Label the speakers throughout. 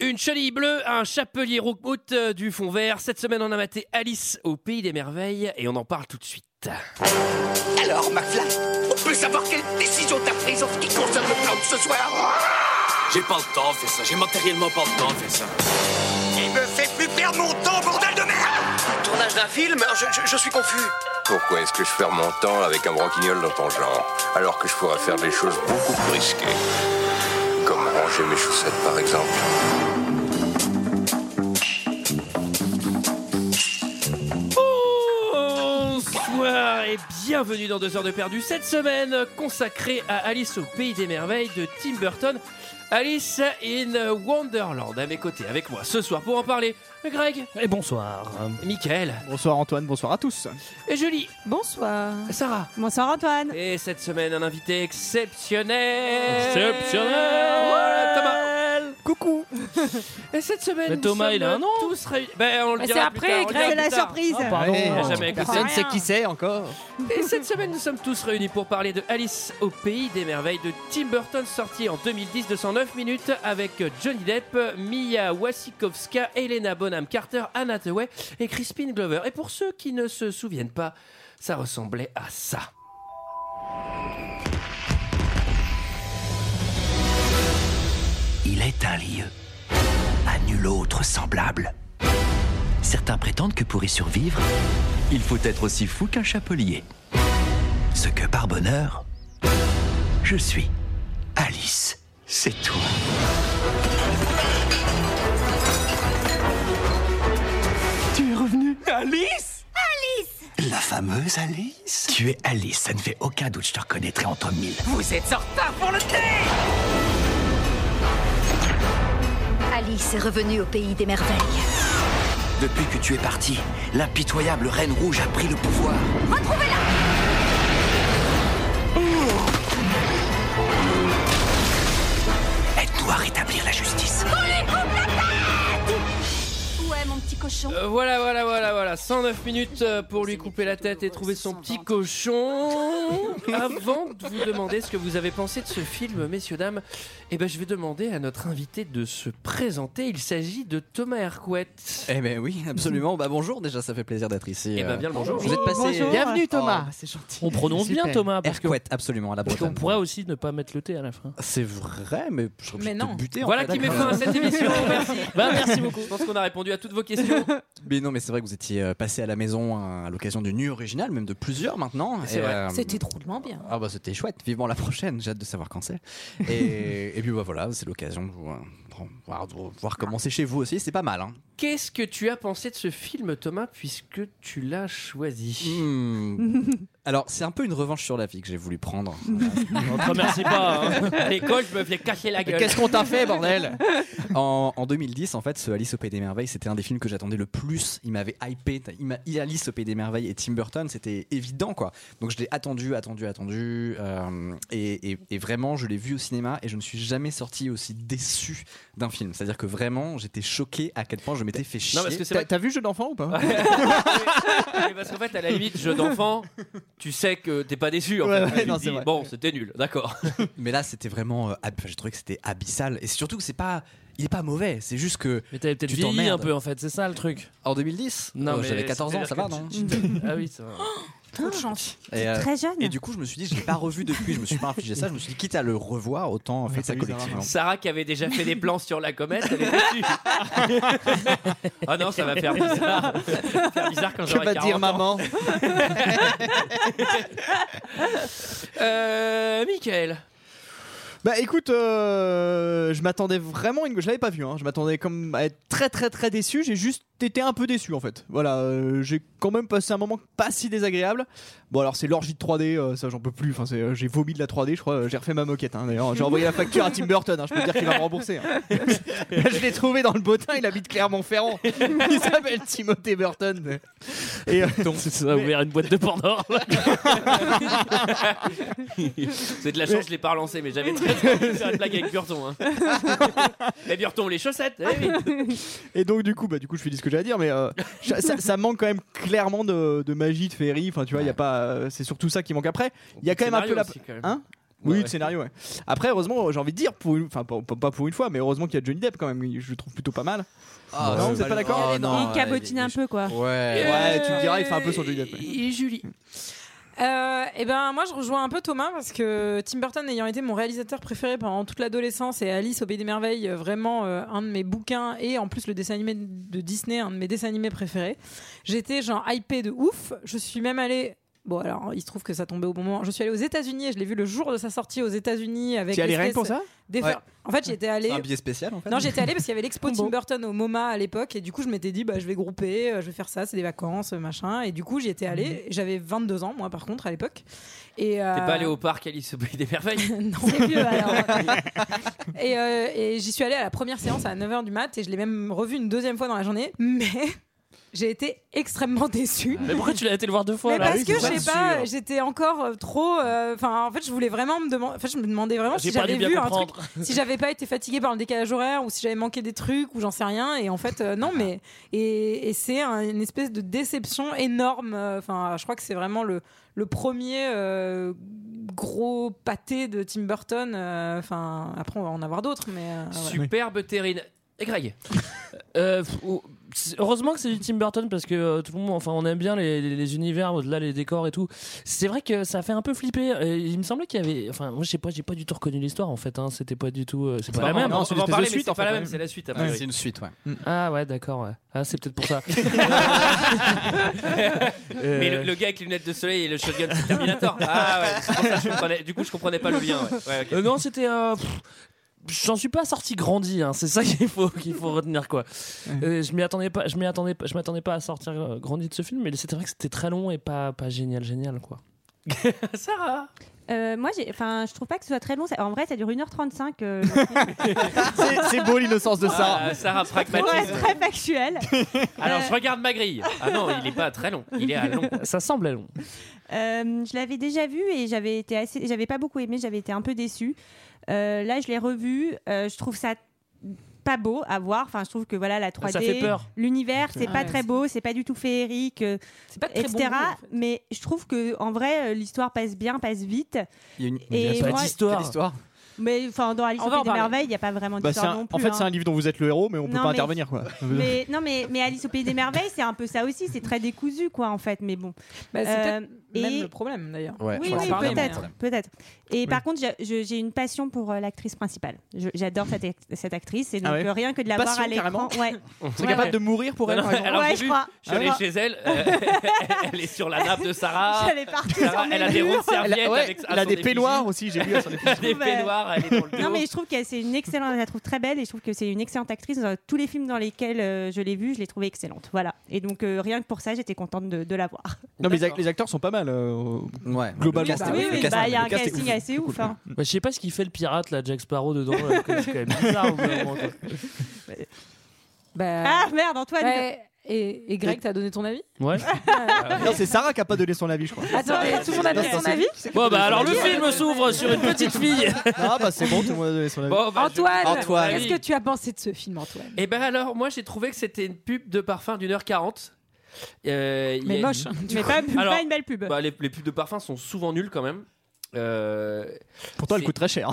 Speaker 1: Une chenille bleue, un chapelier route du fond vert. Cette semaine, on a maté Alice au pays des merveilles et on en parle tout de suite.
Speaker 2: Alors, McFly, on peut savoir quelle décision t'as prise en ce qui concerne le plan de ce soir
Speaker 3: J'ai pas le temps de faire ça, j'ai matériellement pas le temps de faire ça.
Speaker 2: Il me fait plus perdre mon temps, bordel de merde Euh,
Speaker 4: Tournage d'un film je, je- je suis confus.
Speaker 5: Pourquoi est-ce que je perds mon temps avec un broquignol dans ton genre, alors que je pourrais faire des choses beaucoup plus risquées Comme ranger mes chaussettes, par exemple.
Speaker 1: Bonsoir et bienvenue dans 2 heures de perdu. Cette semaine consacrée à Alice au pays des merveilles de Tim Burton. Alice in Wonderland à mes côtés, avec moi ce soir pour en parler. Greg,
Speaker 6: Et bonsoir.
Speaker 1: Michael
Speaker 7: Bonsoir Antoine, bonsoir à tous.
Speaker 1: et Julie,
Speaker 8: Bonsoir.
Speaker 1: Sarah.
Speaker 8: Bonsoir Antoine.
Speaker 1: Et cette semaine, un invité exceptionnel.
Speaker 6: Exceptionnel.
Speaker 1: Voilà, Thomas. Coucou. Et cette semaine,
Speaker 6: Mais
Speaker 1: nous
Speaker 6: Thomas,
Speaker 1: sommes
Speaker 6: il a un nom.
Speaker 1: tous réunis. Ben, on le
Speaker 8: Bah,
Speaker 1: dira
Speaker 8: c'est
Speaker 1: plus
Speaker 8: après,
Speaker 1: tard, on le
Speaker 8: Greg,
Speaker 1: dira plus
Speaker 8: c'est la
Speaker 1: tard.
Speaker 8: surprise.
Speaker 6: Pardon.
Speaker 7: Ouais.
Speaker 1: Ah, jamais écouté.
Speaker 8: Personne sait qui
Speaker 7: c'est encore.
Speaker 1: Et cette semaine, nous sommes tous réunis pour parler de Alice au pays des merveilles de Tim Burton, sorti en 2010 de 109 minutes avec Johnny Depp, Mia Wasikowska, Elena Bonham Carter, Anna Hathaway et Crispin Glover. Et pour ceux qui ne se souviennent pas, ça ressemblait à ça.
Speaker 2: Il est un lieu, à nul autre semblable. Certains prétendent que pour y survivre, il faut être aussi fou qu'un chapelier. Ce que par bonheur, je suis. Alice, c'est toi. Tu es revenue Alice Alice La fameuse Alice Tu es Alice, ça ne fait aucun doute, je te reconnaîtrai entre mille.
Speaker 9: Alice est revenue au pays des merveilles.
Speaker 2: Depuis que tu es parti, l'impitoyable Reine Rouge a pris le pouvoir. Retrouvez-la Aide-nous à rétablir la justice.
Speaker 9: Ouais, mon petit cochon.
Speaker 1: Euh, voilà, voilà, voilà, voilà. 109 minutes euh, pour lui couper la tête et trouver son petit cochon. Avant de vous demander ce que vous avez pensé de ce film, messieurs, dames, eh ben, je vais demander à notre invité de se présenter. Il s'agit de Thomas Hercouet.
Speaker 10: Eh ben oui, absolument. Bah bonjour déjà, ça fait plaisir d'être ici.
Speaker 1: Eh ben,
Speaker 10: Euh,
Speaker 1: bien le bonjour.
Speaker 10: Vous êtes passé
Speaker 8: bonjour.
Speaker 7: Bienvenue Thomas.
Speaker 10: Oh, c'est gentil.
Speaker 6: Oh, On prononce
Speaker 7: Super.
Speaker 6: bien Thomas parce que-
Speaker 10: Erquette, absolument à la
Speaker 6: parce qu'on
Speaker 10: Bretagne.
Speaker 6: pourrait aussi ne pas mettre le thé à la fin.
Speaker 10: C'est vrai, mais je serais
Speaker 8: Mais
Speaker 10: obligé de te
Speaker 8: non.
Speaker 10: buter, en
Speaker 1: Voilà
Speaker 10: fait.
Speaker 1: qui met fin à cette émission. Merci.
Speaker 6: Bah, merci beaucoup.
Speaker 1: Je pense qu'on a répondu à toutes vos questions.
Speaker 10: Mais non, mais c'est vrai que vous étiez euh, passé à la maison euh, à l'occasion d'une nuit originale, même de plusieurs maintenant.
Speaker 1: C'est
Speaker 10: Et,
Speaker 1: vrai.
Speaker 10: euh,
Speaker 8: C'était drôlement bien.
Speaker 10: Ah bah c'était chouette. Vivement la prochaine. J'ai hâte de savoir quand c'est. Et, et puis bah voilà, c'est l'occasion de vous, euh, prendre- voir, de voir comment c'est chez vous aussi. C'est pas mal. Hein.
Speaker 1: Qu'est-ce que tu as pensé de ce film, Thomas, puisque tu l'as choisi
Speaker 10: Hmm. Alors c'est un peu une revanche sur la vie que j'ai voulu prendre.
Speaker 6: On te remercie pas. hein.
Speaker 1: À l'école, je me fais casser la gueule.
Speaker 10: qu'on t'a fait, bordel en, en 2010, en fait, ce Alice au Pays des Merveilles, c'était un des films que j'attendais le plus. Il m'avait hypé. Il m'a- il- Alice au Pays des Merveilles et Tim Burton, c'était évident, quoi. Donc je l'ai attendu, attendu, attendu. euh, et, et- et vraiment, je l'ai vu au cinéma et je ne suis jamais sorti aussi déçu d'un film. C'est-à-dire que vraiment, j'étais choqué à quel point je m'étais fait chier.
Speaker 1: Non, parce que c'est
Speaker 7: T'as
Speaker 1: vrai.
Speaker 7: t'as vu Jeu d'enfant ou pas
Speaker 1: Mais parce qu'en fait, à la limite, jeu d'enfant, tu sais que t'es pas déçu. En
Speaker 7: Ouais,
Speaker 1: fait.
Speaker 7: ouais,
Speaker 1: Tu te
Speaker 7: non, c'est
Speaker 1: dis,
Speaker 7: vrai.
Speaker 1: bon, c'était nul, d'accord.
Speaker 10: Mais là, c'était vraiment. euh, ab- J'ai trouvé que c'était abyssal. Et surtout, c'est pas. Il est pas mauvais. C'est juste que.
Speaker 6: Mais t'avais peut-être
Speaker 10: Tu
Speaker 6: vieilli un
Speaker 10: t'emmerdes.
Speaker 6: peu en fait, c'est ça le truc.
Speaker 10: En 2010,
Speaker 1: Non,
Speaker 10: euh,
Speaker 1: mais
Speaker 10: j'avais 14 ans, ça va,
Speaker 1: c'est-à-dire
Speaker 10: non
Speaker 6: Ah oui, ça va.
Speaker 8: Trop de chance.
Speaker 10: Et, euh,
Speaker 8: Très jeune.
Speaker 10: Et du coup, je me suis dit, je l'ai pas revu depuis, je me suis pas infligé ça, je me suis dit, quitte à le revoir, autant faire ça collectivement.
Speaker 1: Sarah qui avait déjà fait des plans sur la comète, elle est déçue. ah non, ça va faire bizarre. Ça va faire bizarre quand
Speaker 7: Que
Speaker 1: j'aurai
Speaker 7: va
Speaker 1: 40
Speaker 7: dire
Speaker 1: ans.
Speaker 7: maman
Speaker 1: Euh, Michael.
Speaker 7: Bah écoute, euh, je m'attendais vraiment, à une... je l'avais pas vu, hein. je m'attendais comme à être très très très déçu, j'ai juste été un peu déçu en fait. Voilà, euh, j'ai quand même passé un moment pas si désagréable. Bon alors c'est l'orgie de 3D, euh, ça j'en peux plus, enfin, c'est, euh, j'ai vomi de la 3D, je crois, euh, j'ai refait ma moquette hein, d'ailleurs, j'ai envoyé la facture à Tim Burton, hein, je peux te dire qu'il va me rembourser. hein. je l'ai trouvé dans le botin, il habite Clermont-Ferrand, il s'appelle Timothée Burton. Et, euh,
Speaker 6: Donc ça a ouvert une boîte de Pandore. là.
Speaker 1: C'est de la chance, je l'ai pas relancé, mais j'avais très envie de faire une blague avec Burton. Hein. mais Burton, les chaussettes.
Speaker 8: Ah,
Speaker 1: eh oui.
Speaker 7: Et donc du coup, bah du coup, je finis ce que j'ai à dire, mais euh, ça, ça- ça manque quand même clairement de, de magie, de féerie. Enfin, tu vois, il y a pas. euh, c'est surtout ça qui manque après. Il y a quand même un peu
Speaker 1: Scénario
Speaker 7: la.
Speaker 1: aussi, quand même.
Speaker 7: Hein
Speaker 10: Oui, de scénario, ouais. Après, heureusement, j'ai envie de dire, pour une- enfin, pas- pas pas pour une fois, mais heureusement qu'il y a Johnny Depp quand même, je le trouve plutôt pas mal.
Speaker 3: Ah,
Speaker 10: non,
Speaker 3: c'est
Speaker 10: vous êtes
Speaker 3: pas
Speaker 10: pas
Speaker 3: le-
Speaker 10: d'accord
Speaker 3: oh, non,
Speaker 11: il cabotine un peu, quoi.
Speaker 3: Ouais.
Speaker 10: Ouais, tu me diras, il fait un peu son Johnny Depp. ouais.
Speaker 1: Et Julie.
Speaker 8: Euh, eh ben moi je rejoins un peu Thomas parce que Tim Burton ayant été mon réalisateur préféré pendant toute l'adolescence et Alice au pays des merveilles euh, vraiment euh, un de mes bouquins et en plus le dessin animé de Disney un de mes dessins animés préférés j'étais genre hypée de ouf je suis même allée bon alors il se trouve que ça tombait au bon moment je suis allée aux États-Unis et je l'ai vu le jour de sa sortie aux États-Unis avec
Speaker 10: T'y allais rien que
Speaker 8: l'espèce
Speaker 10: pour ça
Speaker 8: d'effet-
Speaker 3: Ouais.
Speaker 8: en fait j'étais allée
Speaker 3: Un billet spécial en fait.
Speaker 8: non, j'étais allée parce qu'il y avait l'expo
Speaker 11: Combo.
Speaker 8: Tim Burton au MoMA à l'époque et du coup je m'étais dit bah je vais grouper, euh, je vais faire ça, c'est des vacances, euh, machin et du coup j'y étais allée, j'avais 22 ans moi par contre à l'époque. Et euh,
Speaker 1: T'es pas allé au parc Alice au pays des merveilles
Speaker 8: non. C'est vieux, alors. et euh, et j'y suis allée à la première séance à 9h du mat et je l'ai même revu une deuxième fois dans la journée mais j'ai été extrêmement déçue.
Speaker 2: Ah, Mais pourquoi tu l'as été le voir deux fois
Speaker 8: Mais
Speaker 2: là
Speaker 1: Ah
Speaker 8: parce que
Speaker 2: Bien
Speaker 8: je sais
Speaker 2: sûr.
Speaker 8: pas, j'étais encore euh, trop. euh, Enfin, en fait, je voulais vraiment me demander. En fait, je me demandais vraiment si
Speaker 2: J'ai pas
Speaker 8: j'avais
Speaker 2: dû bien
Speaker 8: vu un truc
Speaker 2: comprendre.
Speaker 8: si j'avais pas été fatiguée par le décalage horaire ou si j'avais manqué des trucs ou j'en sais rien et en fait euh, non mais et, et c'est un- une espèce de déception énorme euh, enfin je crois que c'est vraiment le le premier euh, gros pâté de Tim Burton euh, enfin après on va en avoir d'autres mais euh, voilà.
Speaker 1: Superbe terrine. Et Greg
Speaker 2: Euh, pff, ou- c'est- Heureusement que c'est du Tim Burton parce que euh, tout le monde, enfin, on aime bien les, les- les univers au-delà, les décors et tout. C'est vrai que ça a fait un peu flipper. Euh, il me semblait qu'il y avait, enfin, moi je sais pas, j'ai pas du tout reconnu l'histoire en fait. hein. C'était pas du tout, euh, c'est pas la même.
Speaker 1: On
Speaker 10: non, c'est
Speaker 1: va en
Speaker 10: l'espèce de
Speaker 1: parler, mais
Speaker 10: suite,
Speaker 1: c'est
Speaker 10: en
Speaker 1: pas
Speaker 10: fait,
Speaker 1: la
Speaker 10: ouais. Mm.
Speaker 1: même, c'est la suite. a
Speaker 3: Ouais,
Speaker 1: priori.
Speaker 3: c'est une suite, ouais.
Speaker 2: Ah ouais, d'accord. Ouais. Ah, c'est peut-être pour ça. Euh,
Speaker 1: Mais le, le gars avec les lunettes de soleil et le shotgun, c'est Terminator. Ah ouais, c'est pour ça que je comprenais- du coup, je comprenais pas le lien. ouais. Ouais, ok.
Speaker 2: Euh, non, c'était. euh, pff, J'en suis pas sorti grandi, hein, c'est ça qu'il faut, qu'il faut retenir quoi. Euh, je m'y attendais pas, je m'y attendais pas, je m'attendais pas à sortir euh, grandi de ce film, mais c'était vrai que c'était très long et pas, pas génial, génial quoi.
Speaker 1: Sarah
Speaker 12: Euh, moi, j'ai- enfin, je trouve pas que ce soit très long. Ça- En vrai, ça dure 1h35. euh,
Speaker 10: C'est- C'est beau l'innocence de ça.
Speaker 1: Ah, Sarah
Speaker 12: pour
Speaker 1: pragmatiste.
Speaker 12: être très factuel. Euh.
Speaker 1: Alors, je regarde ma grille. Ah non, il est pas très long. Il est à long.
Speaker 2: Ça semblait long.
Speaker 12: Euh, je l'avais déjà vu et j'avais été assez, j'avais pas beaucoup aimé, j'avais été un peu déçue. Euh, là, je l'ai revu. euh, je trouve ça pas beau à voir. Enfin, je trouve que voilà la 3D,
Speaker 2: Ça fait peur.
Speaker 12: l'univers, c'est
Speaker 8: Ah
Speaker 12: pas
Speaker 8: ouais,
Speaker 12: très
Speaker 8: c'est-
Speaker 12: beau, c'est pas du tout féerique, euh,
Speaker 8: c'est pas très
Speaker 12: etc.
Speaker 8: bon goût, en fait.
Speaker 12: Mais je trouve que en vrai, euh, l'histoire passe bien, passe vite.
Speaker 3: Il y a une
Speaker 12: Et
Speaker 2: Il y a pas
Speaker 12: moi-
Speaker 2: d'histoire.
Speaker 3: histoire.
Speaker 12: Mais enfin, dans Alice
Speaker 8: On
Speaker 12: au
Speaker 8: va en
Speaker 12: pays des
Speaker 8: parler.
Speaker 12: merveilles, il y a pas vraiment
Speaker 10: Bah, c'est
Speaker 12: d'histoire
Speaker 10: un-
Speaker 12: non plus.
Speaker 10: en fait, c'est
Speaker 12: hein.
Speaker 10: un livre dont vous êtes le héros, mais on peut
Speaker 12: Non,
Speaker 10: pas
Speaker 12: mais-
Speaker 10: intervenir quoi.
Speaker 12: Mais non, mais mais Alice au pays des merveilles, c'est un peu ça aussi. C'est très décousu, quoi, en fait. Mais bon.
Speaker 8: Bah, c'est
Speaker 12: Euh,
Speaker 8: peut-être même
Speaker 12: et-
Speaker 8: le problème d'ailleurs
Speaker 3: Ouais,
Speaker 12: Oui,
Speaker 3: je pense
Speaker 12: oui,
Speaker 3: que c'est un
Speaker 12: peut-être,
Speaker 3: problème.
Speaker 12: peut-être. Et par contre, j'ai- je- j'ai une passion pour euh, l'actrice principale. Je- J'adore cette, act- cette actrice et donc
Speaker 10: Ah ouais
Speaker 12: euh, rien que de la
Speaker 10: Passion,
Speaker 12: voir à l'écran, ouais,
Speaker 10: C'est capable de mourir pour elle.
Speaker 1: Non,
Speaker 10: par
Speaker 1: non,
Speaker 10: exemple
Speaker 1: alors,
Speaker 12: ouais,
Speaker 1: j'ai
Speaker 12: je
Speaker 1: vu,
Speaker 12: crois.
Speaker 1: Je suis allé
Speaker 12: Alors-
Speaker 1: chez elle. euh, elle est sur la nappe de Sarah.
Speaker 12: J'allais partir
Speaker 1: Sarah,
Speaker 12: sur mes
Speaker 1: elle a des
Speaker 12: murs.
Speaker 1: rondes serviettes.
Speaker 10: Ouais,
Speaker 1: avec, à
Speaker 10: elle a
Speaker 1: son
Speaker 10: des
Speaker 1: effigie.
Speaker 10: peignoirs aussi, j'ai vu à son
Speaker 1: Elle a des
Speaker 12: trouve, euh,
Speaker 1: peignoirs. Elle est dans le dos.
Speaker 12: Non mais je trouve que c'est une excellente, je la trouve très belle et je trouve que c'est une excellente actrice. Dans tous les films dans lesquels euh, je l'ai vue, je l'ai trouvée excellente. Voilà. Et donc euh, rien que pour ça, j'étais contente de, de la voir.
Speaker 10: Non, mais les ac- les acteurs sont pas mal. euh,
Speaker 3: Ouais.
Speaker 10: Globalement,
Speaker 3: Le
Speaker 10: c'est-
Speaker 3: casting-
Speaker 12: oui,
Speaker 3: le
Speaker 12: oui,
Speaker 3: casting-
Speaker 12: bah, il y a
Speaker 3: le
Speaker 12: un
Speaker 3: casting-
Speaker 12: casting assez ouf. hein.
Speaker 2: Ouais, Bah, je sais pas ce qu'il fait le pirate là, Jack Sparrow dedans. euh, C'est quand même bizarre. au bout d'un moment, quoi.
Speaker 8: Bah,
Speaker 12: Ah merde, Antoine.
Speaker 8: ouais, et, et Greg t'as donné ton avis
Speaker 2: Ouais.
Speaker 3: Ah
Speaker 10: Non, c'est Sarah qui a pas donné son avis, je crois.
Speaker 8: attendez
Speaker 12: Ah,
Speaker 8: tout le monde a donné
Speaker 10: Non,
Speaker 8: son
Speaker 10: c'est-
Speaker 8: avis
Speaker 2: Bon bah alors le film s'ouvre sur une petite fille.
Speaker 10: Ah bah c'est bon, tout le monde a donné son avis.
Speaker 1: Bon, bah, je-
Speaker 8: Antoine,
Speaker 3: Antoine.
Speaker 8: qu'est-ce que tu as pensé de ce film Antoine
Speaker 1: Eh ben alors, moi j'ai trouvé que c'était une pub de parfum d'une heure quarante. Euh, il y
Speaker 8: mais
Speaker 1: a-
Speaker 8: moche
Speaker 12: Mais pas, pas
Speaker 1: Alors-
Speaker 12: une belle pub.
Speaker 1: Bah, les, les pubs de parfum sont souvent nulles quand même. Euh,
Speaker 10: Pourtant, elle
Speaker 1: c'est-
Speaker 10: coûte très cher.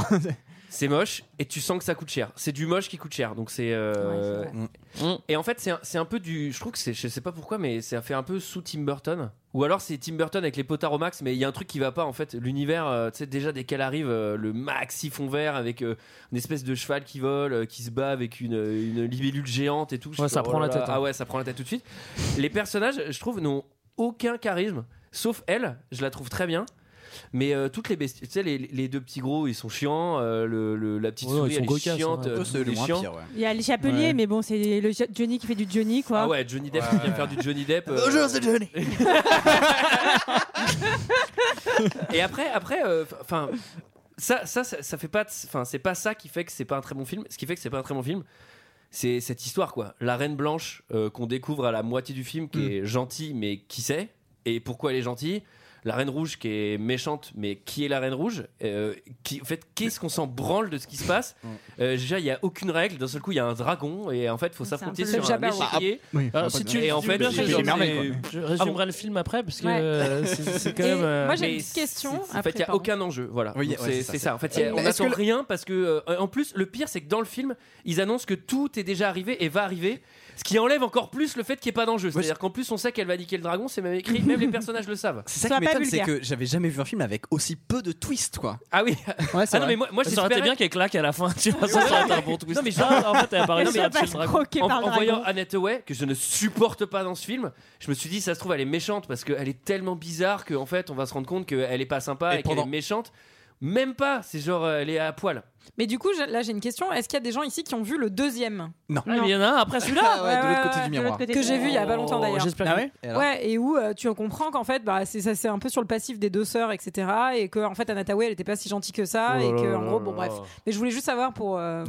Speaker 1: c'est moche et tu sens que ça coûte cher. C'est du moche qui coûte cher, donc c'est. euh, Mm.
Speaker 8: Ouais,
Speaker 1: Et en fait, c'est un, c'est un peu du. Je trouve que c'est. Je sais pas pourquoi, mais ça fait un peu sous Tim Burton. Ou alors c'est Tim Burton avec les potards au max, mais il y a un truc qui va pas en fait. L'univers, euh, tu sais, déjà dès qu'elle arrive, euh, le maxi fond vert avec euh, une espèce de cheval qui vole, euh, qui se bat avec une, euh, une libellule géante et tout. Je
Speaker 2: Ouais,
Speaker 1: suis
Speaker 2: ça
Speaker 1: là,
Speaker 2: prend
Speaker 1: oh là
Speaker 2: la tête,
Speaker 1: là. Ah
Speaker 2: hein.
Speaker 1: ouais, ça prend la tête tout de suite. Les personnages, je trouve, n'ont aucun charisme. Sauf elle, je la trouve très bien. Mais euh, toutes les besties, tu sais, les, les deux petits gros, ils sont chiants. euh, le, le- la petite
Speaker 2: Ouais,
Speaker 1: souris,
Speaker 2: ils sont
Speaker 1: elle est
Speaker 2: cocasses,
Speaker 1: chiante.
Speaker 2: ouais.
Speaker 1: euh,
Speaker 3: Eux, c'est le
Speaker 1: il est
Speaker 3: moins
Speaker 1: chiant.
Speaker 3: pire, ouais.
Speaker 12: Il y a les chapeliers, mais bon, c'est le jo- Johnny qui fait du Johnny quoi.
Speaker 1: Ah ouais, Johnny Depp qui vient faire du Johnny Depp. euh,
Speaker 3: c'est Johnny.
Speaker 1: Et après, après, euh, enfin, ça, ça, ça, ça fait pas, enfin, c'est pas ça qui fait que c'est pas un très bon film. Ce qui fait que c'est pas un très bon film, c'est cette histoire quoi. La reine
Speaker 2: Mm.
Speaker 1: blanche euh, qu'on découvre à la moitié du film, qui est gentille mais qui sait et pourquoi elle est gentille. la Reine Rouge qui est méchante, mais qui est la Reine Rouge Euh, qui, En fait, qu'est-ce qu'on s'en branle de ce qui se passe
Speaker 2: Mm.
Speaker 1: Euh, Déjà, il n'y a aucune règle. D'un seul coup, il y a un dragon et en fait, il faut s'affronter
Speaker 2: peu
Speaker 1: sur
Speaker 2: le
Speaker 1: un
Speaker 2: Jabberwock.
Speaker 1: échiquier.
Speaker 2: Ah, oui,
Speaker 1: Euh,
Speaker 2: faut pas que-
Speaker 1: et en
Speaker 2: tu
Speaker 1: fait,
Speaker 2: veux bien
Speaker 1: j'ai-
Speaker 2: que je
Speaker 1: j'ai-
Speaker 2: merveille, quoi. Je résumerai
Speaker 1: Ah bon
Speaker 2: le film après parce que euh, c'est c'est quand
Speaker 1: Et
Speaker 2: même. euh,
Speaker 1: moi,
Speaker 8: j'ai une
Speaker 1: mais
Speaker 8: petite question
Speaker 1: c'est- En
Speaker 8: après,
Speaker 1: fait, il n'y a
Speaker 8: pardon.
Speaker 1: aucun enjeu. Voilà.
Speaker 2: Oui,
Speaker 1: Donc,
Speaker 2: ouais,
Speaker 1: c'est
Speaker 2: c'est
Speaker 1: c'est ça,
Speaker 2: ça, c'est
Speaker 1: En fait,
Speaker 2: ça.
Speaker 1: il y a-
Speaker 2: Mais
Speaker 1: on
Speaker 2: est-ce
Speaker 1: n'attend
Speaker 2: que le-
Speaker 1: rien parce que, euh, en plus, le pire, c'est que dans le film, ils annoncent que tout est déjà arrivé et va arriver. Ce qui enlève encore plus le fait qu'il n'y ait pas d'enjeu. C'est-à-dire qu'en plus, on sait qu'elle va niquer le dragon, c'est même écrit, même les personnages le savent.
Speaker 3: C'est ça qui m'étonne, c'est que j'avais jamais vu un film avec aussi peu de twists, quoi.
Speaker 1: Ah oui.
Speaker 3: c'est
Speaker 1: ah non,
Speaker 3: vrai.
Speaker 1: mais moi, moi
Speaker 3: Ça aurait été
Speaker 1: j'espérais-
Speaker 3: bien
Speaker 2: qu'elle claque à la fin, tu vois, ça
Speaker 1: Ouais.
Speaker 2: aurait été un bon twist.
Speaker 1: Non, mais genre,
Speaker 2: En fait, elle apparaît
Speaker 1: Non, mais
Speaker 2: sur la chaise dragon.
Speaker 1: en,
Speaker 2: par le
Speaker 1: en voyant
Speaker 2: dragon.
Speaker 1: Annette Way, que je ne supporte pas dans ce film, je me suis dit, ça se trouve, elle est méchante parce qu'elle est tellement bizarre qu'en fait, on va se rendre compte qu'elle est pas sympa et,
Speaker 8: Et
Speaker 1: qu'elle
Speaker 8: pendant-
Speaker 1: est méchante. Même pas, c'est genre, euh, elle est à poil.
Speaker 8: Mais du coup, j'ai- là, j'ai une question. Est-ce qu'il y a des gens ici qui ont vu le deuxième
Speaker 3: Non.
Speaker 2: Ah, mais il y en a un après celui-là.
Speaker 8: Ah
Speaker 2: ouais, de l'autre côté du
Speaker 8: ouais,
Speaker 2: miroir.
Speaker 8: de l'autre côté Que j'ai vu il y a pas longtemps
Speaker 2: Oh,
Speaker 8: d'ailleurs.
Speaker 2: j'espère que- Ah ouais Et alors
Speaker 8: Ouais, et où euh, tu comprends qu'en fait, bah, c'est ça, c'est un peu sur le passif des deux sœurs, etc. Et que en fait, Anataway, elle était pas si gentille que ça,
Speaker 10: Oh
Speaker 8: Ah, et
Speaker 10: là
Speaker 8: que
Speaker 10: là
Speaker 8: en gros,
Speaker 10: là
Speaker 8: bon,
Speaker 10: là. Ah.
Speaker 8: bref. Mais je voulais juste savoir pour. euh,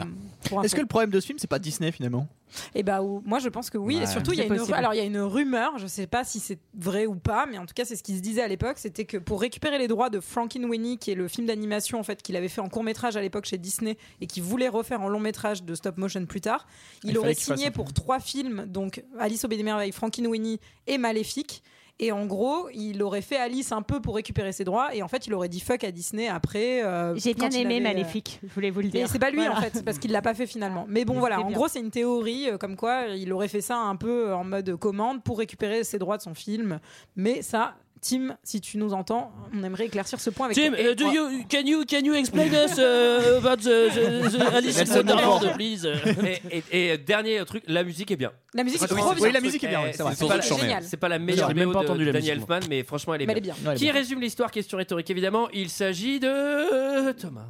Speaker 8: pour
Speaker 10: Est-ce que
Speaker 8: info.
Speaker 10: le problème de ce film, c'est pas Disney finalement
Speaker 8: Eh ben, ou- moi je pense que oui.
Speaker 10: Ouais.
Speaker 8: Et surtout, il y a
Speaker 10: C'est
Speaker 8: une
Speaker 10: possible.
Speaker 8: alors il y a une rumeur, je sais pas si c'est vrai ou pas, mais en tout cas c'est ce qui se disait à l'époque, c'était que pour récupérer les droits de Frankenweenie, qui est le film d'animation en fait qu'il avait fait en court métrage à l'époque chez Disney et qu'il voulait refaire en long métrage de stop motion plus tard, il,
Speaker 11: Il fallait
Speaker 8: aurait
Speaker 11: qu'il fasse
Speaker 8: signé
Speaker 11: un film.
Speaker 8: pour trois films, donc Alice au Pays des merveilles, Frankenweenie et Maléfique. Et en gros, il aurait fait Alice un peu pour récupérer ses droits, et en fait, il aurait dit fuck à Disney après. euh,
Speaker 12: J'ai bien
Speaker 8: quand il
Speaker 12: aimé
Speaker 8: avait, euh,
Speaker 12: Maléfique, je voulais vous le
Speaker 8: mais
Speaker 12: dire.
Speaker 8: c'est pas lui
Speaker 12: Voilà.
Speaker 8: en fait, c'est parce qu'il l'a pas fait finalement. Mais bon
Speaker 12: Mais
Speaker 8: voilà,
Speaker 12: c'était
Speaker 8: en
Speaker 12: bien.
Speaker 8: gros c'est une théorie euh, comme quoi il aurait fait ça un peu euh, en mode commande pour récupérer ses droits de son film. Mais ça, Tim, si tu nous entends, on aimerait éclaircir ce point avec
Speaker 2: Tim,
Speaker 8: toi.
Speaker 1: euh,
Speaker 2: uh, do you, can you can you explain us uh, about the, the, the Alice in
Speaker 1: Nelson
Speaker 2: Wonderland,
Speaker 1: Mandela.
Speaker 2: please?
Speaker 1: Et, et- et dernier truc, la musique est bien.
Speaker 8: La musique est
Speaker 1: Ah,
Speaker 8: trop
Speaker 1: oui,
Speaker 8: bien.
Speaker 1: c'est
Speaker 8: Oui,
Speaker 1: un
Speaker 8: la
Speaker 1: truc,
Speaker 8: musique est bien,
Speaker 1: eh,
Speaker 8: ouais, ça va.
Speaker 1: c'est
Speaker 8: Elle
Speaker 1: pas
Speaker 8: est
Speaker 1: la-
Speaker 8: géniale.
Speaker 1: C'est pas la
Speaker 2: J'en
Speaker 1: meilleure
Speaker 2: ai même
Speaker 1: BO
Speaker 2: pas
Speaker 1: de
Speaker 2: entendu la
Speaker 1: Daniel
Speaker 2: musique,
Speaker 1: Elfman, mais franchement, elle est
Speaker 8: Mais elle
Speaker 1: bien.
Speaker 8: est bien. Ouais, elle est
Speaker 1: Qui
Speaker 8: bien.
Speaker 1: résume l'histoire qui est sur rhétorique Évidemment, il s'agit de Thomas.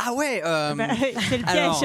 Speaker 3: Ah ouais euh,
Speaker 1: Bah, c'est le piège.
Speaker 3: alors,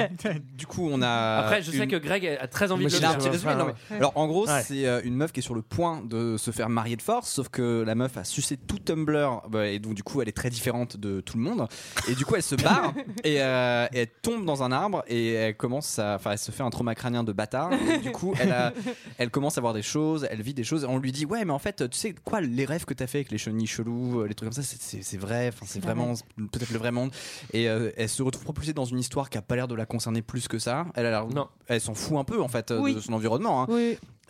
Speaker 3: Du coup, on a.
Speaker 1: Après, je sais
Speaker 3: Euh, une-
Speaker 1: que Greg a très envie
Speaker 3: Moi,
Speaker 1: de le
Speaker 3: j'ai
Speaker 1: faire.
Speaker 3: l'air- désolé, non, mais-
Speaker 1: Ouais.
Speaker 3: Alors, en gros,
Speaker 1: Ouais.
Speaker 3: c'est euh, une meuf qui est sur le point de se faire marier de force, sauf que la meuf a sucé tout Tumblr, bah, et donc, du coup, elle est très différente de tout le monde. Et du coup, elle se barre, et, euh, et elle tombe dans un arbre, et elle commence à. Enfin, elle se fait un trauma crânien de bâtard. Et du coup, elle, a- elle commence à voir des choses, elle vit des choses, et on lui dit Ouais, mais en fait, tu sais quoi, les rêves que t'as fait avec les chenilles chelous, euh, les trucs comme ça, c'est- c'est c'est vrai, enfin, c'est
Speaker 2: pas
Speaker 3: vraiment
Speaker 2: mal.
Speaker 3: peut-être le vrai monde. Et euh, elle se retrouve propulsée dans une histoire qui a pas l'air de la concerner plus que ça. Elle a l'air- elle s'en fout un peu en fait euh,
Speaker 2: Oui.
Speaker 3: de son environnement. hein.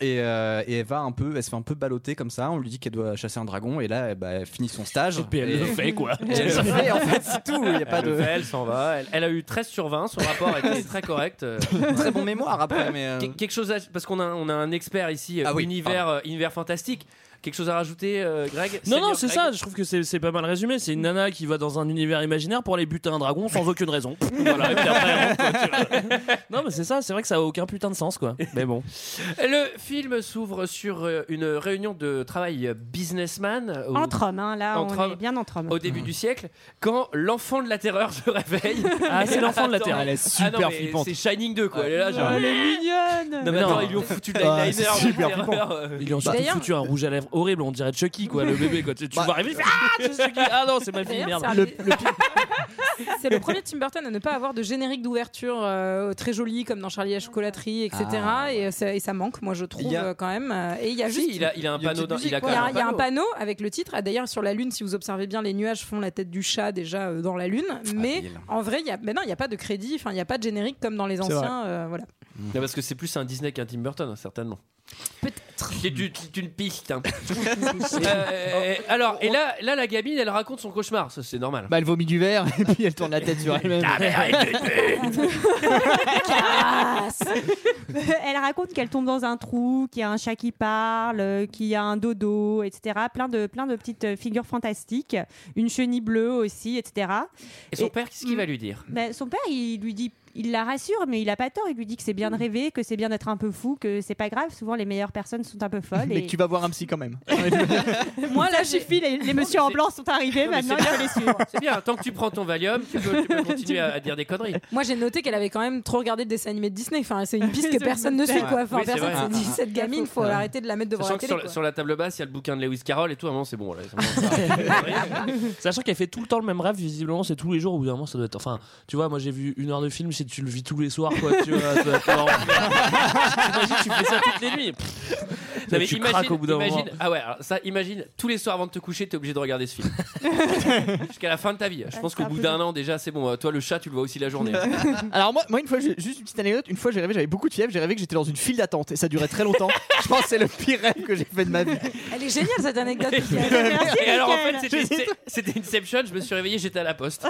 Speaker 3: Et, euh, et elle va un peu, elle se fait un peu balloter comme ça. On lui dit qu'elle doit chasser un dragon et là, eh ben, elle finit son stage. Et
Speaker 2: elle le fait, quoi.
Speaker 3: Et elle le fait en fait, c'est tout. Il y a pas
Speaker 1: elle le
Speaker 3: de.
Speaker 1: fait, elle s'en va. Elle, elle a eu 13 sur 20. Son rapport était très correct. Euh,
Speaker 3: Très bon mémoire après, mais. euh,
Speaker 1: Que- quelque chose à- parce qu'on a, on a un expert ici, euh,
Speaker 3: Ah oui,
Speaker 1: univers, euh, univers fantastique. Quelque chose à rajouter, euh, Greg
Speaker 2: Non, non,
Speaker 1: Seigneur
Speaker 2: c'est
Speaker 1: Greg
Speaker 2: ça, je trouve que c'est c'est pas mal résumé. C'est une nana qui va dans un univers imaginaire pour aller buter un dragon sans aucune raison. Voilà, et puis après, elle rentre, quoi, tu vois. Non, mais c'est ça, c'est vrai que ça a aucun putain de sens, quoi. Mais bon.
Speaker 1: Le film s'ouvre sur euh, une réunion de travail euh, businessman.
Speaker 2: euh,
Speaker 1: au-
Speaker 12: Entre hommes, hein, là,
Speaker 1: Entre
Speaker 12: on est
Speaker 1: hommes.
Speaker 12: bien entre hommes.
Speaker 2: Oh,
Speaker 1: Au début du siècle, quand l'enfant de la terreur se réveille.
Speaker 2: Ah, c'est l'enfant de la
Speaker 1: Attends,
Speaker 2: terreur. Elle est
Speaker 1: ah non,
Speaker 2: super
Speaker 1: mais
Speaker 2: flippante.
Speaker 1: C'est Shining 2, quoi. Elle est là,
Speaker 8: Oh,
Speaker 1: genre. euh,
Speaker 12: Elle est
Speaker 1: Non,
Speaker 12: mignonne
Speaker 1: Ah, mais attends, ils lui ont foutu de l'eyeliner. de terreur, euh.
Speaker 2: Ils lui ont surtout
Speaker 8: D'ailleurs-
Speaker 2: foutu un rouge à lèvres horrible, on dirait Chucky, quoi, le bébé. Quoi. Tu,
Speaker 1: Bah,
Speaker 2: tu vois arriver, il fait, Ah, c'est Chucky Ah non, c'est ma fille,
Speaker 8: D'ailleurs,
Speaker 2: merde.
Speaker 8: c'est un- C'est le premier Tim Burton à ne pas avoir de générique d'ouverture euh, très joli comme dans Charlie et la chocolaterie, etc.
Speaker 1: Ah.
Speaker 8: Et, euh, ça, et ça manque, moi je
Speaker 1: Il
Speaker 8: trouve
Speaker 1: y a-
Speaker 8: euh, quand même. Euh, Et il y a
Speaker 1: Si,
Speaker 8: juste.
Speaker 1: il a- il a un
Speaker 8: une
Speaker 1: panneau
Speaker 8: petite
Speaker 1: dans- il a
Speaker 8: musique,
Speaker 1: quand
Speaker 8: quoi.
Speaker 1: même un
Speaker 8: Il y a un
Speaker 1: panneau.
Speaker 8: panneau avec le titre. Ah, D'ailleurs, sur la lune, si vous observez bien, les nuages font la tête du chat déjà euh, dans la
Speaker 2: Ah,
Speaker 8: lune. Mais en vrai, il y a, ben non, il n'y a pas de crédit. Enfin, il n'y a pas de générique comme dans les
Speaker 1: C'est
Speaker 8: anciens.
Speaker 1: vrai.
Speaker 8: euh, voilà.
Speaker 1: Non, parce que c'est plus un Disney qu'un Tim Burton, hein, certainement. Peut-être. C'est une- c'est une piste. hein. Euh, alors, et là, là, la gamine, elle raconte son cauchemar. Ça, c'est normal.
Speaker 10: Bah, elle vomit du verre et puis elle tourne la tête sur elle-même.
Speaker 1: Ah, mais arrête
Speaker 12: Elle raconte qu'elle tombe dans un trou, qu'il y a un chat qui parle, euh, qu'il y a un dodo, etc. Plein de, plein de petites euh, figures fantastiques. Une chenille bleue aussi, etc.
Speaker 1: Et son père, qu'est-ce qu'il va lui dire
Speaker 12: Ben, son père, il lui dit, il la rassure, mais il a pas tort. Il lui dit que c'est bien de rêver, que c'est bien d'être un peu fou, que c'est pas grave. Souvent, les meilleures personnes sont un peu folles.
Speaker 10: Mais
Speaker 12: et-
Speaker 10: tu vas voir un psy quand même.
Speaker 12: Moi, là, suffit. Les, les messieurs en blanc sont arrivés.
Speaker 1: mais
Speaker 12: Maintenant, il
Speaker 1: c'est
Speaker 12: faut les suivre.
Speaker 1: C'est bien, tant que tu prends ton Valium, tu peux, tu peux continuer à, à dire des conneries.
Speaker 8: Moi, j'ai noté qu'elle avait quand même trop regardé de dessins animés de Disney. Enfin, c'est une piste que
Speaker 12: C'est
Speaker 8: personne ne suit.
Speaker 1: vrai.
Speaker 8: Quoi. Enfin,
Speaker 1: Oui, c'est
Speaker 8: personne
Speaker 1: vrai.
Speaker 8: s'est dit cette gamine, faut
Speaker 1: Ouais.
Speaker 8: arrêter de la mettre devant
Speaker 1: Sachant
Speaker 8: la
Speaker 1: que
Speaker 8: télé.
Speaker 1: sur,
Speaker 8: quoi.
Speaker 1: sur la table basse, il y a le bouquin de Lewis Carroll et tout. À un moment, c'est bon. Là, c'est bon.
Speaker 2: Sachant qu'elle fait tout le temps le même rêve, visiblement, c'est tous les jours. Au bout d'un moment, ça doit être. Enfin, tu vois, moi j'ai vu une heure de film chez si tu le vis tous les soirs, quoi. Tu vois, tu vas pas en- T'imagines, tu fais ça toutes les nuits. Pff,
Speaker 1: Non, mais
Speaker 2: tu
Speaker 1: imagine,
Speaker 2: craques au bout d'un
Speaker 1: imagine-
Speaker 2: moment.
Speaker 1: Ah ouais, alors ça, imagine, tous les soirs avant de te coucher, t'es obligé de regarder ce film. Jusqu'à la fin de ta vie. Je
Speaker 10: Ouais,
Speaker 1: pense
Speaker 10: c'est
Speaker 1: qu'au
Speaker 10: un
Speaker 1: bout
Speaker 10: peu
Speaker 1: d'un an, déjà, c'est bon. Euh, Toi, le chat, tu le vois aussi la journée.
Speaker 10: Alors moi, moi une fois, j'ai- juste une petite anecdote, une fois j'ai rêvé, j'avais beaucoup de fièvre, j'ai rêvé que j'étais dans une file d'attente et ça durait très longtemps. Je pense que c'est le pire rêve que j'ai fait de ma vie.
Speaker 8: Elle est géniale cette anecdote.
Speaker 1: Et alors, en fait, c'était- c'était- c'était Inception. Je me suis réveillé, j'étais à la poste.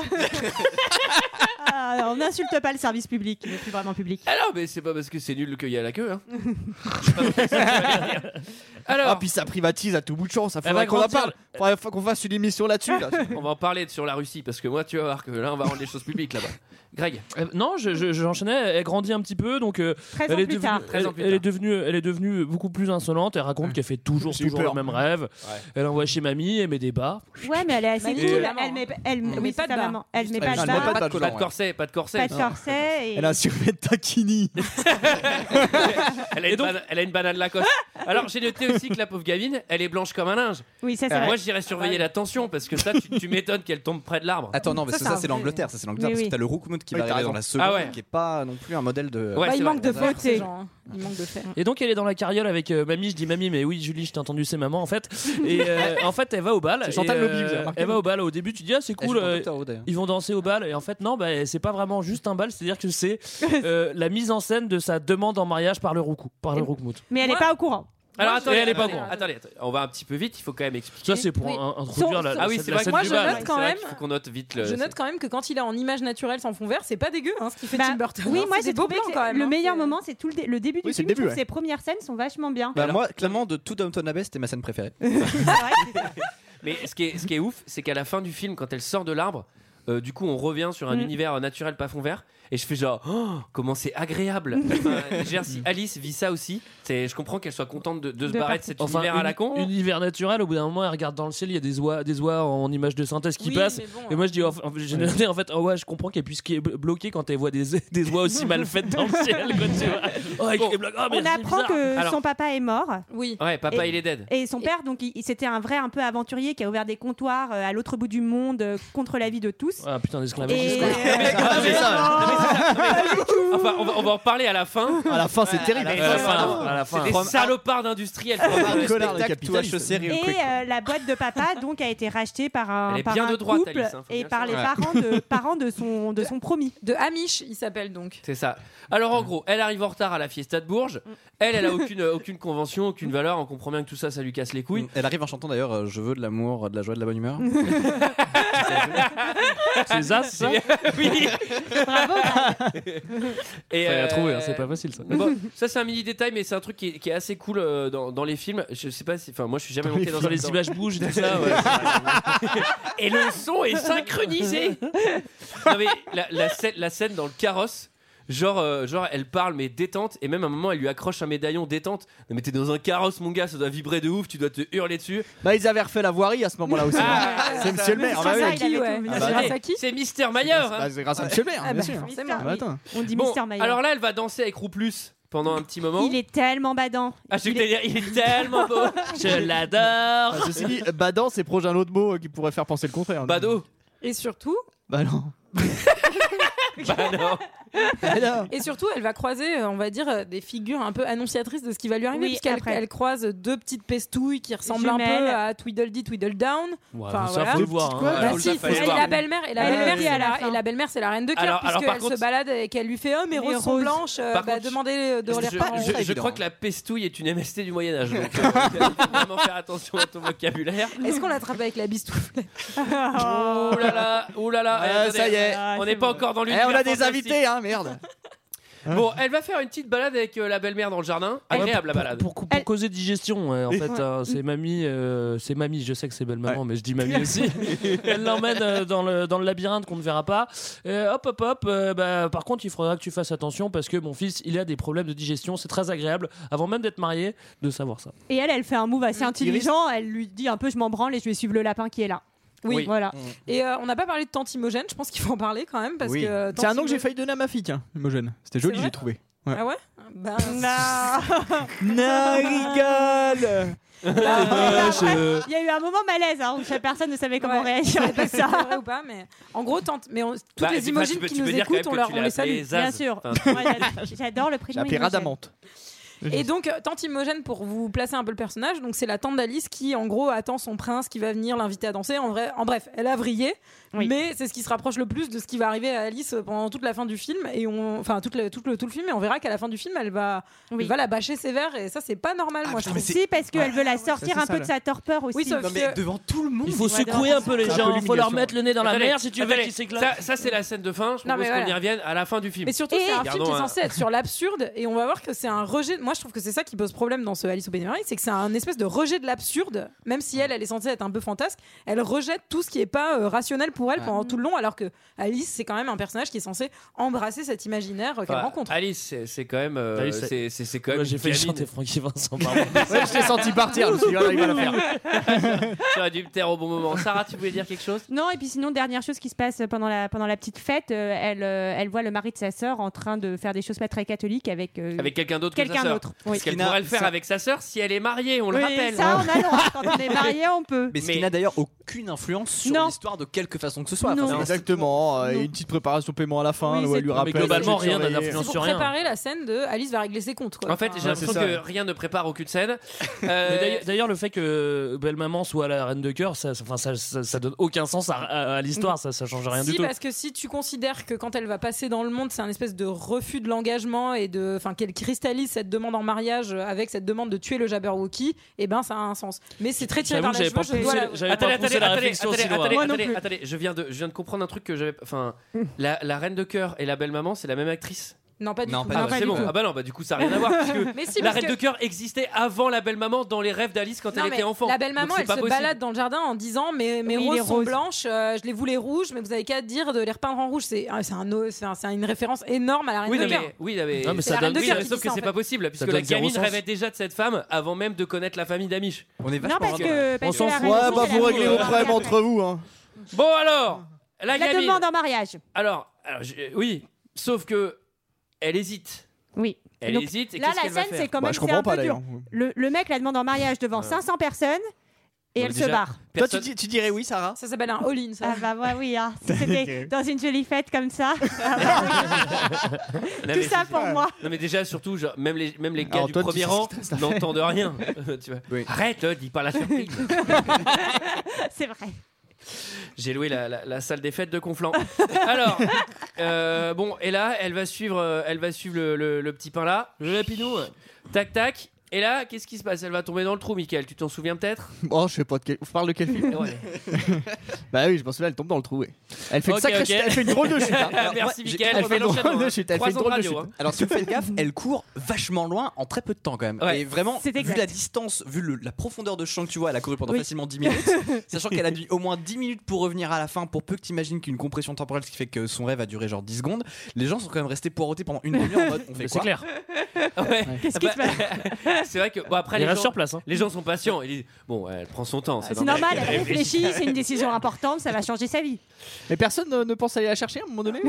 Speaker 12: Ah, on n'insulte pas le service public, il n'est plus vraiment public.
Speaker 1: Alors, Ah mais c'est pas parce que c'est nul qu'il y a la queue. Hein.
Speaker 10: Alors... Ah puis ça privatise à tout bout de champ, ça
Speaker 1: Elle va
Speaker 10: faudrait qu'on en
Speaker 1: grandir.
Speaker 10: parle. Faudrait qu'on fasse une émission là-dessus. là.
Speaker 1: On va en parler sur la Russie parce que moi, tu vas voir que là, on va rendre les choses publiques là-bas. Greg.
Speaker 2: Euh, non, je- je- j'enchaînais. elle grandit un petit peu, donc euh,
Speaker 1: 13 ans
Speaker 2: elle, est
Speaker 1: plus
Speaker 2: devenue,
Speaker 1: tard.
Speaker 2: elle-
Speaker 1: 13 ans plus
Speaker 2: elle est devenue, elle est devenue beaucoup plus insolente. Elle raconte qu'elle fait toujours,
Speaker 1: J'ai eu
Speaker 2: toujours
Speaker 1: peur.
Speaker 2: le même rêve. Elle envoie chez mamie, elle met des bas.
Speaker 12: Ouais, mais elle est assez
Speaker 2: Mamie,
Speaker 12: cool.
Speaker 2: maman.
Speaker 12: Elle met, elle,
Speaker 2: Mm.
Speaker 12: oui,
Speaker 2: Mais pas
Speaker 12: c'est
Speaker 2: de
Speaker 12: sa
Speaker 2: bas.
Speaker 12: maman. Elle met
Speaker 2: Ah,
Speaker 12: Bah, pas
Speaker 2: je
Speaker 12: de
Speaker 2: mets
Speaker 12: bas.
Speaker 2: pas de bas de collant,
Speaker 1: Pas de corset, pas de corset.
Speaker 12: Pas de corset. et-
Speaker 10: Elle a un survêt de taquini.
Speaker 1: Elle a, une bana- elle a une banane Lacoste. Alors j'ai noté aussi que la pauvre gamine, elle est blanche comme un linge.
Speaker 12: Oui, ça, c'est
Speaker 1: Euh,
Speaker 12: vrai.
Speaker 1: Moi j'irais surveiller la tension parce que ça, tu, tu m'étonnes qu'elle tombe près de l'arbre.
Speaker 3: Attends, non, parce que ça, c'est l'Angleterre, ça c'est l'Angleterre,
Speaker 1: Mais
Speaker 3: parce
Speaker 1: oui.
Speaker 3: que t'as le Rookmout qui
Speaker 1: Oui,
Speaker 3: va
Speaker 1: t'as
Speaker 3: arriver dans
Speaker 1: raison.
Speaker 3: la seconde,
Speaker 1: Ah ouais.
Speaker 3: qui est pas non plus un modèle de.
Speaker 1: Ouais, Bah, il c'est manque vrai. de
Speaker 8: Hasard,
Speaker 1: beauté.
Speaker 8: ces gens, hein. Il manque de fer.
Speaker 2: Et donc elle est dans la carriole avec euh, mamie, je dis mamie mais oui Julie, je t'ai entendu c'est maman en fait. Et euh, en fait elle va au bal.
Speaker 3: C'est Chantal
Speaker 2: et, euh,
Speaker 3: Lobby,
Speaker 1: euh,
Speaker 3: vous avez remarqué.
Speaker 2: Elle va au bal au début tu dis ah c'est
Speaker 3: Elle
Speaker 2: cool,
Speaker 3: joue dans
Speaker 2: euh,
Speaker 3: Doctor Who, d'ailleurs.
Speaker 2: ils vont danser au bal et en fait non bah, c'est pas vraiment juste un bal, c'est-à-dire que c'est euh, la mise en scène de sa demande en mariage par le roucou, par le roukmout.
Speaker 12: Mais elle n'est pas au courant.
Speaker 1: Alors
Speaker 2: Moi,
Speaker 1: attendez,
Speaker 2: je- elle est pas
Speaker 1: attendez,
Speaker 2: au courant.
Speaker 1: Attendez, attendez, on va un petit peu vite, il faut quand même expliquer.
Speaker 2: Ça, c'est pour Oui. un- introduire la-
Speaker 1: Ah
Speaker 2: la-
Speaker 1: oui,
Speaker 2: la
Speaker 1: c'est vrai.
Speaker 2: scène
Speaker 1: que-
Speaker 2: du
Speaker 1: c'est vrai
Speaker 2: bal.
Speaker 1: qu'il
Speaker 8: quand même-
Speaker 1: faut qu'on note vite
Speaker 2: euh,
Speaker 1: le.
Speaker 8: Je note quand même que quand il est en image naturelle sans fond vert, c'est pas dégueu hein, ce qu'il fait
Speaker 1: Bah,
Speaker 8: Tim Burton.
Speaker 12: bah, Oui,
Speaker 8: hein.
Speaker 12: moi
Speaker 8: C'est
Speaker 12: j'ai
Speaker 8: des beaux
Speaker 12: trouvé
Speaker 8: plans
Speaker 12: que
Speaker 8: quand même.
Speaker 12: le
Speaker 8: hein.
Speaker 12: meilleur moment c'est tout le, dé- le début du
Speaker 3: Oui, c'est
Speaker 12: film.
Speaker 3: le
Speaker 12: je trouve
Speaker 3: début,
Speaker 12: que Ses premières scènes sont vachement bien.
Speaker 3: Bah, moi, clairement, de tout Downton Abbey, c'était ma scène préférée.
Speaker 1: Mais ce qui est, ce qui est ouf, c'est qu'à la fin du film, quand elle sort de l'arbre, euh, du coup, on revient sur un
Speaker 2: Mm.
Speaker 1: univers euh, naturel pas fond vert. Et je fais genre, Oh, comment c'est agréable. Enfin, je veux dire, si Alice vit ça aussi, c'est, je comprends qu'elle soit contente de, de se barrer de cet
Speaker 2: Enfin,
Speaker 1: univers à la
Speaker 2: uni-
Speaker 1: con.
Speaker 2: Univers naturel, au bout d'un moment, elle regarde dans le ciel, il y a des oies, des oies en image de synthèse qui
Speaker 1: Oui,
Speaker 2: passent.
Speaker 1: mais bon,
Speaker 2: et moi, je dis, oh, en fait, j'ai noté, en fait, oh ouais, je comprends qu'elle puisse qui est blo- bloquée quand elle voit des, des oies aussi mal faites dans le ciel. quoi, tu vois. Oh, elle est bloquée, oh, mais
Speaker 12: On
Speaker 2: c'est
Speaker 12: apprend
Speaker 2: bizarre.
Speaker 12: que
Speaker 2: Alors-
Speaker 12: son papa est mort.
Speaker 8: Oui.
Speaker 1: Ouais, papa, il est dead.
Speaker 12: Et son père, donc, il- il- c'était un vrai un peu aventurier qui a ouvert des comptoirs euh, à l'autre bout du monde euh, contre la vie de tous.
Speaker 2: Ah putain,
Speaker 12: Et-
Speaker 2: d'esclavagisme.
Speaker 12: Non, mais-
Speaker 1: Ah, mais ça, non, mais c'est ça, non, mais- Enfin, on va, on va en parler à la fin.
Speaker 10: À la fin, c'est terrible.
Speaker 1: À la
Speaker 10: À
Speaker 1: fin,
Speaker 10: la fin,
Speaker 2: Ah,
Speaker 1: c'est
Speaker 10: à la fin.
Speaker 1: des
Speaker 10: From-
Speaker 1: salopards d'industriels.
Speaker 10: un connard, le capitaliste.
Speaker 12: Et euh, la boîte de papa donc a été rachetée par un,
Speaker 1: Elle est
Speaker 12: par
Speaker 1: bien
Speaker 12: un
Speaker 1: de droite,
Speaker 12: couple
Speaker 1: Alice, hein, faut
Speaker 12: et
Speaker 1: bien
Speaker 12: par
Speaker 1: le
Speaker 12: les
Speaker 1: savoir.
Speaker 12: parents de parents de son de son promis.
Speaker 8: De Hamish, il s'appelle donc.
Speaker 1: C'est ça. Alors en gros, elle arrive en retard à la fiesta de Bourges. Elle, elle a aucune, euh, aucune convention, aucune valeur. On comprend bien que tout ça, ça lui casse les couilles.
Speaker 3: Elle arrive en chantant d'ailleurs euh, Je veux de l'amour, de la joie, de la bonne humeur.
Speaker 2: C'est Zaz, ça
Speaker 1: Oui.
Speaker 2: Bravo.
Speaker 1: Et
Speaker 2: Fallait la
Speaker 1: euh,
Speaker 2: trouver, hein, c'est pas facile, ça.
Speaker 1: bon, ça c'est un mini détail, mais c'est un truc qui est, qui est assez cool euh, dans, dans les films. Je sais pas si, enfin moi je suis jamais
Speaker 2: Dans
Speaker 1: monté
Speaker 2: les
Speaker 1: dans
Speaker 2: films,
Speaker 1: un-
Speaker 2: les
Speaker 1: dans-
Speaker 2: images bougent et tout ça, ouais.
Speaker 1: et le son est synchronisé. Non mais la, la scène, la scène dans le carrosse. Genre, euh, genre, elle parle, mais détente, et même à un moment, elle lui accroche un médaillon détente. Non, mais t'es dans un carrosse, mon gars, ça doit vibrer de ouf, tu dois te hurler dessus.
Speaker 10: Bah ils avaient refait la voirie à ce moment-là aussi. hein.
Speaker 1: Ah,
Speaker 10: c'est Monsieur le maire.
Speaker 1: ça,
Speaker 10: bah oui.
Speaker 1: il avait tout vu.
Speaker 10: Ah,
Speaker 1: C'est
Speaker 10: bah,
Speaker 1: grâce à qui C'est Mister hein. Maillard.
Speaker 10: bah, c'est
Speaker 8: Ah
Speaker 10: grâce à Michel Maire, bien sûr.
Speaker 12: forcément.
Speaker 10: Ah, bah, attends.
Speaker 12: On dit
Speaker 1: Bon,
Speaker 12: Mister Mayer.
Speaker 1: alors là, elle va danser avec Rouplus pendant un petit moment.
Speaker 12: il est tellement badant.
Speaker 1: Ah, je voulais dire, il est tellement beau. Je
Speaker 10: Ah,
Speaker 1: l'adore.
Speaker 10: ceci dit, badant, c'est proche d'un autre mot euh, qui pourrait faire penser le contraire.
Speaker 1: Bado.
Speaker 8: Et surtout,
Speaker 10: Bah non. Bah,
Speaker 1: bah non.
Speaker 8: et surtout, elle va croiser, euh, on va dire, euh, des figures un peu annonciatrices de ce qui va lui arriver,
Speaker 12: Oui,
Speaker 8: puisqu'elle
Speaker 12: après.
Speaker 8: elle croise deux petites pestouilles qui ressemblent un
Speaker 12: Jumelles.
Speaker 8: peu à Tweedledee, Tweedledown.
Speaker 2: Ouais,
Speaker 8: Enfin,
Speaker 2: ça,
Speaker 8: voilà.
Speaker 2: faut le voir. hein.
Speaker 1: Ah,
Speaker 8: Bah
Speaker 2: Ouais, faut
Speaker 8: si,
Speaker 2: le
Speaker 8: faut-
Speaker 2: faire, faut le
Speaker 8: et
Speaker 2: voir.
Speaker 8: la belle-mère, et la
Speaker 2: Elle
Speaker 8: belle-mère,
Speaker 2: le dit
Speaker 8: c'est
Speaker 2: à la
Speaker 8: la,
Speaker 2: fin.
Speaker 8: et la belle-mère, c'est la reine de
Speaker 1: Alors-
Speaker 8: cœur,
Speaker 1: alors,
Speaker 8: puisqu'elle
Speaker 1: par
Speaker 8: se
Speaker 1: contre-
Speaker 8: balade et qu'elle lui fait, oh,
Speaker 1: Mais
Speaker 8: mes roses sont
Speaker 1: rose.
Speaker 8: blanches, euh,
Speaker 1: Par
Speaker 8: bah,
Speaker 1: contre,
Speaker 8: demandez euh, de
Speaker 1: Je,
Speaker 8: les reprendre.
Speaker 1: je- je crois que la pestouille est une MST du Moyen-Âge. Donc, euh, faut vraiment faire attention à ton vocabulaire.
Speaker 8: Est-ce qu'on l'attrape avec la bistouflette
Speaker 1: Oh là là, oh là là.
Speaker 10: Ah,
Speaker 1: Eh, attendez,
Speaker 10: ça y est.
Speaker 1: On n'est pas encore dans
Speaker 10: Eh,
Speaker 1: l'univers
Speaker 10: on a des
Speaker 1: fantastique.
Speaker 10: invités, hein, merde.
Speaker 1: Bon, elle va faire une petite balade avec euh, la belle-mère dans le jardin.
Speaker 2: Ouais,
Speaker 1: Agréable
Speaker 2: pour-
Speaker 1: la balade.
Speaker 2: Pour, pour causer digestion, ouais, en
Speaker 1: Ouais.
Speaker 2: fait, hein, c'est mamie, euh, c'est mamie. Je sais que c'est belle maman, mais je dis mamie aussi. Elle l'emmène euh, dans le dans le labyrinthe qu'on ne verra pas. Euh, hop, hop, hop. euh, bah, par contre, il faudra que tu fasses attention parce que mon fils, il a des problèmes de digestion. C'est très agréable, avant même d'être marié, de savoir ça.
Speaker 12: Et elle, elle fait un move assez intelligent. Elle lui dit un peu, je m'en branle et je vais suivre le lapin qui est là.
Speaker 8: Oui. Oui.
Speaker 12: voilà.
Speaker 8: Et euh, on n'a pas parlé de Tantimogène, je pense qu'il faut en parler quand même parce
Speaker 10: Oui.
Speaker 8: que euh,
Speaker 10: C'est un nom que j'ai
Speaker 8: Tantimogène-
Speaker 10: failli donner à ma fille, tiens, Imogène. C'était joli, j'ai trouvé.
Speaker 8: Ah ouais Ben,
Speaker 10: Non, rigole
Speaker 1: Euh,
Speaker 8: je-
Speaker 12: Enfin, bref, Il y a eu un moment malaise hein, où chaque personne ne savait comment réagir
Speaker 8: savais pas
Speaker 12: à
Speaker 8: si c'était
Speaker 12: ça.
Speaker 8: vrai ou pas, mais en gros, tente. Mais on- toutes
Speaker 1: Bah,
Speaker 8: les
Speaker 1: dis pas, tu
Speaker 8: imogines
Speaker 1: peux-
Speaker 8: qui
Speaker 1: tu peux
Speaker 8: nous
Speaker 1: dire quand
Speaker 8: écoutent,
Speaker 1: même que
Speaker 8: on, leur,
Speaker 1: tu
Speaker 8: on
Speaker 1: l'as
Speaker 8: les
Speaker 1: appelé
Speaker 8: salue.
Speaker 1: Zaz.
Speaker 12: Bien sûr.
Speaker 1: Enfin,
Speaker 12: Moi, j'ad- J'adore le prénom.
Speaker 10: appelé
Speaker 12: Imogène.
Speaker 10: Radamante.
Speaker 8: Et donc, euh, tante Imogène, pour vous placer un peu le personnage, donc c'est la tante d'Alice qui, en gros, attend son prince qui va venir l'inviter à danser. En, vrai, en bref, elle a vrillé, mais c'est ce qui se rapproche le plus de ce qui va arriver à Alice pendant toute la fin du film, et on, enfin toute la- tout, le, tout le film, et on verra qu'à la fin du film, elle va, elle va la bâcher sévère, et ça, c'est pas normal,
Speaker 1: Ah,
Speaker 8: moi. je
Speaker 12: mais
Speaker 8: trouve.
Speaker 12: c'est- Si, parce qu'elle veut la sortir un peu de sa torpeur aussi.
Speaker 8: Oui, sauf
Speaker 12: Non, mais
Speaker 8: que-
Speaker 3: devant tout le monde.
Speaker 2: Il faut secouer un peu les gens, il faut leur mettre le nez dans la
Speaker 1: Attendez,
Speaker 2: mer si tu veux
Speaker 1: attendez,
Speaker 2: qu'ils s'éclatent.
Speaker 1: Ça, ça, c'est la scène de fin. Je
Speaker 8: Non,
Speaker 1: propose
Speaker 8: mais
Speaker 1: qu'on y
Speaker 8: voilà.
Speaker 1: revienne à la fin du film.
Speaker 8: Mais surtout, c'est un film qui
Speaker 1: Gardons
Speaker 8: est censé être sur l'absurde, et on va voir que c'est un rejet. Moi, je trouve que c'est ça qui pose problème dans ce Alice au Pays des Merveilles, c'est que c'est un espèce de rejet de l'absurde. Même si elle, elle est censée être un peu fantasque, elle rejette tout ce qui est pas euh, rationnel pour elle
Speaker 1: Ouais.
Speaker 8: pendant tout le long, alors que Alice, c'est quand même un personnage qui est censé embrasser cet imaginaire euh, qu'elle
Speaker 1: Enfin,
Speaker 8: rencontre.
Speaker 1: Alice, c'est- c'est quand même. euh,
Speaker 2: Alice,
Speaker 1: c'est- C'est c'est quand même.
Speaker 2: Moi, j'ai
Speaker 1: une
Speaker 2: fait
Speaker 1: gamine.
Speaker 2: chanter Francky Vincent. pardon.
Speaker 10: Ouais, je t'ai senti partir, je me suis dit, ah, il va la faire.
Speaker 1: J'aurais dû me taire au bon moment. Sarah, tu voulais dire quelque chose
Speaker 12: Non, et puis sinon, dernière chose qui se passe pendant la, pendant la petite fête, euh, elle, euh, elle voit le mari de sa sœur en train de faire des choses pas très catholiques avec, euh,
Speaker 1: Avec quelqu'un d'autre que sa
Speaker 12: Quelqu'un
Speaker 1: sœur.
Speaker 12: d'autre, oui.
Speaker 1: Parce qu'elle pourrait le faire avec sa sœur si elle est mariée, on le
Speaker 12: Oui,
Speaker 1: rappelle.
Speaker 12: ça, on a le droit. Quand on est marié, on peut.
Speaker 3: Mais ce qui n'a d'ailleurs aucune influence sur l'histoire de quelque façon que ce soit.
Speaker 12: Non.
Speaker 3: Enfin, c'est-
Speaker 10: Exactement, euh, et une petite préparation paiement à la fin,
Speaker 12: Oui,
Speaker 10: où
Speaker 12: c'est
Speaker 10: elle lui
Speaker 12: tout.
Speaker 10: rappelle.
Speaker 2: Mais globalement, rien n'a
Speaker 10: d'influence.
Speaker 2: d'influence
Speaker 8: Pour
Speaker 2: sur rien.
Speaker 8: préparer la scène de Alice va régler ses comptes. Quoi.
Speaker 1: En fait, j'ai
Speaker 8: Enfin,
Speaker 1: l'impression
Speaker 2: Ah, c'est ça.
Speaker 1: que rien ne prépare aucune scène. Euh,
Speaker 2: Mais d'ailleurs- D'ailleurs, le fait que Belle Maman soit la reine de cœur, ça, ça- enfin, ça, ça- ça donne aucun sens à, à- à l'histoire, ça, ça change rien
Speaker 8: si,
Speaker 2: du tout.
Speaker 8: parce que si tu considères que quand elle va passer dans le monde, c'est un espèce de refus de l'engagement et de, enfin, qu'elle cristallise cette demande en mariage avec cette demande de tuer le Jabberwocky, eh ben, ça a un sens. Mais c'est très tiré
Speaker 2: J'avoue
Speaker 8: par
Speaker 2: que j'avais
Speaker 8: les cheveux.
Speaker 2: pas
Speaker 8: Je
Speaker 2: poussé
Speaker 8: dois
Speaker 2: le-
Speaker 8: la-
Speaker 2: j'avais pas poussé la réflexion hein. si loin.
Speaker 1: attendez,
Speaker 2: Moi
Speaker 12: non
Speaker 1: attendez,
Speaker 12: plus.
Speaker 1: attendez, je viens de, je viens de comprendre un truc que j'avais. Enfin, la, la reine de cœur et la belle maman, c'est la même actrice.
Speaker 8: Non, pas du
Speaker 3: Non,
Speaker 8: tout.
Speaker 3: pas
Speaker 1: Ah,
Speaker 3: du
Speaker 1: bah,
Speaker 3: tout.
Speaker 1: c'est bon. Ah bah non, bah du coup ça n'a rien à voir. parce que
Speaker 8: Mais si,
Speaker 1: la
Speaker 8: parce
Speaker 1: reine
Speaker 8: que-
Speaker 1: de cœur existait avant la belle maman dans les rêves d'Alice quand
Speaker 8: Non,
Speaker 1: elle
Speaker 8: mais
Speaker 1: était enfant.
Speaker 8: La belle maman,
Speaker 1: Donc, c'est
Speaker 8: elle se
Speaker 1: pas possible.
Speaker 8: balade dans le jardin en disant mais mes
Speaker 12: Oui,
Speaker 8: roses
Speaker 12: les
Speaker 8: sont
Speaker 12: roses.
Speaker 8: blanches, euh, je les voulais rouges, mais vous avez qu'à dire de les repeindre en rouge. C'est ah, c'est un, o- c'est un- c'est une référence énorme à la reine
Speaker 1: Oui,
Speaker 8: de
Speaker 1: non,
Speaker 8: cœur.
Speaker 1: mais, oui, non, mais,
Speaker 2: Non, mais
Speaker 1: oui,
Speaker 2: ça
Speaker 8: C'est la
Speaker 2: donne-
Speaker 8: reine de
Speaker 2: oui,
Speaker 8: cœur
Speaker 1: mais
Speaker 8: qui
Speaker 1: sauf
Speaker 8: dit
Speaker 1: que
Speaker 8: ça, en
Speaker 1: c'est
Speaker 8: fait.
Speaker 1: pas possible, puisque
Speaker 2: donne
Speaker 1: la
Speaker 2: zéro
Speaker 1: gamine
Speaker 2: sens.
Speaker 1: rêvait déjà de cette femme avant même de connaître la famille d'Amish.
Speaker 3: On est
Speaker 12: Non,
Speaker 3: vachement
Speaker 12: parce
Speaker 3: rendu à-
Speaker 12: que.
Speaker 2: On
Speaker 12: parce que
Speaker 2: s'en
Speaker 12: la
Speaker 2: fout.
Speaker 12: raison,
Speaker 10: Ouais,
Speaker 12: c'est
Speaker 10: bah
Speaker 12: la
Speaker 10: vous réglez vos
Speaker 12: demande en
Speaker 10: problèmes
Speaker 12: mariage.
Speaker 10: entre vous. Hein.
Speaker 1: Bon alors, la,
Speaker 12: La
Speaker 1: gamine.
Speaker 12: demande en mariage.
Speaker 1: Alors, alors, je- oui, sauf que elle hésite.
Speaker 12: Oui.
Speaker 1: Elle
Speaker 12: Donc,
Speaker 1: hésite. Et
Speaker 12: Là,
Speaker 1: qu'est-ce
Speaker 12: la
Speaker 1: qu'elle va
Speaker 12: scène, c'est
Speaker 1: faire
Speaker 12: quand
Speaker 10: Bah,
Speaker 12: même.
Speaker 10: je
Speaker 12: c'est
Speaker 10: comprends
Speaker 12: un peu
Speaker 10: pas
Speaker 12: dur.
Speaker 10: d'ailleurs.
Speaker 12: Le, le mec la demande en mariage devant 500 personnes et
Speaker 1: Bon,
Speaker 12: elle se
Speaker 1: déjà-
Speaker 12: barre.
Speaker 10: Toi, tu,
Speaker 1: Personne-
Speaker 10: dis- tu dirais oui, Sarah
Speaker 8: Ça s'appelle un all-in. ça.
Speaker 12: Ah bah ouais, oui, hein. Si c'était dans une jolie fête comme ça.
Speaker 1: Non,
Speaker 12: Tout
Speaker 1: mais
Speaker 12: ça
Speaker 1: c'est-
Speaker 12: pour moi.
Speaker 1: Non mais déjà surtout genre, même les même les gars
Speaker 10: Alors,
Speaker 1: du
Speaker 10: toi, tu
Speaker 1: premier
Speaker 10: sais
Speaker 1: rang
Speaker 10: ce que ça fait.
Speaker 1: n'entendent rien. tu vois.
Speaker 3: Oui.
Speaker 1: Arrête, euh, dis pas la surprise.
Speaker 12: C'est vrai.
Speaker 1: J'ai loué la, la- la salle des fêtes de Conflans. Alors euh, bon et là elle va suivre euh, elle va suivre le, le- le petit pain là. Le lapinou. Tac tac. Et là qu'est-ce qui se passe Elle va tomber dans le trou, Michael. Tu t'en souviens peut-être
Speaker 10: Oh, je sais pas de quel. Je parle de quel film
Speaker 1: Ouais.
Speaker 10: Bah oui, je pense que là, elle tombe dans le trou. ouais. Elle fait
Speaker 1: Ok,
Speaker 10: une sacrée
Speaker 1: ok.
Speaker 10: chute, elle fait une drôle de chute. hein.
Speaker 1: Ah, Merci
Speaker 3: j'ai-
Speaker 1: Michael.
Speaker 10: elle
Speaker 1: On
Speaker 10: fait
Speaker 1: va
Speaker 10: une drôle
Speaker 1: l'enchaîner,
Speaker 10: de
Speaker 1: hein.
Speaker 10: chute, elle
Speaker 1: Trois
Speaker 10: fait une
Speaker 1: ans
Speaker 10: drôle de
Speaker 1: radio,
Speaker 10: chute.
Speaker 1: hein.
Speaker 3: Alors, si vous faites gaffe, elle court vachement loin en très peu de temps quand même.
Speaker 1: Ouais.
Speaker 3: Et vraiment,
Speaker 12: C'est
Speaker 3: vu
Speaker 12: exact.
Speaker 3: la distance, vu le- la profondeur de champ que tu vois, elle a couru pendant
Speaker 12: Oui.
Speaker 3: facilement 10 minutes. sachant qu'elle a dû au moins 10 minutes pour revenir à la fin, pour peu que tu imagines qu'une compression temporelle, ce qui fait que son rêve a duré genre 10 secondes. Les gens sont quand même restés poireautés pendant une demi-heure en mode on fait
Speaker 2: Mais C'est
Speaker 3: quoi
Speaker 2: clair.
Speaker 1: hein. Ouais.
Speaker 12: Qu'est-ce qui se
Speaker 1: bah,
Speaker 12: passe
Speaker 1: C'est vrai que bon après
Speaker 2: Il
Speaker 1: les
Speaker 2: reste
Speaker 1: gens,
Speaker 2: sur place. hein. Ah,
Speaker 1: les gens sont patients. Ils disent bon elle prend son temps.
Speaker 12: C'est normal, elle réfléchit, c'est une décision importante, ça va changer sa vie.
Speaker 10: Mais personne ne, ne pense aller la chercher à un moment donné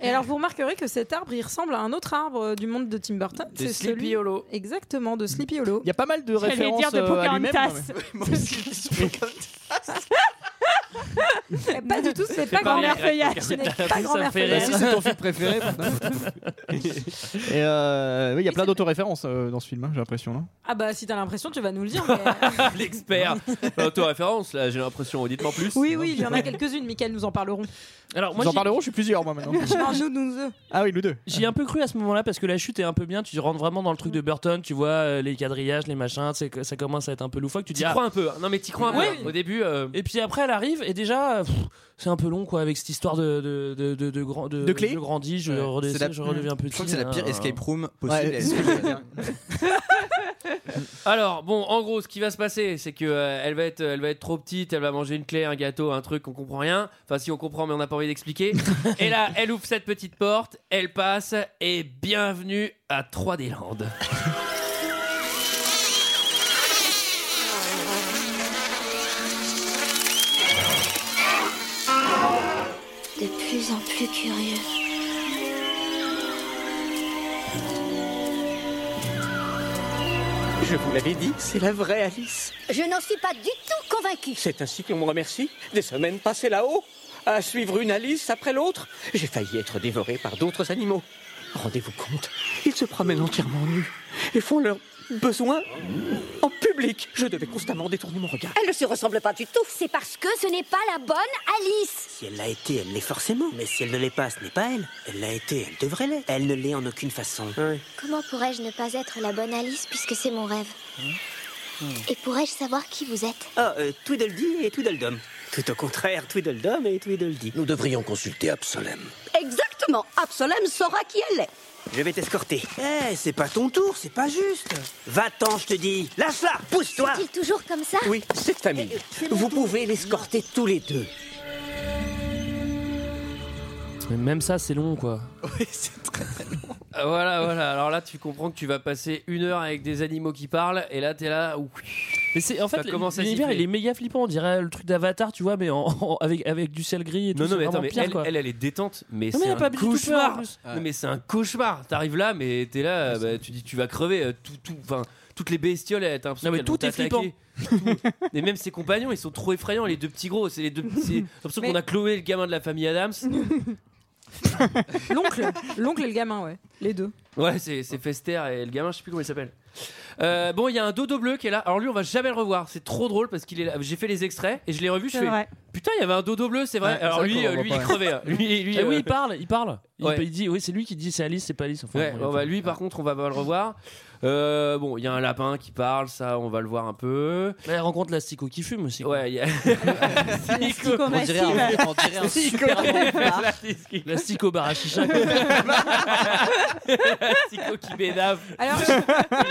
Speaker 8: Et alors vous remarquerez que cet arbre, il ressemble à un autre arbre euh, du monde de Tim Burton.
Speaker 1: De
Speaker 8: C'est
Speaker 1: Sleepy
Speaker 8: celui
Speaker 1: Hollow.
Speaker 8: exactement de Sleepy Hollow.
Speaker 10: Il y a pas mal de
Speaker 12: J'allais
Speaker 10: références
Speaker 12: dire de
Speaker 10: euh, à lui-même. non,
Speaker 12: Pocahontas.
Speaker 3: Moi aussi, je suis comme ça.
Speaker 8: Eh, Pas du tout, c'est
Speaker 1: pas
Speaker 8: pas grand-mère
Speaker 1: pareil,
Speaker 8: feuillage.
Speaker 1: regarde.
Speaker 8: Ce n'est pas grand-mère
Speaker 2: fait
Speaker 10: mais- Bah,
Speaker 8: feuillage.
Speaker 10: si c'est ton film préféré. putain. Et euh, oui, il y a plein d'autoréférences euh, dans ce film, hein, j'ai l'impression. non
Speaker 8: Ah bah si t'as l'impression, tu vas nous le dire. mais- euh,
Speaker 1: L'expert. Auto-référence là, j'ai l'impression. Dites-moi plus.
Speaker 8: Oui, oui, il y en a quelques-unes, Michael, nous en parlerons.
Speaker 2: Alors, moi,
Speaker 10: Vous en
Speaker 2: j'ai-
Speaker 10: parlerons, je suis plusieurs moi maintenant.
Speaker 8: Non, nous, nous, eux.
Speaker 10: ah oui, nous deux.
Speaker 2: J'y ai un peu cru à ce moment-là parce que la chute est un peu bien. Tu rentres vraiment dans le truc de Burton, tu vois euh, les quadrillages, les machins, tu sais que ça commence à être un peu loufoque. Tu te
Speaker 1: T'y
Speaker 2: dis, ah.
Speaker 1: crois un peu. hein. Non, mais t'y crois un peu.
Speaker 8: Oui.
Speaker 1: hein. Au début, euh,
Speaker 2: Et puis après, elle arrive et déjà, euh, pff, c'est un peu long quoi avec cette histoire de de de de de, grand- de,
Speaker 10: De clé
Speaker 2: Je grandis, je,
Speaker 10: Ouais.
Speaker 2: redescends,
Speaker 3: C'est la-
Speaker 2: je redeviens petit.
Speaker 3: Je crois que c'est la pire
Speaker 1: Ah.
Speaker 2: hein.
Speaker 3: escape room possible.
Speaker 10: Ouais.
Speaker 3: Et-
Speaker 1: alors bon, en gros, ce qui va se passer, c'est que euh, elle va être, elle va être trop petite, elle va manger une clé, un gâteau, un truc, on comprend rien. Enfin, si on comprend, mais on n'a pas envie d'expliquer. et là, elle ouvre cette petite porte, elle passe, et bienvenue à 3D Land.
Speaker 9: De plus en plus curieux.
Speaker 13: Je vous l'avais dit, c'est la vraie Alice.
Speaker 9: Je n'en suis pas du tout convaincue.
Speaker 13: C'est ainsi qu'on me remercie des semaines passées là-haut, à suivre une Alice après l'autre. J'ai failli être dévoré par d'autres animaux. Rendez-vous compte, ils se promènent entièrement nus et font leurs besoins en public. Je devais constamment détourner mon regard.
Speaker 9: Elle ne se ressemble pas du tout. C'est parce que ce n'est pas la bonne Alice.
Speaker 14: Si elle l'a été, elle l'est forcément. Mais si elle ne l'est pas, ce n'est pas elle. Elle l'a été, elle devrait l'être. Elle ne l'est en aucune façon.
Speaker 9: Comment pourrais-je ne pas être la bonne Alice puisque c'est mon rêve Et pourrais-je savoir qui vous êtes
Speaker 14: Ah, euh, Tweedledee et Tweedledum. Tout au contraire, Tweedledum et Tweedledee. Nous devrions consulter Absolem.
Speaker 15: Exactement. Absolem saura qui elle est.
Speaker 14: Je vais t'escorter. Eh, c'est pas ton tour, c'est pas juste. Va-t'en, je te dis. Lâche-la, pousse-toi.
Speaker 9: Est-il toujours comme ça
Speaker 14: Oui, cette famille. Vous pouvez l'escorter tous les deux.
Speaker 2: Mais même ça, c'est long, quoi.
Speaker 1: Ah, Voilà, voilà. Alors là, tu comprends que tu vas passer une heure avec des animaux qui parlent, et là, t'es là.
Speaker 2: Mais c'est en fait l'univers, il est méga flippant. On dirait le truc d'Avatar, tu vois, mais en- en- avec avec du ciel gris et tout.
Speaker 1: Non, non,
Speaker 2: c'est
Speaker 1: mais attends,
Speaker 2: vraiment
Speaker 1: mais
Speaker 2: pire,
Speaker 1: elle,
Speaker 2: quoi.
Speaker 1: elle, elle est détente, mais
Speaker 2: Non, mais
Speaker 1: c'est
Speaker 2: elle a
Speaker 1: un,
Speaker 2: pas bu du tout peur, en
Speaker 1: cauchemar.
Speaker 2: plus.
Speaker 1: Non, mais c'est un cauchemar. T'arrives là, mais t'es là, bah, tu dis, tu vas crever. euh, Tout, tout, enfin, toutes les bestioles, euh, t'as l'impression
Speaker 2: Non, mais
Speaker 1: qu'elles
Speaker 2: tout
Speaker 1: vont
Speaker 2: est flippant.
Speaker 1: t'attaquer. Tout. Et même ses compagnons, ils sont trop effrayants. Les deux petits gros, c'est les deux. petits- J'ai l'impression qu'on a cloué le gamin de la famille Adams.
Speaker 8: L'oncle, l'oncle et le gamin, ouais, les deux.
Speaker 1: Ouais, c'est c'est Fester et le gamin, je sais plus comment il s'appelle. Euh, bon, il y a un dodo bleu qui est là. Alors lui, on va jamais le revoir. C'est trop drôle parce qu'il est là. J'ai fait les extraits et je l'ai revu. Je
Speaker 2: C'est
Speaker 1: fais
Speaker 2: vrai.
Speaker 1: putain, il y avait un dodo bleu, c'est vrai.
Speaker 2: Ouais,
Speaker 1: Alors
Speaker 2: c'est vrai
Speaker 1: lui,
Speaker 2: qu'on le
Speaker 1: euh,
Speaker 2: voit
Speaker 1: lui,
Speaker 2: pas,
Speaker 1: il
Speaker 2: ouais.
Speaker 1: crevait. hein. Lui, lui,
Speaker 2: Eh oui,
Speaker 1: euh,
Speaker 2: il parle, il parle. Il,
Speaker 1: Ouais.
Speaker 2: il dit, oui, c'est lui qui dit, c'est Alice, c'est pas Alice. Enfin,
Speaker 1: Ouais,
Speaker 2: bon,
Speaker 1: bon, bah, lui, par contre, on va pas le revoir. Euh, bon, il y a un lapin qui parle, ça, on va le voir un peu.
Speaker 2: elle rencontre l'astico qui fume aussi.
Speaker 1: Ouais, il y a.
Speaker 2: L'astico On dirait un- massive. on dirait un super Ah bon bar.
Speaker 1: L'astico.
Speaker 2: L'astico bar à chicha, quoi.
Speaker 1: L'astico qui bédave. il,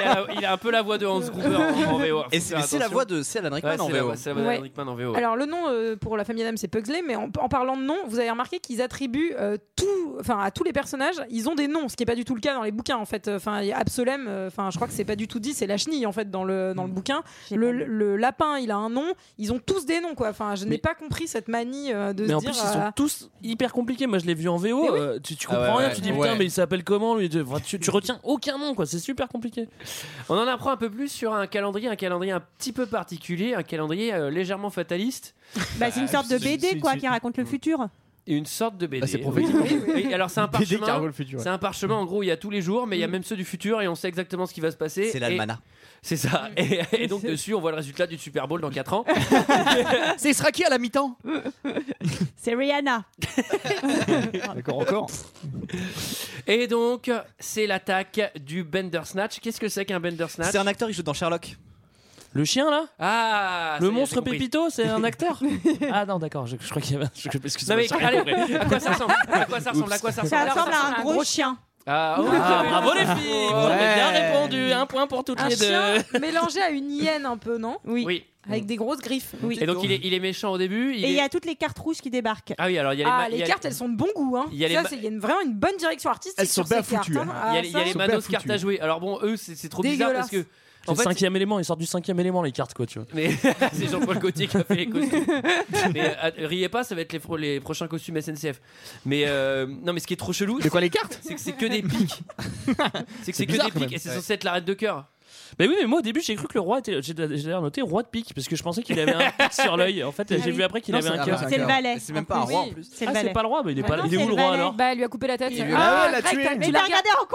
Speaker 1: a, il a un peu la voix de Hans Gruber en, en VO.
Speaker 3: Et c'est- c'est la voix de Céline Rickman
Speaker 1: Ouais,
Speaker 3: en
Speaker 1: c'est la
Speaker 3: VO.
Speaker 1: voix- C'est la voix
Speaker 8: Ouais.
Speaker 1: d'Alan Rickman en VO.
Speaker 8: Alors le nom euh, pour la famille Adams c'est Pugsley, mais en, en parlant de nom, vous avez remarqué qu'ils attribuent euh, tout, enfin à tous les personnages, ils ont des noms, ce qui est pas du tout le cas dans les bouquins en fait. Enfin il y a Absolem, euh, enfin je crois que c'est pas du tout dit, c'est la chenille en fait dans le dans le bouquin. Le, le lapin il a un nom, ils ont tous des noms quoi. Enfin je n'ai pas compris cette manie euh, de
Speaker 2: Mais
Speaker 8: se
Speaker 2: en
Speaker 8: dire.
Speaker 2: plus, ils sont
Speaker 8: euh,
Speaker 2: tous hyper compliqués. Moi, je l'ai vu en VO. euh, tu, tu
Speaker 1: Ah
Speaker 2: comprends
Speaker 1: ouais,
Speaker 2: rien.
Speaker 1: ouais.
Speaker 2: Tu dis,
Speaker 1: Ouais.
Speaker 2: putain, mais il s'appelle comment lui de- enfin, tu, tu retiens aucun nom, quoi. C'est super compliqué.
Speaker 1: On en apprend un peu plus sur un calendrier, un calendrier un petit peu particulier, un calendrier euh, légèrement fataliste.
Speaker 12: Bah, c'est une sorte de BD quoi qui raconte le futur.
Speaker 1: Et une sorte de BD.
Speaker 10: Bah, c'est
Speaker 1: Oui,
Speaker 10: prophétique.
Speaker 1: oui, oui. Et alors c'est un
Speaker 10: BD qui
Speaker 1: parchemin.
Speaker 10: raconte le futur, ouais.
Speaker 1: C'est un parchemin en gros, il y a tous les jours, mais
Speaker 8: Mm.
Speaker 1: il y a même ceux du futur et on sait exactement ce qui va se passer.
Speaker 3: C'est
Speaker 1: l'almanach. C'est ça. Et, et donc dessus, on voit le résultat du Super Bowl dans 4 ans.
Speaker 10: C'est sera qui à la mi-temps
Speaker 12: C'est Rihanna.
Speaker 10: D'accord, encore.
Speaker 1: Et donc, c'est l'attaque du Bendersnatch. Qu'est-ce que c'est qu'un Bendersnatch
Speaker 3: C'est un acteur qui joue dans Sherlock.
Speaker 2: Le chien là
Speaker 1: Ah ça y
Speaker 2: Le
Speaker 1: est, j'ai
Speaker 2: monstre
Speaker 1: compris.
Speaker 2: Pépito, c'est un acteur Ah non, d'accord. Je, je crois qu'il y avait. un- Je, excuse-moi,
Speaker 1: Non mais
Speaker 2: j'ai rien
Speaker 1: allez,
Speaker 2: compris.
Speaker 1: à quoi ça ressemble À quoi ça ressemble À quoi ça ressemble
Speaker 12: Ça ressemble à un gros chien.
Speaker 1: Ah,
Speaker 2: Ah,
Speaker 1: oh,
Speaker 2: bravo les filles Vous avez bien répondu. Un point pour toutes
Speaker 8: un
Speaker 2: les
Speaker 8: chien
Speaker 2: deux.
Speaker 8: mélangé à une hyène un peu non
Speaker 12: Oui.
Speaker 8: Avec des grosses griffes.
Speaker 1: Hmm. Et donc il est, il est méchant au début.
Speaker 12: Et il y
Speaker 1: est-
Speaker 12: a toutes les cartes rouges qui débarquent.
Speaker 1: Ah oui, alors il y a les,
Speaker 8: Ah,
Speaker 1: ma-
Speaker 8: les,
Speaker 1: il y a-
Speaker 8: cartes, elles sont de bon goût. Hein.
Speaker 1: il y a les
Speaker 8: Ça,
Speaker 1: ma-
Speaker 8: c'est- il y a une- vraiment une bonne direction artistique.
Speaker 1: Elles sont
Speaker 8: sur
Speaker 1: bien
Speaker 8: ces cartes,
Speaker 1: foutues,
Speaker 8: hein.
Speaker 1: hein.
Speaker 8: Ah,
Speaker 1: Il y a les- il y a
Speaker 8: ça,
Speaker 1: les
Speaker 8: c'est
Speaker 1: manos
Speaker 8: bien foutu.
Speaker 1: cartes à jouer. Alors bon, eux, c'est c'est trop bizarre parce que.
Speaker 2: C'est
Speaker 1: En
Speaker 2: le
Speaker 1: fait,
Speaker 2: cinquième élément, il sort du cinquième élément les cartes quoi tu vois.
Speaker 1: Mais c'est Jean-Paul Gaultier qui a fait les costumes. mais euh, att- riez pas, ça va être les, fro- les prochains costumes SNCF. Mais euh, non, mais ce qui est trop chelou. De quoi les cartes C'est que c'est que des pics. c'est que c'est que
Speaker 2: bizarre,
Speaker 1: des
Speaker 2: quand
Speaker 1: pics
Speaker 2: même.
Speaker 1: et c'est
Speaker 2: Ouais.
Speaker 1: censé être l'arête de cœur.
Speaker 2: Mais oui mais moi au début j'ai cru que le roi était j'ai j'ai d'ailleurs noté roi de pique parce que je pensais qu'il avait un pic sur l'œil en fait
Speaker 8: Ah
Speaker 2: j'ai
Speaker 8: oui.
Speaker 2: vu après qu'il
Speaker 8: Non,
Speaker 2: avait
Speaker 8: c'est-
Speaker 2: un
Speaker 8: ah,
Speaker 2: cœur.
Speaker 8: bah, c'est le valet,
Speaker 3: C'est même pas un
Speaker 8: plus.
Speaker 3: roi en
Speaker 8: Oui,
Speaker 3: plus.
Speaker 8: c'est le
Speaker 2: Ah c'est
Speaker 8: valet.
Speaker 2: pas le roi, bah, il est, pas,
Speaker 8: non,
Speaker 2: il est
Speaker 8: c'est
Speaker 2: où le roi alors
Speaker 8: Bah, elle lui a coupé la tête.
Speaker 3: lui a-
Speaker 8: Ah,
Speaker 3: Ah, elle l'a
Speaker 8: Greg,
Speaker 3: tué.
Speaker 8: t'as-
Speaker 3: Mais
Speaker 8: Tu l'as
Speaker 3: t'as
Speaker 8: regardé en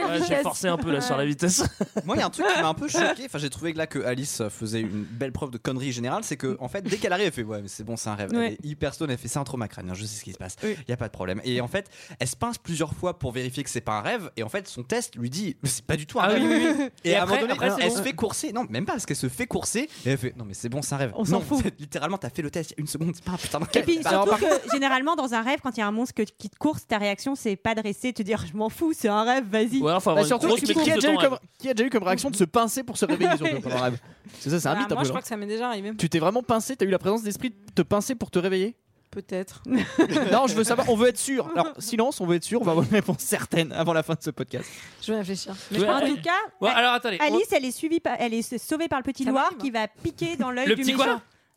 Speaker 8: combien
Speaker 2: Ouais, J'ai forcé un peu là sur la vitesse.
Speaker 3: Moi, il y a un truc qui m'a un peu choqué. Enfin, j'ai trouvé que là que Alice faisait une belle preuve de connerie générale. C'est que, en fait, dès qu'elle arrive, elle fait Ouais, mais c'est bon, c'est un rêve.
Speaker 2: Ouais.
Speaker 3: Elle est hyper stone. Elle fait C'est un trauma crânien. Je sais ce qui se passe. Il n'y a pas de problème. Et en fait, elle se pince plusieurs fois pour vérifier que c'est pas un rêve. Et en fait, son test lui dit C'est pas du tout un
Speaker 1: Ah
Speaker 3: rêve.
Speaker 1: oui, oui, oui.
Speaker 3: Et,
Speaker 1: Et
Speaker 3: à un moment
Speaker 1: après-
Speaker 3: donné,
Speaker 1: après, c'est
Speaker 3: elle
Speaker 1: bon.
Speaker 3: se fait courser. Non, même pas parce qu'elle se fait courser. Et elle fait Non, mais c'est bon, c'est un rêve.
Speaker 12: On s'en
Speaker 3: non,
Speaker 12: fout.
Speaker 3: c'est- littéralement, t'as fait le test il y a une seconde. C'est pas un putain de
Speaker 12: Et puis
Speaker 3: rêve. Bah, Alors,
Speaker 12: surtout
Speaker 3: par-
Speaker 12: que généralement dans un rêve, quand il y a un monstre que- qui te course, ta réaction c'est pas de rester et te dire je m'en fous, c'est un rêve, vas-y.
Speaker 2: Ouais, enfin,
Speaker 10: Bah, surtout, qui, qui a déjà eu comme,
Speaker 2: hein.
Speaker 10: qui a déjà eu comme réaction de se pincer pour se réveiller surtout, pendant le rêve C'est ça, c'est un
Speaker 2: Ah,
Speaker 10: mythe un
Speaker 8: Moi,
Speaker 10: peu,
Speaker 8: je crois
Speaker 10: hein.
Speaker 8: que ça m'est déjà arrivé.
Speaker 10: Tu t'es vraiment pincé T'as eu la présence d'esprit de te pincer pour te réveiller
Speaker 8: Peut-être.
Speaker 10: Non, je veux savoir, on veut être sûr. Alors, silence, on veut être sûr, on va avoir une réponse certaine avant la fin de ce podcast.
Speaker 8: Je vais réfléchir.
Speaker 1: Mais je
Speaker 12: en
Speaker 1: pense-
Speaker 12: tout cas,
Speaker 1: Bon, alors attendez.
Speaker 12: Alice, elle est suivie par- elle est sauvée par le petit Loir qui va piquer dans l'œil
Speaker 1: Le
Speaker 12: du
Speaker 1: petit
Speaker 12: méchant.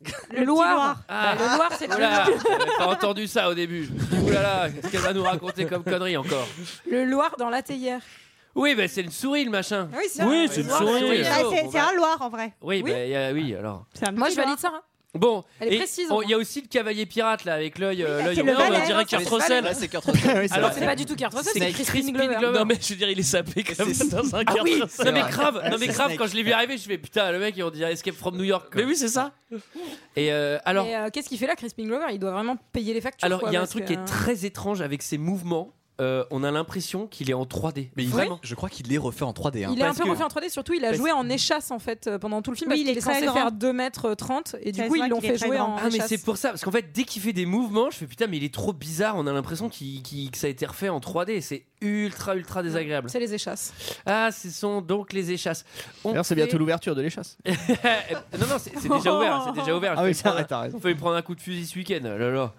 Speaker 1: quoi
Speaker 12: le Loir.
Speaker 1: Ah.
Speaker 8: Bah, le Loir, c'est-
Speaker 1: Oh là là, j'avais pas entendu ça au début. Ouh là là, qu'est-ce qu'elle va nous raconter comme connerie encore
Speaker 8: Le Loir dans la théière.
Speaker 1: Oui, bah, c'est une souris, le machin.
Speaker 12: Oui,
Speaker 1: c'est Oui, c'est une souris.
Speaker 12: Bah, c'est- c'est un Loir en vrai.
Speaker 1: Oui, bah, y a- oui, alors.
Speaker 8: Moi, je valide ça. hein.
Speaker 1: Bon,
Speaker 8: Elle est
Speaker 1: et
Speaker 8: précise,
Speaker 1: on-
Speaker 8: au
Speaker 1: il y a aussi le cavalier pirate là avec l'œil. euh, l'œil
Speaker 2: c'est le
Speaker 1: orange.
Speaker 2: valet, On dirait hein, Kurt c'est le Russell. valet. Ouais, c'est Kurt Russell. Oui, c'est
Speaker 1: Alors
Speaker 2: vrai.
Speaker 1: c'est pas du
Speaker 8: tout Kurt Russell,
Speaker 1: c'est Crispin Glover.
Speaker 2: Non, mais je veux dire, il est sapé comme ça dans un
Speaker 1: Ah
Speaker 2: Kurt
Speaker 1: oui,
Speaker 2: Russell.
Speaker 1: non mais grave, non mais
Speaker 2: C'est
Speaker 1: grave
Speaker 2: Snake.
Speaker 1: quand je l'ai vu arriver, je fais putain le mec on dirait Escape from New York. Mais oui c'est ça. Et euh, alors
Speaker 8: Mais, euh, qu'est-ce qu'il fait là, Crispin Glover Il doit vraiment payer les factures.
Speaker 1: alors
Speaker 8: quoi,
Speaker 1: il y a un
Speaker 8: parce
Speaker 1: truc
Speaker 8: que,
Speaker 1: qui est
Speaker 8: euh,
Speaker 1: très étrange avec ses mouvements. Euh, on a l'impression qu'il est en 3D. Mais
Speaker 8: vraiment.
Speaker 1: je crois qu'il est refait en hein. 3D.
Speaker 8: Il est un peu refait en 3D, surtout il a
Speaker 1: parce-
Speaker 8: joué en échasse en fait euh, pendant tout le film.
Speaker 12: Oui,
Speaker 8: parce
Speaker 12: il
Speaker 8: qu'il
Speaker 12: est
Speaker 8: est
Speaker 12: très
Speaker 8: censé
Speaker 12: grand.
Speaker 8: faire 2m30 et du coup ils l'ont fait jouer en
Speaker 1: Ah mais
Speaker 8: échasse.
Speaker 1: c'est pour ça parce qu'en fait dès qu'il fait des mouvements, je fais putain mais il est trop bizarre. On a l'impression qu'il- qu'il- que ça a été refait en 3D. C'est ultra ultra désagréable.
Speaker 8: C'est les échasses.
Speaker 1: Ah ce sont donc les échasses. On
Speaker 10: D'ailleurs, c'est
Speaker 1: fait-
Speaker 10: bientôt l'ouverture de l'échasse.
Speaker 1: non, non, c'est c'est déjà ouvert, c'est déjà ouvert.
Speaker 10: Ah oui,
Speaker 1: Faut lui
Speaker 10: ça,
Speaker 1: prendre-
Speaker 10: t'as raison.
Speaker 1: Faut lui prendre un coup de fusil ce week-end. oh là là.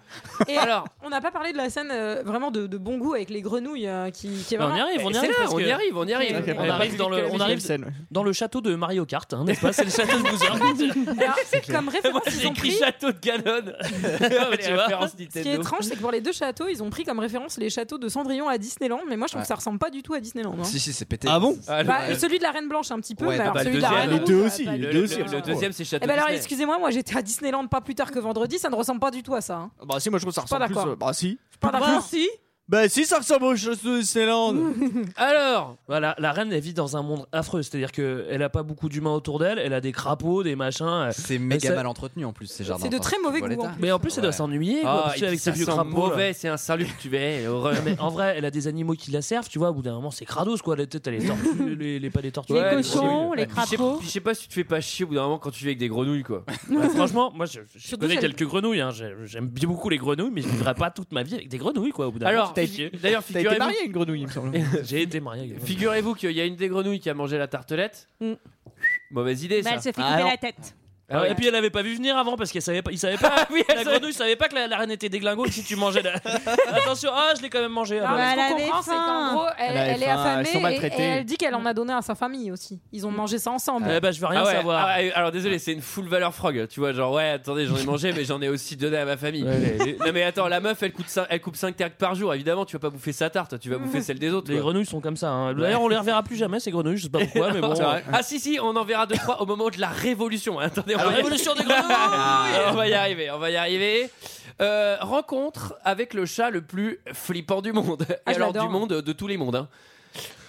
Speaker 8: Et alors, on n'a pas parlé de la scène euh, vraiment de, de bon goût avec les grenouilles euh, qui, qui est
Speaker 2: Bah, on y
Speaker 8: vraiment-
Speaker 2: arrive, on y
Speaker 1: Eh, C'est
Speaker 2: arrive,
Speaker 1: là,
Speaker 2: parce
Speaker 1: on
Speaker 2: que-
Speaker 1: y arrive, on y arrive.
Speaker 2: Ok,
Speaker 1: Ouais,
Speaker 2: on
Speaker 1: ouais,
Speaker 2: arrive
Speaker 1: ouais.
Speaker 2: dans le, on arrive
Speaker 1: Scène, ouais.
Speaker 2: dans le château de Mario Kart, hein, n'est-ce pas C'est le château de Bowser.
Speaker 8: Alors, comme
Speaker 1: Moi,
Speaker 8: référence, ils
Speaker 1: j'ai
Speaker 8: ont
Speaker 1: écrit
Speaker 8: pris-
Speaker 1: château de Ganon.
Speaker 2: Tu vois
Speaker 8: Ce qui est étrange, c'est que pour les deux châteaux, ils ont pris comme référence les châteaux de Cendrillon à Disneyland, mais moi je trouve
Speaker 3: Ouais.
Speaker 8: que ça ressemble pas du tout à Disneyland. hein.
Speaker 3: Si, si, c'est pété.
Speaker 10: Ah bon
Speaker 8: Bah, Celui de la Reine Blanche un petit peu,
Speaker 3: Ouais,
Speaker 8: mais alors
Speaker 3: bah, le
Speaker 8: celui de
Speaker 10: Ah,
Speaker 8: la
Speaker 2: Ah
Speaker 3: deuxième, les
Speaker 8: Reine Rouge,
Speaker 3: deux
Speaker 8: ça va
Speaker 3: aussi,
Speaker 8: pas
Speaker 3: les
Speaker 8: du
Speaker 2: bah,
Speaker 3: deux
Speaker 8: tout.
Speaker 3: aussi,
Speaker 10: Oh.
Speaker 1: Le deuxième, c'est
Speaker 8: Eh
Speaker 1: château
Speaker 8: ben alors
Speaker 1: Disney.
Speaker 8: excusez-moi, moi j'étais à Disneyland pas plus tard que vendredi, ça ne ressemble pas du tout à ça. hein.
Speaker 10: Bah si, moi je trouve que ça
Speaker 8: Je suis pas
Speaker 10: ressemble plus.
Speaker 8: d'accord.
Speaker 10: euh, Bah si.
Speaker 8: Pas d'accord. Si.
Speaker 10: Bah si, ça ressemble au château de Célande.
Speaker 1: Alors,
Speaker 2: voilà, la reine elle vit dans un monde affreux, c'est-à-dire que elle a pas beaucoup d'humains autour d'elle, elle a des crapauds, des machins. euh, C'est
Speaker 3: méga mal entretenu en plus ces jardins. Enfin, c'est bon état.
Speaker 2: Mais en plus, elle doit s'ennuyer quoi,
Speaker 1: Ah,
Speaker 2: parce
Speaker 1: et
Speaker 2: que
Speaker 1: puis
Speaker 2: avec
Speaker 1: ça
Speaker 2: ses vieux
Speaker 1: sent
Speaker 2: crapauds.
Speaker 1: mauvais, c'est un salut que tu verrais, horreur.
Speaker 2: Mais en vrai, elle a des animaux qui la servent, tu vois. Au bout d'un moment, c'est crados quoi. Les têtes, elle est tortue, les, les- pas des tortues.
Speaker 1: Ouais, ouais. Puis je sais- puis Je sais pas si tu te fais pas chier au bout d'un moment quand tu vis avec des grenouilles quoi.
Speaker 2: Ouais, franchement, moi je, je
Speaker 1: Surtout
Speaker 2: connais
Speaker 1: celle-
Speaker 2: quelques grenouilles, hein. J'ai- j'aime bien beaucoup les grenouilles, mais je vivrai pas toute ma vie avec des grenouilles quoi. Au bout d'un
Speaker 1: Alors,
Speaker 2: moment, c'est chier.
Speaker 1: d'ailleurs, T'as été figurez-vous- marié à une
Speaker 10: grenouille, il me semble.
Speaker 2: J'ai été marié avec une grenouille.
Speaker 1: Figurez-vous qu'il y a une des grenouilles qui a mangé la tartelette.
Speaker 12: Mm.
Speaker 1: Mauvaise idée
Speaker 12: Bah,
Speaker 1: ça.
Speaker 12: elle se fait
Speaker 1: Ah,
Speaker 12: couper
Speaker 1: non.
Speaker 12: la tête.
Speaker 1: Ah ouais. Ah
Speaker 2: Et puis elle avait pas vu venir avant parce qu'elle savait pas, il savait pas. la grenouille savait pas que la, la reine était déglingo si tu mangeais. La... Attention, ah je l'ai quand même mangé.
Speaker 8: Non,
Speaker 2: Ah,
Speaker 8: mais
Speaker 2: bah,
Speaker 8: ce qu'on
Speaker 2: elle
Speaker 8: comprend,
Speaker 2: avait
Speaker 8: c'est qu'en
Speaker 2: faim.
Speaker 8: gros, elle,
Speaker 2: Elle avait
Speaker 8: elle est
Speaker 2: faim,
Speaker 8: affamée
Speaker 2: elles sont
Speaker 8: et,
Speaker 2: maltraitées.
Speaker 8: et elle dit qu'elle en a donné à sa famille aussi. Ils ont mangé ça ensemble.
Speaker 1: Euh,
Speaker 2: ben, rien
Speaker 1: Ah ouais,
Speaker 2: savoir.
Speaker 1: ah ouais, alors désolé, c'est une full valeur frog. Tu vois, genre ouais, attendez, j'en ai mangé, mais j'en ai aussi donné à ma famille.
Speaker 2: Ouais.
Speaker 1: Et- non mais attends, la meuf, elle, coûte cin- elle coupe 5 terres par jour. Évidemment, tu vas pas bouffer sa tarte, tu vas bouffer celle des autres.
Speaker 2: Mm. Les
Speaker 1: quoi.
Speaker 2: grenouilles sont comme ça. hein. D'ailleurs, on les reverra plus jamais ces grenouilles, je sais pas pourquoi, mais bon.
Speaker 1: C'est vrai. Ah si si, on en verra deux trois au moment de la révolution. hein. Attendez, on
Speaker 2: La
Speaker 1: va y-
Speaker 2: révolution des grenouilles
Speaker 1: Ah,
Speaker 3: Ah.
Speaker 1: on va y arriver, on va y arriver. Euh, rencontre avec le chat le plus flippant du monde. Et
Speaker 8: Ah, je
Speaker 1: alors
Speaker 8: l'adore.
Speaker 1: du monde, de tous les mondes. hein.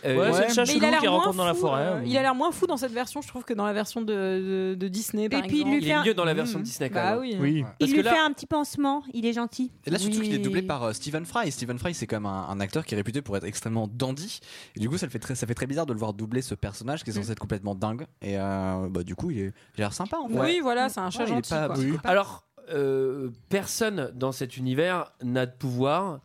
Speaker 1: Euh,
Speaker 2: Ouais, c'est le chat
Speaker 8: Mais il
Speaker 2: chelou
Speaker 8: a l'air
Speaker 2: qui
Speaker 8: moins
Speaker 2: rencontre dans la
Speaker 8: fou,
Speaker 2: forêt. hein.
Speaker 1: hein.
Speaker 8: euh, Il a l'air moins fou dans cette version, je trouve, que dans la version de, de- de Disney. par
Speaker 12: Et puis, il
Speaker 8: exemple.
Speaker 12: lui Il est fait un- mieux
Speaker 1: dans la version de Disney, quand
Speaker 8: Bah
Speaker 1: même.
Speaker 8: oui.
Speaker 3: Oui.
Speaker 12: Il
Speaker 3: Parce
Speaker 12: lui
Speaker 3: que là-
Speaker 12: fait un petit pansement, il est gentil.
Speaker 3: Et là, surtout
Speaker 12: Oui.
Speaker 3: qu'il est doublé par euh, Stephen Fry. Stephen Fry, c'est comme un, un acteur qui est réputé pour être extrêmement dandy. Et du coup, ça, le fait très, ça fait très bizarre de le voir doubler ce personnage qui est censé être complètement dingue. Et euh, bah, du coup, il, est, il a l'air sympa en fait.
Speaker 8: Oui, voilà, c'est un chat
Speaker 3: Ouais, il est
Speaker 8: gentil.
Speaker 3: pas-
Speaker 8: quoi.
Speaker 3: oui.
Speaker 1: Alors, euh, personne dans cet univers n'a de pouvoir.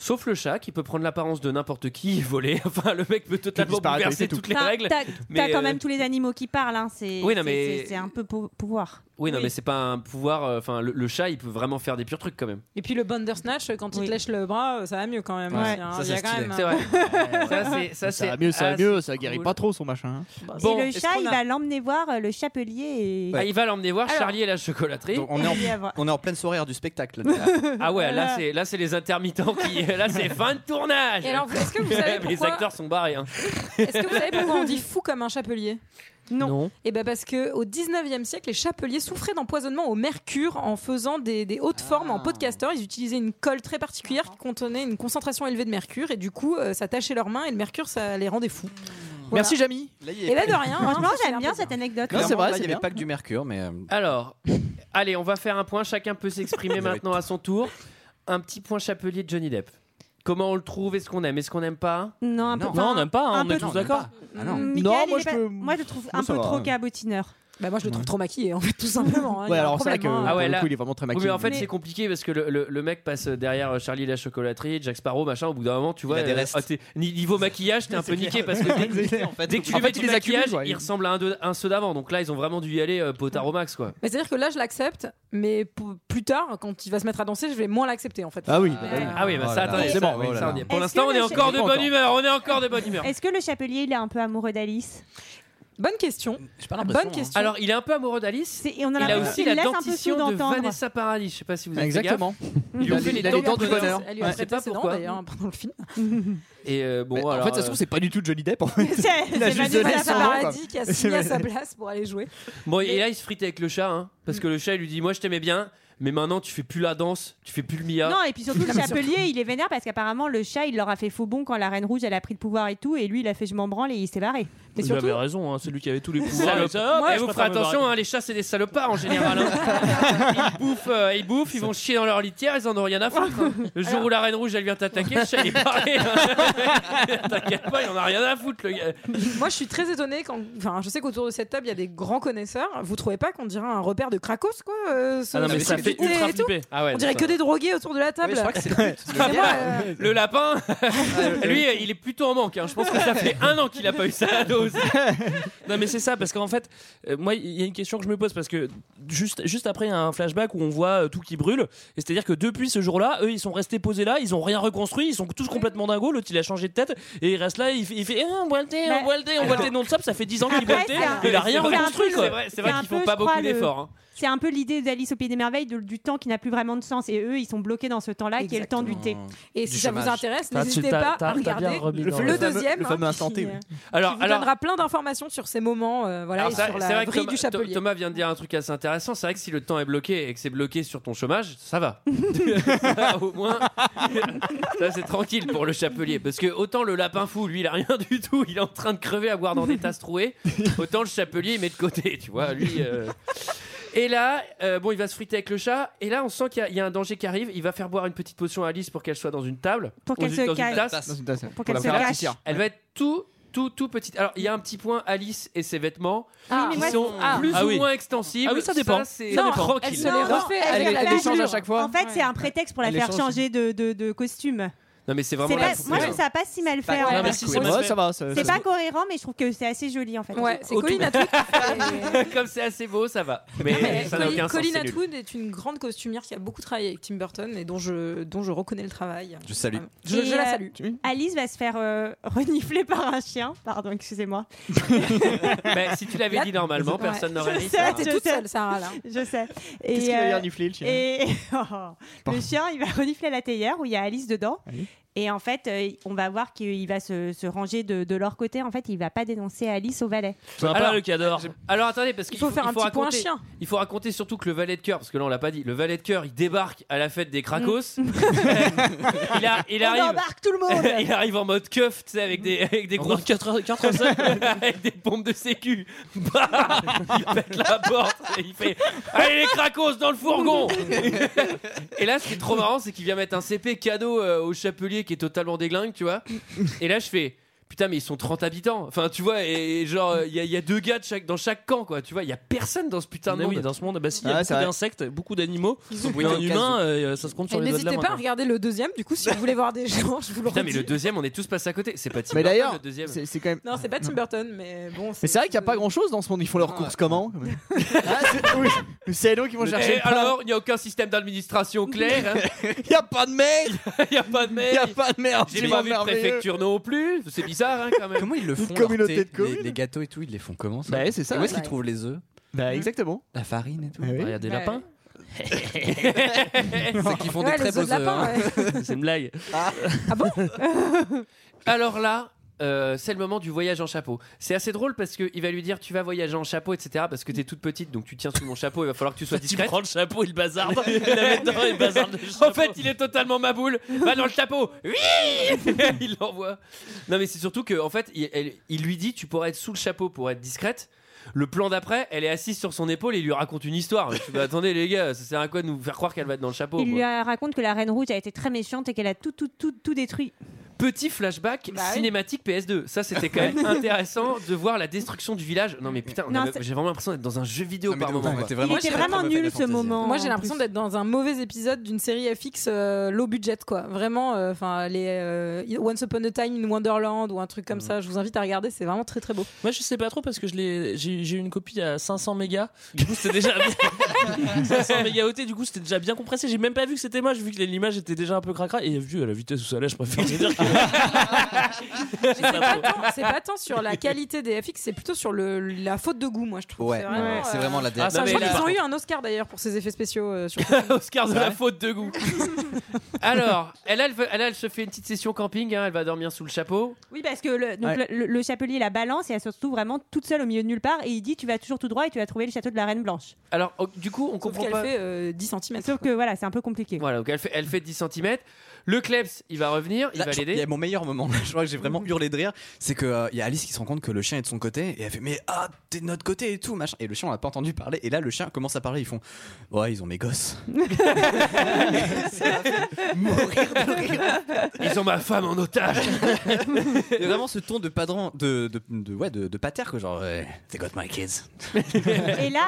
Speaker 1: Sauf le chat qui peut prendre l'apparence de n'importe qui et voler. Enfin, le mec peut totalement
Speaker 10: disparaître,
Speaker 1: bouleverser
Speaker 10: c'est tout.
Speaker 1: toutes les
Speaker 12: Ah, T'as-
Speaker 1: règles.
Speaker 12: T'as
Speaker 1: mais,
Speaker 12: t'as quand
Speaker 1: euh,
Speaker 12: même tous les animaux qui parlent, hein, c'est
Speaker 1: Oui, non,
Speaker 12: c'est-
Speaker 1: mais-
Speaker 12: c'est- c'est un peu pou- pouvoir.
Speaker 1: Oui, non, mais c'est pas un pouvoir. euh, Enfin, le, le chat, il peut vraiment faire des purs trucs quand même.
Speaker 8: Et puis le Bandersnatch, quand il te lèche le bras, euh, ça va mieux quand même.
Speaker 1: Ouais.
Speaker 8: aussi, hein.
Speaker 1: Ça,
Speaker 8: Il y a
Speaker 1: c'est
Speaker 8: quand
Speaker 1: stylé.
Speaker 8: même un-
Speaker 1: C'est vrai. Ça, c'est- ça,
Speaker 10: Ça
Speaker 1: c'est
Speaker 10: va mieux, ça va
Speaker 1: assez
Speaker 10: mieux, ça guérit
Speaker 1: cool.
Speaker 10: pas trop son machin. hein.
Speaker 8: Bah,
Speaker 1: Bon,
Speaker 12: et le
Speaker 1: est-ce
Speaker 12: chat,
Speaker 1: qu'on
Speaker 12: il
Speaker 1: a-
Speaker 12: va l'emmener voir euh, le chapelier. Et...
Speaker 1: Ah, il va l'emmener voir
Speaker 12: Alors-
Speaker 1: Charlie et la chocolaterie.
Speaker 3: Donc, on, est en, on est en pleine soirée du spectacle. là.
Speaker 1: Ah ouais, là
Speaker 3: Voilà.
Speaker 1: c'est là c'est les intermittents qui là c'est fin de tournage.
Speaker 8: Et alors, est-ce que vous savez
Speaker 1: les
Speaker 8: pourquoi-
Speaker 1: acteurs sont barrés hein.
Speaker 8: Est-ce que vous savez pourquoi on dit fou comme un chapelier
Speaker 12: Non.
Speaker 8: Et ben parce que au 19e siècle, les chapeliers souffraient d'empoisonnement au mercure en faisant des, des hautes formes
Speaker 12: Ah.
Speaker 8: en pot de castor. Ils utilisaient une colle très particulière qui contenait une concentration élevée de mercure et du coup, euh, ça tachait leurs mains et le mercure, ça les rendait fous.
Speaker 10: Merci, Jamy.
Speaker 12: Eh
Speaker 8: Et là, de rien. hein.
Speaker 12: ben, Franchement, j'aime bien cette anecdote.
Speaker 3: Clairement, là, Il n'y avait pas que du mercure, mais. euh,
Speaker 1: Alors, allez, on va faire un point. Chacun peut s'exprimer maintenant à son tour. Un petit point chapelier de Johnny Depp. Comment on le trouve Est-ce qu'on aime Est-ce qu'on n'aime pas
Speaker 12: Non, un peu-
Speaker 1: Non.
Speaker 12: enfin,
Speaker 1: Non, on n'aime pas, hein,
Speaker 12: un
Speaker 1: on
Speaker 12: peu-
Speaker 1: est tous Non, on n'aime d'accord. pas. Ah non.
Speaker 12: Mm,
Speaker 1: Non,
Speaker 12: Michael, il
Speaker 1: moi,
Speaker 12: est
Speaker 1: je
Speaker 12: pas-
Speaker 1: peux-
Speaker 12: moi, je le trouve
Speaker 1: Moi,
Speaker 12: un
Speaker 1: ça
Speaker 12: peu
Speaker 1: va,
Speaker 12: trop
Speaker 1: hein.
Speaker 12: cabotineur.
Speaker 8: Bah moi je le trouve trop maquillé en fait
Speaker 1: Ah,
Speaker 8: tout simplement. hein.
Speaker 10: Ouais,
Speaker 8: Il y a un
Speaker 10: alors, c'est
Speaker 8: problème,
Speaker 10: vrai que,
Speaker 8: hein.
Speaker 10: pour le coup, il est vraiment très
Speaker 1: Oui, mais
Speaker 10: maquillé.
Speaker 1: en fait,
Speaker 10: Mais-
Speaker 1: c'est compliqué parce que le, le- le mec passe derrière euh, Charlie et la chocolaterie, Jack Sparrow, machin. Au bout d'un moment, tu vois,
Speaker 3: a des
Speaker 1: euh,
Speaker 3: restes.
Speaker 1: ah, t'es- ni- niveau maquillage, t'es un
Speaker 3: C'est
Speaker 1: peu
Speaker 3: clair.
Speaker 1: niqué parce que dès,
Speaker 3: C'est clair, en fait.
Speaker 1: dès que tu
Speaker 3: En
Speaker 1: lui
Speaker 3: fait,
Speaker 1: mets
Speaker 3: il
Speaker 1: du
Speaker 3: les accumule,
Speaker 1: maquillage,
Speaker 3: ouais.
Speaker 1: il ressemble à un, de- un ceux d'avant. Donc là, ils ont vraiment dû y aller euh, potard au max, quoi.
Speaker 8: Mais c'est-à-dire que là je l'accepte, mais pour- plus tard quand il va se mettre à danser, je vais moins l'accepter en fait.
Speaker 1: Ah oui.
Speaker 8: Mais, euh,
Speaker 1: Ah oui, bah
Speaker 10: Oh
Speaker 1: ça,
Speaker 10: là là,
Speaker 1: attendez,
Speaker 10: c'est
Speaker 1: ça,
Speaker 10: bon,
Speaker 1: oui,
Speaker 10: oh là
Speaker 1: ça,
Speaker 10: là.
Speaker 1: on y est. Pour
Speaker 8: Est-ce
Speaker 1: l'instant,
Speaker 8: que
Speaker 1: on est
Speaker 8: le
Speaker 1: encore de
Speaker 8: chef-
Speaker 1: bonne humeur. On est encore de bonne humeur.
Speaker 12: Est-ce que le chapelier, il est un peu amoureux d'Alice
Speaker 8: Bonne question.
Speaker 3: hein.
Speaker 8: Bonne question.
Speaker 1: Alors, il est un peu amoureux d'Alice.
Speaker 12: Et on a
Speaker 1: il a
Speaker 12: l'impression
Speaker 1: aussi
Speaker 12: qu'il
Speaker 1: la
Speaker 12: laisse un peu
Speaker 1: dentition
Speaker 12: sous
Speaker 1: de
Speaker 12: d'entendre.
Speaker 1: Vanessa Paradis. Je sais pas si vous avez fait
Speaker 10: Exactement.
Speaker 1: gaffe. Ils lui ont fait les dents du bonheur.
Speaker 8: Elle lui
Speaker 1: Je
Speaker 8: a
Speaker 1: sais
Speaker 8: prêté
Speaker 1: pas
Speaker 8: ses dents
Speaker 1: pourquoi.
Speaker 8: d'ailleurs pendant le film.
Speaker 1: Et euh, bon,
Speaker 10: en
Speaker 1: alors,
Speaker 10: fait, ça se trouve, c'est pas du tout Johnny Depp. En fait.
Speaker 8: C'est
Speaker 10: Il a juste donné
Speaker 8: Vanessa
Speaker 10: son nom, quoi.
Speaker 8: Paradis qui a signé à sa place pour aller jouer.
Speaker 1: Bon, et là, il se frite avec le chat, hein, parce que le chat, il lui dit Moi, je t'aimais bien, mais maintenant, tu fais plus la danse, tu fais plus le Mia.
Speaker 12: Non, et puis surtout, le chapelier, il est vénère parce qu'apparemment, le chat, il leur a fait faux bon quand la reine rouge, elle a pris le pouvoir et tout. Et lui, il a fait je m'en branle et il s'est barré.
Speaker 2: Mais
Speaker 1: bah,
Speaker 2: vous avez raison, hein, c'est lui qui avait tous les pouvoirs.
Speaker 1: Salope.
Speaker 2: Ça, hop,
Speaker 1: et
Speaker 2: je
Speaker 1: vous ferez
Speaker 2: préfère me
Speaker 1: attention,
Speaker 2: barrer.
Speaker 1: hein, les chats c'est des salopards en général. hein. ils bouffent, euh, ils bouffent, ils vont chier dans leur litière, ils en ont rien à foutre. hein. Le jour où la reine rouge elle vient t'attaquer, le chat il est barré. hein. T'inquiète pas, il en a rien à foutre le gars.
Speaker 8: Moi, je suis très étonnée quand. Enfin, je sais qu'autour de cette table, il y a des grands connaisseurs. Vous trouvez pas qu'on dirait un repère de Cracos, quoi euh, ce-
Speaker 1: Ah non, mais
Speaker 8: ce
Speaker 1: ça
Speaker 8: petit
Speaker 1: fait ultra
Speaker 8: thé et tout
Speaker 1: flipper. Ah ouais,
Speaker 8: on dirait
Speaker 1: putain.
Speaker 8: que des drogués autour de la table. Excusez-moi, euh,
Speaker 1: Le lapin, lui il est plutôt en manque. hein. Je pense que ça fait un an qu'il a pas eu sa dose.
Speaker 2: non mais c'est ça parce qu'en fait euh, moi il y a une question que je me pose parce que juste juste après il y a un flashback où on voit euh, tout qui brûle et c'est à dire que depuis ce jour-là eux ils sont restés posés là ils ont rien reconstruit ils sont tous complètement dingos l'autre il a changé de tête et il reste là il fait, il fait Eh, on boit le thé on boit le thé on boit le thé non-stop ça fait 10 ans qu'il boit le thé et il a rien
Speaker 12: Bah, C'est un peu-
Speaker 2: reconstruit quoi
Speaker 1: C'est vrai, c'est vrai
Speaker 12: un
Speaker 1: qu'ils font
Speaker 12: peu,
Speaker 1: pas
Speaker 12: je crois,
Speaker 1: beaucoup
Speaker 12: le-
Speaker 1: d'efforts. hein.
Speaker 12: C'est un peu l'idée d'Alice au Pays des Merveilles de- du temps qui n'a plus vraiment de sens. Et eux, ils sont bloqués dans ce temps-là qui est le temps du thé.
Speaker 8: Et
Speaker 1: si ça vous chômage.
Speaker 8: intéresse,
Speaker 1: T'as-
Speaker 8: n'hésitez
Speaker 1: t'as-
Speaker 8: pas
Speaker 1: t'as-
Speaker 8: à
Speaker 1: t'as bien
Speaker 8: regarder
Speaker 1: remis
Speaker 8: le,
Speaker 1: dans le fameux-
Speaker 8: deuxième.
Speaker 1: le fameux
Speaker 8: hein,
Speaker 1: instanté,
Speaker 8: qui,
Speaker 1: oui.
Speaker 8: euh,
Speaker 1: Alors-
Speaker 8: qui vous
Speaker 1: alors-
Speaker 8: donnera plein d'informations sur ces moments euh, voilà,
Speaker 1: Alors,
Speaker 8: et
Speaker 1: ça-
Speaker 8: sur
Speaker 1: c'est
Speaker 8: la
Speaker 1: vrai que
Speaker 8: vrille
Speaker 1: Thomas,
Speaker 8: du chapelier.
Speaker 1: Thomas vient de dire un truc assez intéressant. C'est vrai que si le temps est bloqué et que c'est bloqué sur ton chômage, ça va. Ça, au moins, ça c'est tranquille pour le chapelier. Parce que autant le lapin fou, lui, il a rien du tout. Il est en train de crever à boire dans des tasses trouées. Autant le chapelier, il met de côté, tu vois. Lui. euh. Et là, euh, bon, il va se friter avec le chat. Et là, on sent qu'il y a- il y, a un danger qui arrive. Il va faire boire une petite potion à Alice pour qu'elle soit dans une table.
Speaker 12: Pour
Speaker 1: Dans
Speaker 12: qu'elle
Speaker 1: une-
Speaker 12: se
Speaker 1: dans une
Speaker 12: cache.
Speaker 1: tasse.
Speaker 12: Dans une tasse, Pour qu'elle
Speaker 1: la
Speaker 12: se
Speaker 1: faire
Speaker 12: cache.
Speaker 1: rapetir. Elle va être tout, tout, tout petite. Alors, il y a un petit point Alice et ses vêtements
Speaker 12: Ah. Oui, mais
Speaker 1: qui
Speaker 12: moi,
Speaker 1: sont
Speaker 12: c'est- ah.
Speaker 1: plus
Speaker 12: Ah
Speaker 1: ou
Speaker 12: oui.
Speaker 1: moins extensibles.
Speaker 2: Ah oui, ça dépend.
Speaker 1: c'est
Speaker 2: Ça dépend.
Speaker 1: tranquille.
Speaker 2: Elle se les refait, elle les- elle les change à chaque fois.
Speaker 12: En fait, c'est un prétexte pour la
Speaker 1: Elle les
Speaker 12: faire
Speaker 1: change.
Speaker 12: changer de, de- de costume.
Speaker 1: Non, mais c'est
Speaker 12: C'est
Speaker 1: vraiment
Speaker 12: pas-
Speaker 1: la
Speaker 12: moi, je
Speaker 1: poupée.
Speaker 12: trouve ça pas si mal fait.
Speaker 1: Non,
Speaker 12: en vrai.
Speaker 1: mais si, c'est mal fait.
Speaker 12: C'est pas cohérent, mais je trouve que c'est assez joli en fait.
Speaker 8: Ouais, c'est
Speaker 1: Au tout-
Speaker 8: Colin Atwood.
Speaker 1: Comme c'est assez beau, ça va. Mais
Speaker 8: Mais
Speaker 1: ça n'a
Speaker 8: Colin-
Speaker 1: aucun sens.
Speaker 8: Colin
Speaker 1: c'est nul.
Speaker 8: Atwood est une grande costumière qui a beaucoup travaillé avec Tim Burton et dont je, dont je reconnais le travail.
Speaker 3: Je salue.
Speaker 8: Je,
Speaker 12: Et,
Speaker 8: je la
Speaker 12: euh,
Speaker 8: salue.
Speaker 12: Alice va se faire euh, renifler par un chien. Pardon, excusez-moi.
Speaker 1: Mais si tu l'avais dit normalement, personne n'aurait
Speaker 12: Je
Speaker 1: dit
Speaker 12: sais,
Speaker 1: ça.
Speaker 12: je
Speaker 8: Ah, T'es toute
Speaker 12: sais.
Speaker 8: seule, Sarah, là.
Speaker 12: Je sais. euh,
Speaker 10: Qu'est-ce qu'il va
Speaker 1: euh,
Speaker 10: lui renifler, le chien
Speaker 12: et- Oh, Le chien, il va renifler la théière où il y a Alice dedans. Et en fait, euh, on va voir qu'il va se, se ranger de, de leur côté. En fait, il va pas dénoncer Alice au valet.
Speaker 1: Alors-
Speaker 2: le cador
Speaker 1: Alors attendez, parce qu'il
Speaker 12: faut faire un petit point
Speaker 1: raconter,
Speaker 12: chien.
Speaker 1: Il faut raconter surtout que le valet de cœur, parce que là on l'a pas dit, le valet de cœur il débarque à la fête des Cracos.
Speaker 12: Mm.
Speaker 1: il, a- il
Speaker 12: On
Speaker 1: arrive.
Speaker 12: embarque tout le monde
Speaker 1: il arrive en mode keuf, tu sais, avec des, avec des gros.
Speaker 2: mode 4
Speaker 1: avec des pompes de sécu. Bah il pète la porte et il fait Allez les cracos dans le fourgon Et là, ce qui est trop marrant, c'est qu'il vient mettre un CP cadeau euh, au chapelier qui est totalement déglingue, tu vois. Et là, je fais. Putain, mais ils sont 30 habitants. Enfin, tu vois, et, et genre, il y, a- il y a deux gars de chaque, dans chaque camp, quoi. Tu vois, il y a personne dans ce putain de
Speaker 2: Ah oui,
Speaker 1: monde.
Speaker 2: dans ce monde, bah si, il y a beaucoup d'insectes, beaucoup d'animaux. Mais
Speaker 1: bouillis
Speaker 2: un
Speaker 1: au
Speaker 2: humain,
Speaker 1: gaz.
Speaker 2: euh, ça se compte
Speaker 8: Et
Speaker 2: sur les doigts de la
Speaker 8: Eh, n'hésitez
Speaker 2: main.
Speaker 8: pas à
Speaker 2: quoi.
Speaker 8: regarder le deuxième, du coup, si vous voulez voir des gens, je vous le
Speaker 1: Putain, mais
Speaker 8: redis.
Speaker 1: le deuxième, on est tous passés à côté. C'est pas Tim
Speaker 10: Mais
Speaker 1: Burton,
Speaker 10: d'ailleurs,
Speaker 1: le deuxième.
Speaker 10: C'est c'est quand même.
Speaker 8: Non, c'est pas Tim Burton, mais bon.
Speaker 10: Mais c'est vrai qu'il n'y a pas grand chose dans ce monde. Ils font leurs courses comment Ah, C'est nous qui vont
Speaker 1: Le-
Speaker 10: chercher.
Speaker 1: Eh,
Speaker 10: le pain.
Speaker 1: alors, il n'y a aucun système d'administration clair. hein.
Speaker 10: Il n'y a pas de mail
Speaker 1: Il n'y a pas de mail.
Speaker 10: Il n'y a pas de merde.
Speaker 1: J'ai pas vu de préfecture non plus. C'est bizarre, hein, quand même.
Speaker 3: Comment ils le font leur
Speaker 10: communauté
Speaker 3: thé,
Speaker 10: de communes.
Speaker 3: les, les gâteaux et tout, ils les font comment ça
Speaker 10: Bah, c'est ça.
Speaker 3: Et où est-ce qu'ils
Speaker 10: Bah,
Speaker 3: trouvent les œufs
Speaker 1: Hmm.
Speaker 10: Bah, exactement.
Speaker 3: La farine et tout.
Speaker 1: Eh
Speaker 10: oui.
Speaker 2: Bah, y a des
Speaker 3: Bah,
Speaker 2: lapins.
Speaker 3: C'est qu'ils font
Speaker 8: Ouais,
Speaker 3: des
Speaker 8: les
Speaker 3: très beaux
Speaker 8: œufs de
Speaker 3: œufs.
Speaker 8: lapin,
Speaker 3: hein.
Speaker 2: C'est une blague.
Speaker 1: Alors là, euh, c'est le moment du voyage en chapeau. C'est assez drôle parce qu'il va lui dire Tu vas voyager en chapeau, etc. Parce que t'es toute petite, donc tu tiens sous mon chapeau, il va falloir que tu sois
Speaker 2: Tu
Speaker 1: discrète.
Speaker 2: prends le chapeau, il bazarde. Il la met dedans, il bazarde le
Speaker 1: En fait, il est totalement ma boule. Va dans le chapeau. Oui Il l'envoie. Non, mais c'est surtout que en fait, il, elle- il lui dit tu pourrais être sous le chapeau pour être discrète. Le plan d'après, elle est assise sur son épaule et il lui raconte une histoire. Mais tu vas attendez les gars, ça sert à quoi de nous faire croire qu'elle va être dans le chapeau
Speaker 12: Il
Speaker 1: quoi.
Speaker 12: lui euh, raconte que la Reine Rouge a été très méchante et qu'elle a tout, tout, tout, tout détruit.
Speaker 1: Petit flashback
Speaker 12: Bah oui.
Speaker 1: cinématique PS2. Ça, c'était quand même intéressant de voir la destruction du village. Non, mais putain, on
Speaker 12: Non,
Speaker 1: avait-
Speaker 12: c'est-
Speaker 1: j'ai vraiment l'impression d'être dans un jeu vidéo par moment. quoi.
Speaker 12: Il était vraiment nul ce moment.
Speaker 8: Moi,
Speaker 12: en
Speaker 8: j'ai l'impression
Speaker 12: plus.
Speaker 8: d'être dans un mauvais épisode d'une série FX euh, low budget, quoi. Vraiment, euh, enfin, les euh, Once Upon a Time in Wonderland ou un truc comme ça. Je vous invite à regarder, c'est vraiment très très beau.
Speaker 2: Moi, je sais pas trop parce que je l'ai, j'ai j'ai eu une copie à 500 mégas. Du coup, c'était déjà 500 mégas OT. Du coup, c'était déjà bien compressé. J'ai même pas vu que c'était moche, vu que l'image était déjà un peu cracra. Et vu à la vitesse où ça allait, je préfère vous dire que
Speaker 8: C'est pas tant sur la qualité des FX, c'est plutôt sur le, la faute de goût, moi je trouve.
Speaker 3: Ouais, ouais, c'est vraiment la
Speaker 8: Ah, ça, je
Speaker 3: dernière.
Speaker 8: crois
Speaker 3: Non, mais
Speaker 8: qu'ils ont
Speaker 3: là-
Speaker 8: eu un Oscar d'ailleurs pour ces effets spéciaux. euh, sur
Speaker 1: Oscar de la faute de goût. Alors, elle, elle, veut- elle, elle se fait une petite session camping, hein, elle va dormir sous le chapeau.
Speaker 12: Oui, parce que le, donc
Speaker 1: Ouais.
Speaker 12: le, le- le chapelier la balance et elle se retrouve vraiment toute seule au milieu de nulle part et il dit tu vas toujours tout droit et tu vas trouver le château de la Reine Blanche.
Speaker 1: Alors, oh, du coup, on comprend
Speaker 12: qu'elle
Speaker 1: pas.
Speaker 12: fait,
Speaker 8: 10 cm.
Speaker 12: Sauf que voilà, c'est un peu compliqué.
Speaker 1: Voilà, donc elle fait, elle fait 10 cm. Le Klebs, il va revenir, il
Speaker 3: Là,
Speaker 1: va
Speaker 3: je-
Speaker 1: l'aider.
Speaker 3: y a mon meilleur moment, je crois que j'ai vraiment hurlé de rire, c'est que euh, y a Alice qui se rend compte que le chien est de son côté et elle fait mais ah t'es de notre côté et tout machin et le chien on l'a pas entendu parler et là le chien commence à parler ils font ouais ils ont mes gosses
Speaker 1: ils ont ma femme en otage
Speaker 3: il y a vraiment ce ton de padron de de, de- ouais de, de pater que genre ouais, they got my kids
Speaker 12: Et là,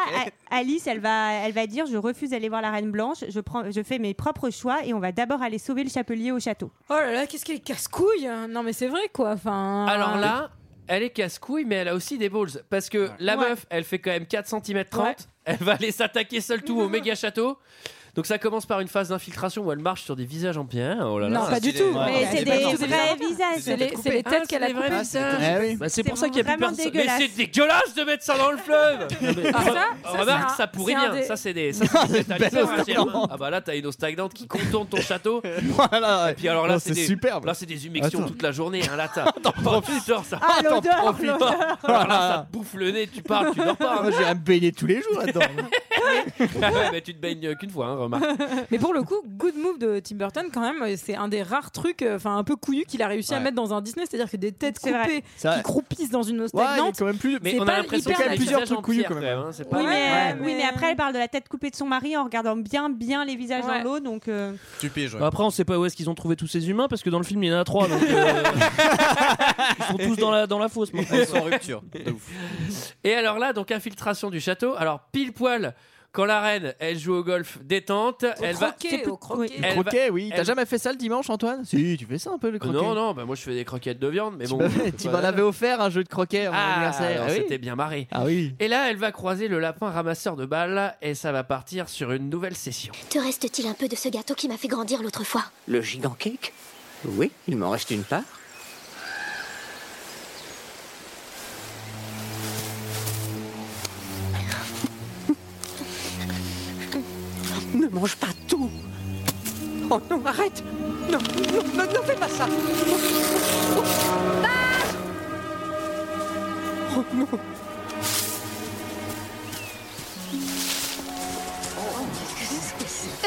Speaker 12: A- Alice, elle va, elle va dire je refuse d'aller voir la Reine Blanche, je, prends, je fais mes propres choix et on va d'abord aller sauver le chapelier au château.
Speaker 8: Oh là là, qu'est-ce qu'elle est casse-couille hein. Non mais c'est vrai quoi. Enfin. euh,
Speaker 1: Alors là, elle est casse-couille, mais elle a aussi des balls. Parce que la meuf, elle fait quand même 4 cm 30. Elle va aller s'attaquer seule tout au méga château. Donc ça commence par une phase d'infiltration où elle marche sur des visages en pierre. Oh là là.
Speaker 8: Non, pas du tout. Mais c'est des vrais visages. C'est les- c'est les têtes
Speaker 1: Ah,
Speaker 8: qu'elle a
Speaker 1: c'est des vrais
Speaker 8: coupées.
Speaker 1: visages.
Speaker 8: Eh oui. Bah, c'est pour ça qu'il y a plus
Speaker 1: vraiment
Speaker 8: personne.
Speaker 1: dégueulasse. Mais c'est dégueulasse de mettre ça dans le fleuve.
Speaker 8: Ah, ça, ça,
Speaker 1: Remarque,
Speaker 8: c'est un-
Speaker 1: ça pourrit
Speaker 8: c'est un
Speaker 1: bien.
Speaker 8: des-
Speaker 1: Ça, c'est des. ça, c'est des têtes à l'eau, hein, Germain. Ah bah là, t'as une eau stagnante qui contourne ton château. Et puis alors là,
Speaker 10: Non,
Speaker 1: c'est
Speaker 10: c'est
Speaker 1: des-
Speaker 10: superbe.
Speaker 1: Là, c'est des humections
Speaker 10: Attends.
Speaker 1: toute la journée. hein, Là, t'as. Oh, putain, ça.
Speaker 10: Ah,
Speaker 1: t'en
Speaker 10: l'odeur,
Speaker 1: profites pas.
Speaker 10: l'odeur.
Speaker 1: Alors là, ça te bouffe le nez. Tu parles, tu dors pas. hein.
Speaker 10: Moi, j'irais me baigner tous les jours là-dedans.
Speaker 1: Ah ouais, mais tu te baignes euh, qu'une fois, hein, remarque.
Speaker 8: Mais pour le coup, good move de Tim Burton quand même. euh, C'est un des rares trucs, euh, enfin un peu couillu qu'il a réussi à
Speaker 1: Ouais.
Speaker 8: mettre dans un Disney, c'est-à-dire que des têtes
Speaker 1: C'est vrai.
Speaker 8: coupées
Speaker 1: C'est vrai.
Speaker 8: qui croupissent dans une eau
Speaker 1: Ouais, il est
Speaker 8: stagnante.
Speaker 1: quand même plus- Mais
Speaker 8: c'est
Speaker 1: on a
Speaker 8: pas
Speaker 1: l'impression
Speaker 8: hyper
Speaker 1: qu'il y a
Speaker 8: naturel.
Speaker 1: plusieurs gens de pierre, quand même, hein, c'est pas-
Speaker 12: Oui, mais,
Speaker 1: Ouais.
Speaker 12: oui, mais après, elle parle de la tête coupée de son mari en regardant bien, bien les visages dans l'eau. Donc, euh,
Speaker 3: tu piges
Speaker 2: Après, on sait pas où est-ce qu'ils ont trouvé tous ces humains parce que dans le film, il y en a trois. Donc, euh, ils sont tous dans la, dans la fosse. maintenant.
Speaker 1: Et alors là, donc infiltration du château. Alors pile poil. Quand la reine, elle joue au golf détente, elle
Speaker 8: croquet,
Speaker 1: va.
Speaker 8: au croquet.
Speaker 1: Elle
Speaker 10: Le croquet,
Speaker 1: va-
Speaker 10: oui. T'as
Speaker 1: elle-
Speaker 10: jamais fait ça le dimanche, Antoine Si, tu fais ça un peu le croquet.
Speaker 1: Non, non, bah moi je fais des croquettes de viande, mais
Speaker 10: Tu
Speaker 1: bon.
Speaker 10: m'avais- tu m'en
Speaker 1: Voilà.
Speaker 10: avais offert un jeu de croquet à mon
Speaker 1: Ah,
Speaker 10: anniversaire.
Speaker 1: alors
Speaker 10: Ah oui.
Speaker 1: c'était bien marré.
Speaker 10: Ah oui.
Speaker 1: Et là, elle va croiser le lapin ramasseur de balles et ça va partir sur une nouvelle session.
Speaker 9: Te reste-t-il un peu de ce gâteau qui m'a fait grandir l'autre fois
Speaker 13: Le gigant cake Oui, il m'en reste une part. Ne mange pas tout Oh non, arrête Non, non, non, ne fais pas ça Oh non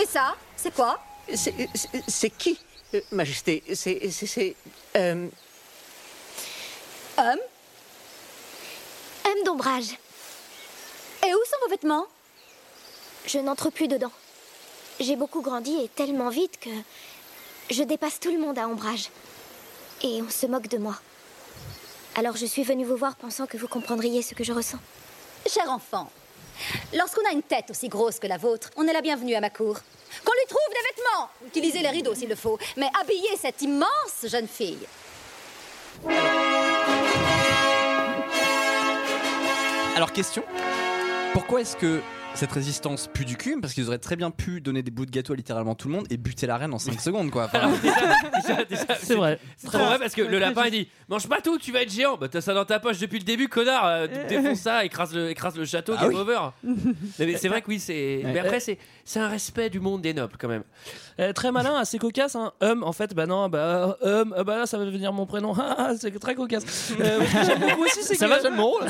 Speaker 15: Et ça, c'est quoi
Speaker 13: C'est- c'est- C'est qui, euh, Majesté C'est. c'est- C'est. euh,
Speaker 15: Homme
Speaker 9: Homme d'ombrage.
Speaker 15: Et où sont vos vêtements
Speaker 9: Je n'entre plus dedans. J'ai beaucoup grandi et tellement vite que je dépasse tout le monde à ombrage. Et on se moque de moi. Alors je suis venue vous voir pensant que vous comprendriez ce que je ressens.
Speaker 15: Cher enfant, lorsqu'on a une tête aussi grosse que la vôtre, on est la bienvenue à ma cour. Qu'on lui trouve des vêtements Utilisez les rideaux s'il le faut, mais habillez cette immense jeune fille.
Speaker 3: Alors question, pourquoi est-ce que cette résistance pue du cul parce qu'ils auraient très bien pu donner des bouts de gâteau à littéralement tout le monde et buter la reine en 5 secondes quoi.
Speaker 1: Ah,
Speaker 3: Enfin,
Speaker 1: C'est
Speaker 2: vrai.
Speaker 1: C'est trop vrai parce que le lapin il dit Mange pas tout, tu vas être géant. Bah t'as ça dans ta poche depuis le début, connard. euh, Défonce ça, écrase le, écrase le château, game over. Non, mais c'est vrai que oui, c'est. Mais après, c'est c'est un respect du monde des nobles quand même.
Speaker 2: Euh, très malin, assez cocasse. Hein. Hum, en fait, bah non, bah hum, ah bah là, ça va devenir mon prénom. Ah, ah, c'est très cocasse. Euh, ce que j'aime beaucoup aussi, c'est
Speaker 10: Ça
Speaker 2: que-
Speaker 10: va, j'aime mon rôle.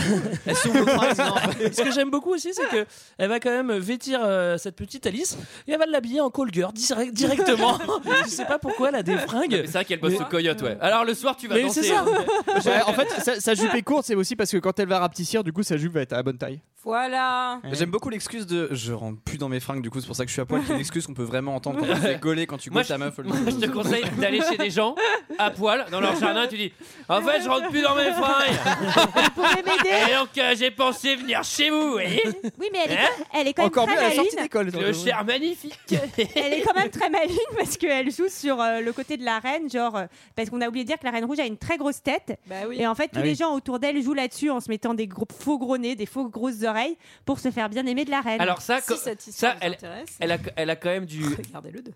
Speaker 2: Ce que j'aime beaucoup aussi, c'est que elle va quand même vêtir euh, cette petite Alice et elle va l'habiller en call girl direct- directement. Je sais pas pourquoi elle a des fringues.
Speaker 1: C'est vrai qu'elle bosse au coyote, ouais. Alors le soir, tu vas
Speaker 2: Mais
Speaker 1: danser. hein.
Speaker 2: c'est ça.
Speaker 3: hein.
Speaker 10: Ouais, en fait, sa, sa jupe est courte, c'est aussi parce que quand elle va rapetissir, du coup, sa jupe va être à la bonne taille.
Speaker 8: Voilà.
Speaker 3: J'aime beaucoup l'excuse de je rentre plus dans mes fringues du coup c'est pour ça que je suis à poil. C'est une excuse qu'on peut vraiment entendre quand tu fais gauler quand tu
Speaker 1: Moi,
Speaker 3: gaules ta meuf.
Speaker 1: Moi, je te conseille d'aller chez des gens à poil dans leur jardin. Tu dis En fait, je rentre plus dans mes fringues.
Speaker 12: m'aider
Speaker 1: Et donc, euh, j'ai pensé venir chez vous, vous voyez
Speaker 12: Oui, mais elle est,
Speaker 1: Hein
Speaker 12: quand- elle est quand
Speaker 1: Encore
Speaker 12: même
Speaker 1: mieux,
Speaker 12: très
Speaker 1: elle est sortie
Speaker 12: maline.
Speaker 1: d'école, Le genre. cher magnifique.
Speaker 12: elle est quand même très maline parce qu'elle joue sur euh, le côté de la reine, genre euh, parce qu'on a oublié de dire que la reine rouge a une très grosse tête.
Speaker 8: oui.
Speaker 12: Et en fait, tous
Speaker 8: Ah
Speaker 12: les
Speaker 8: oui.
Speaker 12: gens autour d'elle jouent là-dessus en se mettant des gros, faux gros nez, des faux grosses oreilles pour se faire bien aimer de la reine.
Speaker 1: Alors ça, co- ça, elle, elle a, elle a quand même du.
Speaker 8: Regardez-le deux.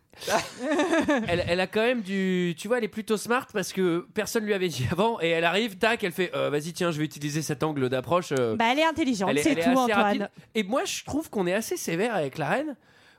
Speaker 1: elle, elle a quand même du. Tu vois, elle est plutôt smart parce que personne lui avait dit avant et elle arrive, tac, elle fait, euh, vas-y tiens, je vais utiliser cet angle d'approche. euh.
Speaker 12: Bah, elle est intelligente,
Speaker 1: Elle est-
Speaker 12: c'est
Speaker 1: elle est
Speaker 12: tout,
Speaker 1: assez
Speaker 12: Antoine.
Speaker 1: rapide. Et moi, je trouve qu'on est assez sévère avec la reine.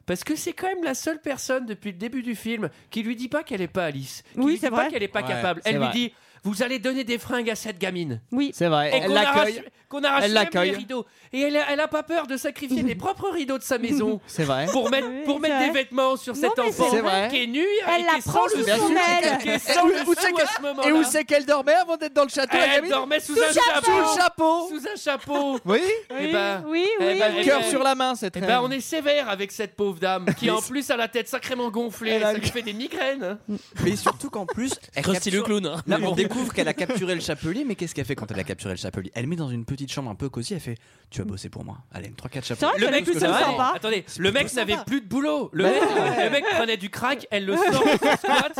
Speaker 1: Parce que c'est quand même la seule personne depuis le début du film qui lui dit pas qu'elle est pas Alice, qui lui dit pas qu'elle est pas
Speaker 10: Ouais,
Speaker 1: capable.
Speaker 10: c'est
Speaker 1: Elle
Speaker 10: vrai.
Speaker 1: lui dit vous allez donner des fringues à cette gamine.
Speaker 12: Oui,
Speaker 10: c'est vrai.
Speaker 1: Et
Speaker 10: Elle
Speaker 1: qu'on arrache,
Speaker 10: l'accueille.
Speaker 1: qu'on arrache
Speaker 10: Elle
Speaker 1: même
Speaker 10: l'accueille.
Speaker 1: les rideaux. Et elle, elle a pas peur de sacrifier les propres rideaux de sa maison
Speaker 10: C'est vrai.
Speaker 1: pour mettre pour mettre des vêtements sur
Speaker 10: Non,
Speaker 1: cet
Speaker 10: mais
Speaker 1: enfant
Speaker 10: c'est vrai.
Speaker 1: qui est nu,
Speaker 10: Elle
Speaker 1: et
Speaker 10: la
Speaker 1: qui est
Speaker 10: prend
Speaker 1: sans le
Speaker 10: sous son
Speaker 1: sou,
Speaker 10: aile.
Speaker 1: qui est sans
Speaker 10: Et
Speaker 1: le
Speaker 10: où- où c'est
Speaker 1: sou à
Speaker 10: qu'elle-
Speaker 1: ce moment
Speaker 10: Et où c'est qu'elle dormait avant d'être dans le château la
Speaker 1: Elle
Speaker 10: gamine
Speaker 1: dormait sous, un chapeau.
Speaker 10: Sous le chapeau
Speaker 1: Sous un chapeau.
Speaker 10: Oui
Speaker 1: Eh ben,
Speaker 10: Oui,
Speaker 1: eh
Speaker 10: oui,
Speaker 1: ben,
Speaker 10: oui.
Speaker 1: eh
Speaker 10: Cœur
Speaker 1: ben,
Speaker 10: sur la main, cette
Speaker 1: eh
Speaker 10: reine.
Speaker 1: ben, on est sévère avec cette pauvre dame qui
Speaker 10: Mais
Speaker 1: en
Speaker 10: c'est-
Speaker 1: plus a la tête sacrément gonflée. Ça lui fait des migraines.
Speaker 3: Mais surtout qu'en plus, elle
Speaker 2: Krusty le clown, hein.
Speaker 3: Là,
Speaker 2: Mais
Speaker 3: on
Speaker 2: bon.
Speaker 3: découvre qu'elle a capturé le chapelier, mais qu'est-ce qu'elle fait quand elle a capturé le chapelier Elle met dans une petite chambre un peu cosy, elle fait Tu vas bosser pour moi. Allez, 3-4
Speaker 10: Ah,
Speaker 3: chapeliers.
Speaker 1: Le mec,
Speaker 3: Parce que
Speaker 1: savait-
Speaker 3: ça va.
Speaker 1: Attendez, le mec n'avait plus de boulot. Le,
Speaker 3: Bah
Speaker 1: mec,
Speaker 3: ouais.
Speaker 1: le mec prenait du crack, elle le sort de son squat,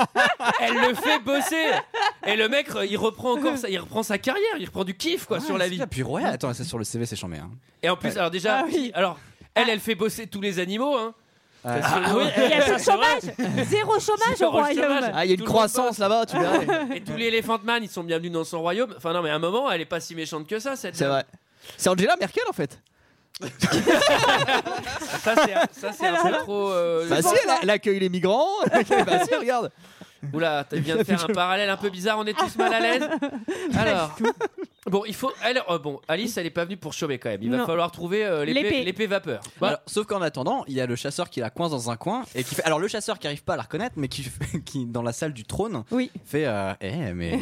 Speaker 1: elle le fait bosser. Et le mec, il reprend encore, sa, il reprend sa carrière, il reprend du kiff quoi
Speaker 10: Ah,
Speaker 3: Ouais,
Speaker 1: sur la
Speaker 3: c'est
Speaker 1: vie.
Speaker 3: ça. Puis ouais, attends, c'est sur le CV, c'est chambé. Hein.
Speaker 1: Et en plus, alors
Speaker 12: Ah
Speaker 1: déjà, alors elle, elle fait bosser tous les animaux. Hein.
Speaker 3: Ouais.
Speaker 1: Parce que-
Speaker 3: Ah ouais.
Speaker 10: Il y a
Speaker 1: eh
Speaker 10: plus de
Speaker 1: ben, C'est vrai.
Speaker 12: chômage. Zéro chômage
Speaker 1: Zéro
Speaker 12: au royaume.
Speaker 1: chômage.
Speaker 10: Ah, il y a une
Speaker 1: Tout le monde
Speaker 10: croissance là-bas, tu verras.
Speaker 1: Et tous les Elephant Man, ils sont bienvenus dans son royaume. Enfin, non, mais à un moment, elle est pas si méchante que ça, cette
Speaker 10: C'est vrai. C'est Angela Merkel en fait.
Speaker 1: Ça, c'est un- ça, c'est un peu trop. euh,
Speaker 10: Bah si, elle, elle accueille les migrants. bah si, regarde.
Speaker 1: Oula, tu viens de faire un parallèle un peu bizarre, on est tous mal à l'aise. Alors. Bon, il faut. Elle, euh, bon, Alice, elle est pas venue pour chômer quand même. Il va
Speaker 3: Non.
Speaker 1: falloir trouver euh, l'épée
Speaker 3: L'épée.
Speaker 1: l'épée vapeur. Bah,
Speaker 3: Alors, sauf qu'en attendant, il y a le chasseur qui la coince dans un coin et qui fait. Alors le chasseur qui arrive pas à la reconnaître, mais qui, qui dans la salle du trône, fait. euh, Eh, mais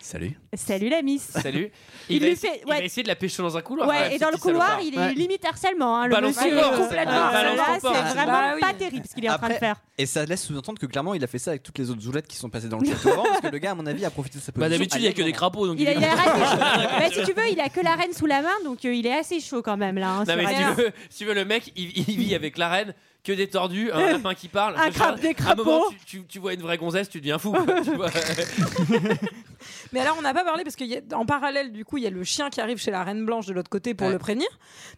Speaker 3: salut.
Speaker 12: Salut la miss.
Speaker 1: Salut.
Speaker 12: Il
Speaker 1: Il, va
Speaker 12: lui
Speaker 1: essayer-
Speaker 12: fait-
Speaker 1: il va
Speaker 12: ouais.
Speaker 1: essayer de la pêcher dans un couloir.
Speaker 12: Ouais,
Speaker 1: Ah,
Speaker 12: et dans le
Speaker 1: petit
Speaker 12: couloir,
Speaker 1: salopard.
Speaker 12: il est
Speaker 1: Ouais.
Speaker 12: limite harcèlement. Hein, le
Speaker 1: Balance
Speaker 12: monsieur,
Speaker 1: encore,
Speaker 12: euh,
Speaker 1: complètement.
Speaker 12: euh,
Speaker 1: Balance
Speaker 12: là,
Speaker 1: encore.
Speaker 12: c'est vraiment
Speaker 1: Bah oui.
Speaker 12: pas terrible ce qu'il est en train de
Speaker 3: Après-
Speaker 12: faire.
Speaker 3: Et ça laisse sous-entendre que clairement il a fait ça avec toutes les autres zoulettes qui sont passées dans le château avant, parce que le gars, à mon avis, a profité de sa position.
Speaker 2: Bah, d'habitude, il y a que des crapauds, donc
Speaker 12: Il a, il a arrêté- Ouais, Bah, si tu veux, il a que la reine sous la main, donc euh, il est assez chaud quand même là. hein,
Speaker 1: Non,
Speaker 12: sur
Speaker 1: mais si
Speaker 12: Alice.
Speaker 1: tu, veux, si tu veux, le mec, il, il vit avec la reine, que des tordus, un lapin qui parle.
Speaker 12: Euh, Un
Speaker 1: Je sais pas,
Speaker 12: crabe des
Speaker 1: À un moment,
Speaker 12: crapauds.
Speaker 1: tu, tu- tu vois une vraie gonzesse, tu deviens fou. quoi, tu vois.
Speaker 8: Mais alors, on n'a pas parlé parce qu'en parallèle, du coup, il y a le chien qui arrive chez la reine blanche de l'autre côté pour le prévenir.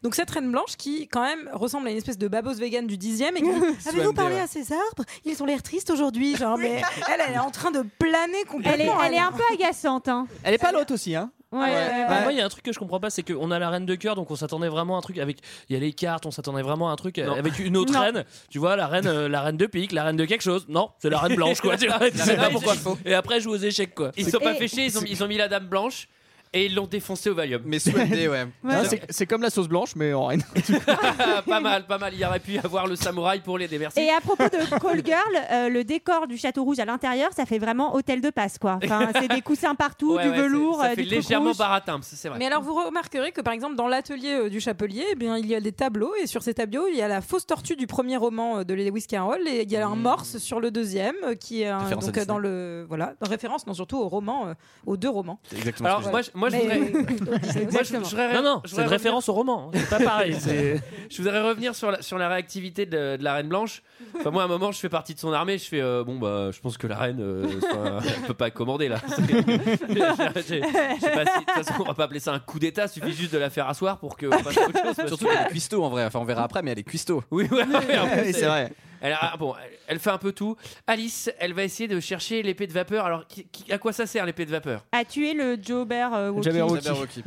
Speaker 8: Donc, cette reine blanche qui, quand même, ressemble à une espèce de babose végane du 10e et qui dit, Avez-vous
Speaker 12: Swamp
Speaker 8: parlé
Speaker 12: Day, ouais.
Speaker 8: à ces arbres Ils ont l'air tristes aujourd'hui. Genre, mais elle, elle est en train de planer
Speaker 12: Elle est,
Speaker 8: complètement.
Speaker 12: elle est un peu agaçante. Hein.
Speaker 10: Elle est pas l'autre aussi, hein
Speaker 1: Ah
Speaker 12: Ouais, ouais, ouais.
Speaker 2: Mais Ah, Moi, il y a un truc que je comprends pas, c'est qu'on a la reine de cœur, donc on s'attendait vraiment à un truc avec. Il y a les cartes, on s'attendait vraiment à un truc euh, avec une autre
Speaker 1: Non.
Speaker 2: reine. Tu vois, la reine, euh, la reine de pique, la reine de quelque chose. Non, c'est la reine blanche, quoi. tu vois, tu sais pas pourquoi. Et après, joue aux échecs, quoi.
Speaker 1: Ils sont pas fait chier, ils ont, ils ont mis la dame blanche et ils l'ont défoncé au Valium.
Speaker 3: Mais Swamdé, ouais.
Speaker 10: Hein, c'est- C'est comme la sauce blanche, mais en reine.
Speaker 1: Ah, pas mal, pas mal. Il y aurait pu y avoir le samouraï pour l'aider, merci.
Speaker 12: Et à propos de Call Girl, euh, le décor du Château Rouge à l'intérieur, ça fait vraiment hôtel de passe quoi. Enfin, c'est des coussins partout,
Speaker 1: Ouais,
Speaker 12: du
Speaker 1: ouais, c'est-
Speaker 12: velours,
Speaker 1: Ça
Speaker 12: euh,
Speaker 1: fait
Speaker 12: du truc
Speaker 1: légèrement
Speaker 12: rouge.
Speaker 1: baratin, c'est vrai.
Speaker 8: Mais alors vous remarquerez que par exemple dans l'atelier euh, du chapelier, eh bien, il y a des tableaux et sur ces tableaux il y a la fausse tortue du premier roman euh, de Lewis Carroll et il y a un morse sur le deuxième euh, qui est un-
Speaker 1: Référence à
Speaker 8: donc euh,
Speaker 1: Disney.
Speaker 8: dans le voilà référence non surtout au roman euh, aux deux romans.
Speaker 3: Exactement.
Speaker 1: Alors, moi, je- moi, je voudrais. Moi, je- je voudrais-
Speaker 2: Non, non,
Speaker 1: je
Speaker 2: c'est
Speaker 1: voudrais
Speaker 2: une référence au roman. hein. C'est pas pareil. c'est-
Speaker 1: je voudrais revenir sur la, sur la réactivité de, la- de la reine blanche. Enfin, moi, à un moment, je fais partie de son armée. Je fais euh, bon, bah, je pense que la reine euh, enfin, elle peut pas commander là. Je sais pas si- de toute façon, on va pas appeler ça un coup d'État. Suffit juste de la faire asseoir pour que. on passe à autre chose, parce
Speaker 3: Surtout
Speaker 1: que-
Speaker 3: qu'elle est cuistot en vrai. Enfin, on verra après, mais elle est cuistot.
Speaker 1: Oui, ouais, ouais,
Speaker 2: Ah
Speaker 1: en plus,
Speaker 3: Oui, c'est
Speaker 1: elle-
Speaker 3: vrai.
Speaker 1: Elle, ah, bon, elle- elle fait un peu tout. Alice, elle va essayer de chercher l'épée de vapeur. Alors, qui- qui- à quoi ça sert l'épée de vapeur
Speaker 12: A tué le Jobber euh, Walkie.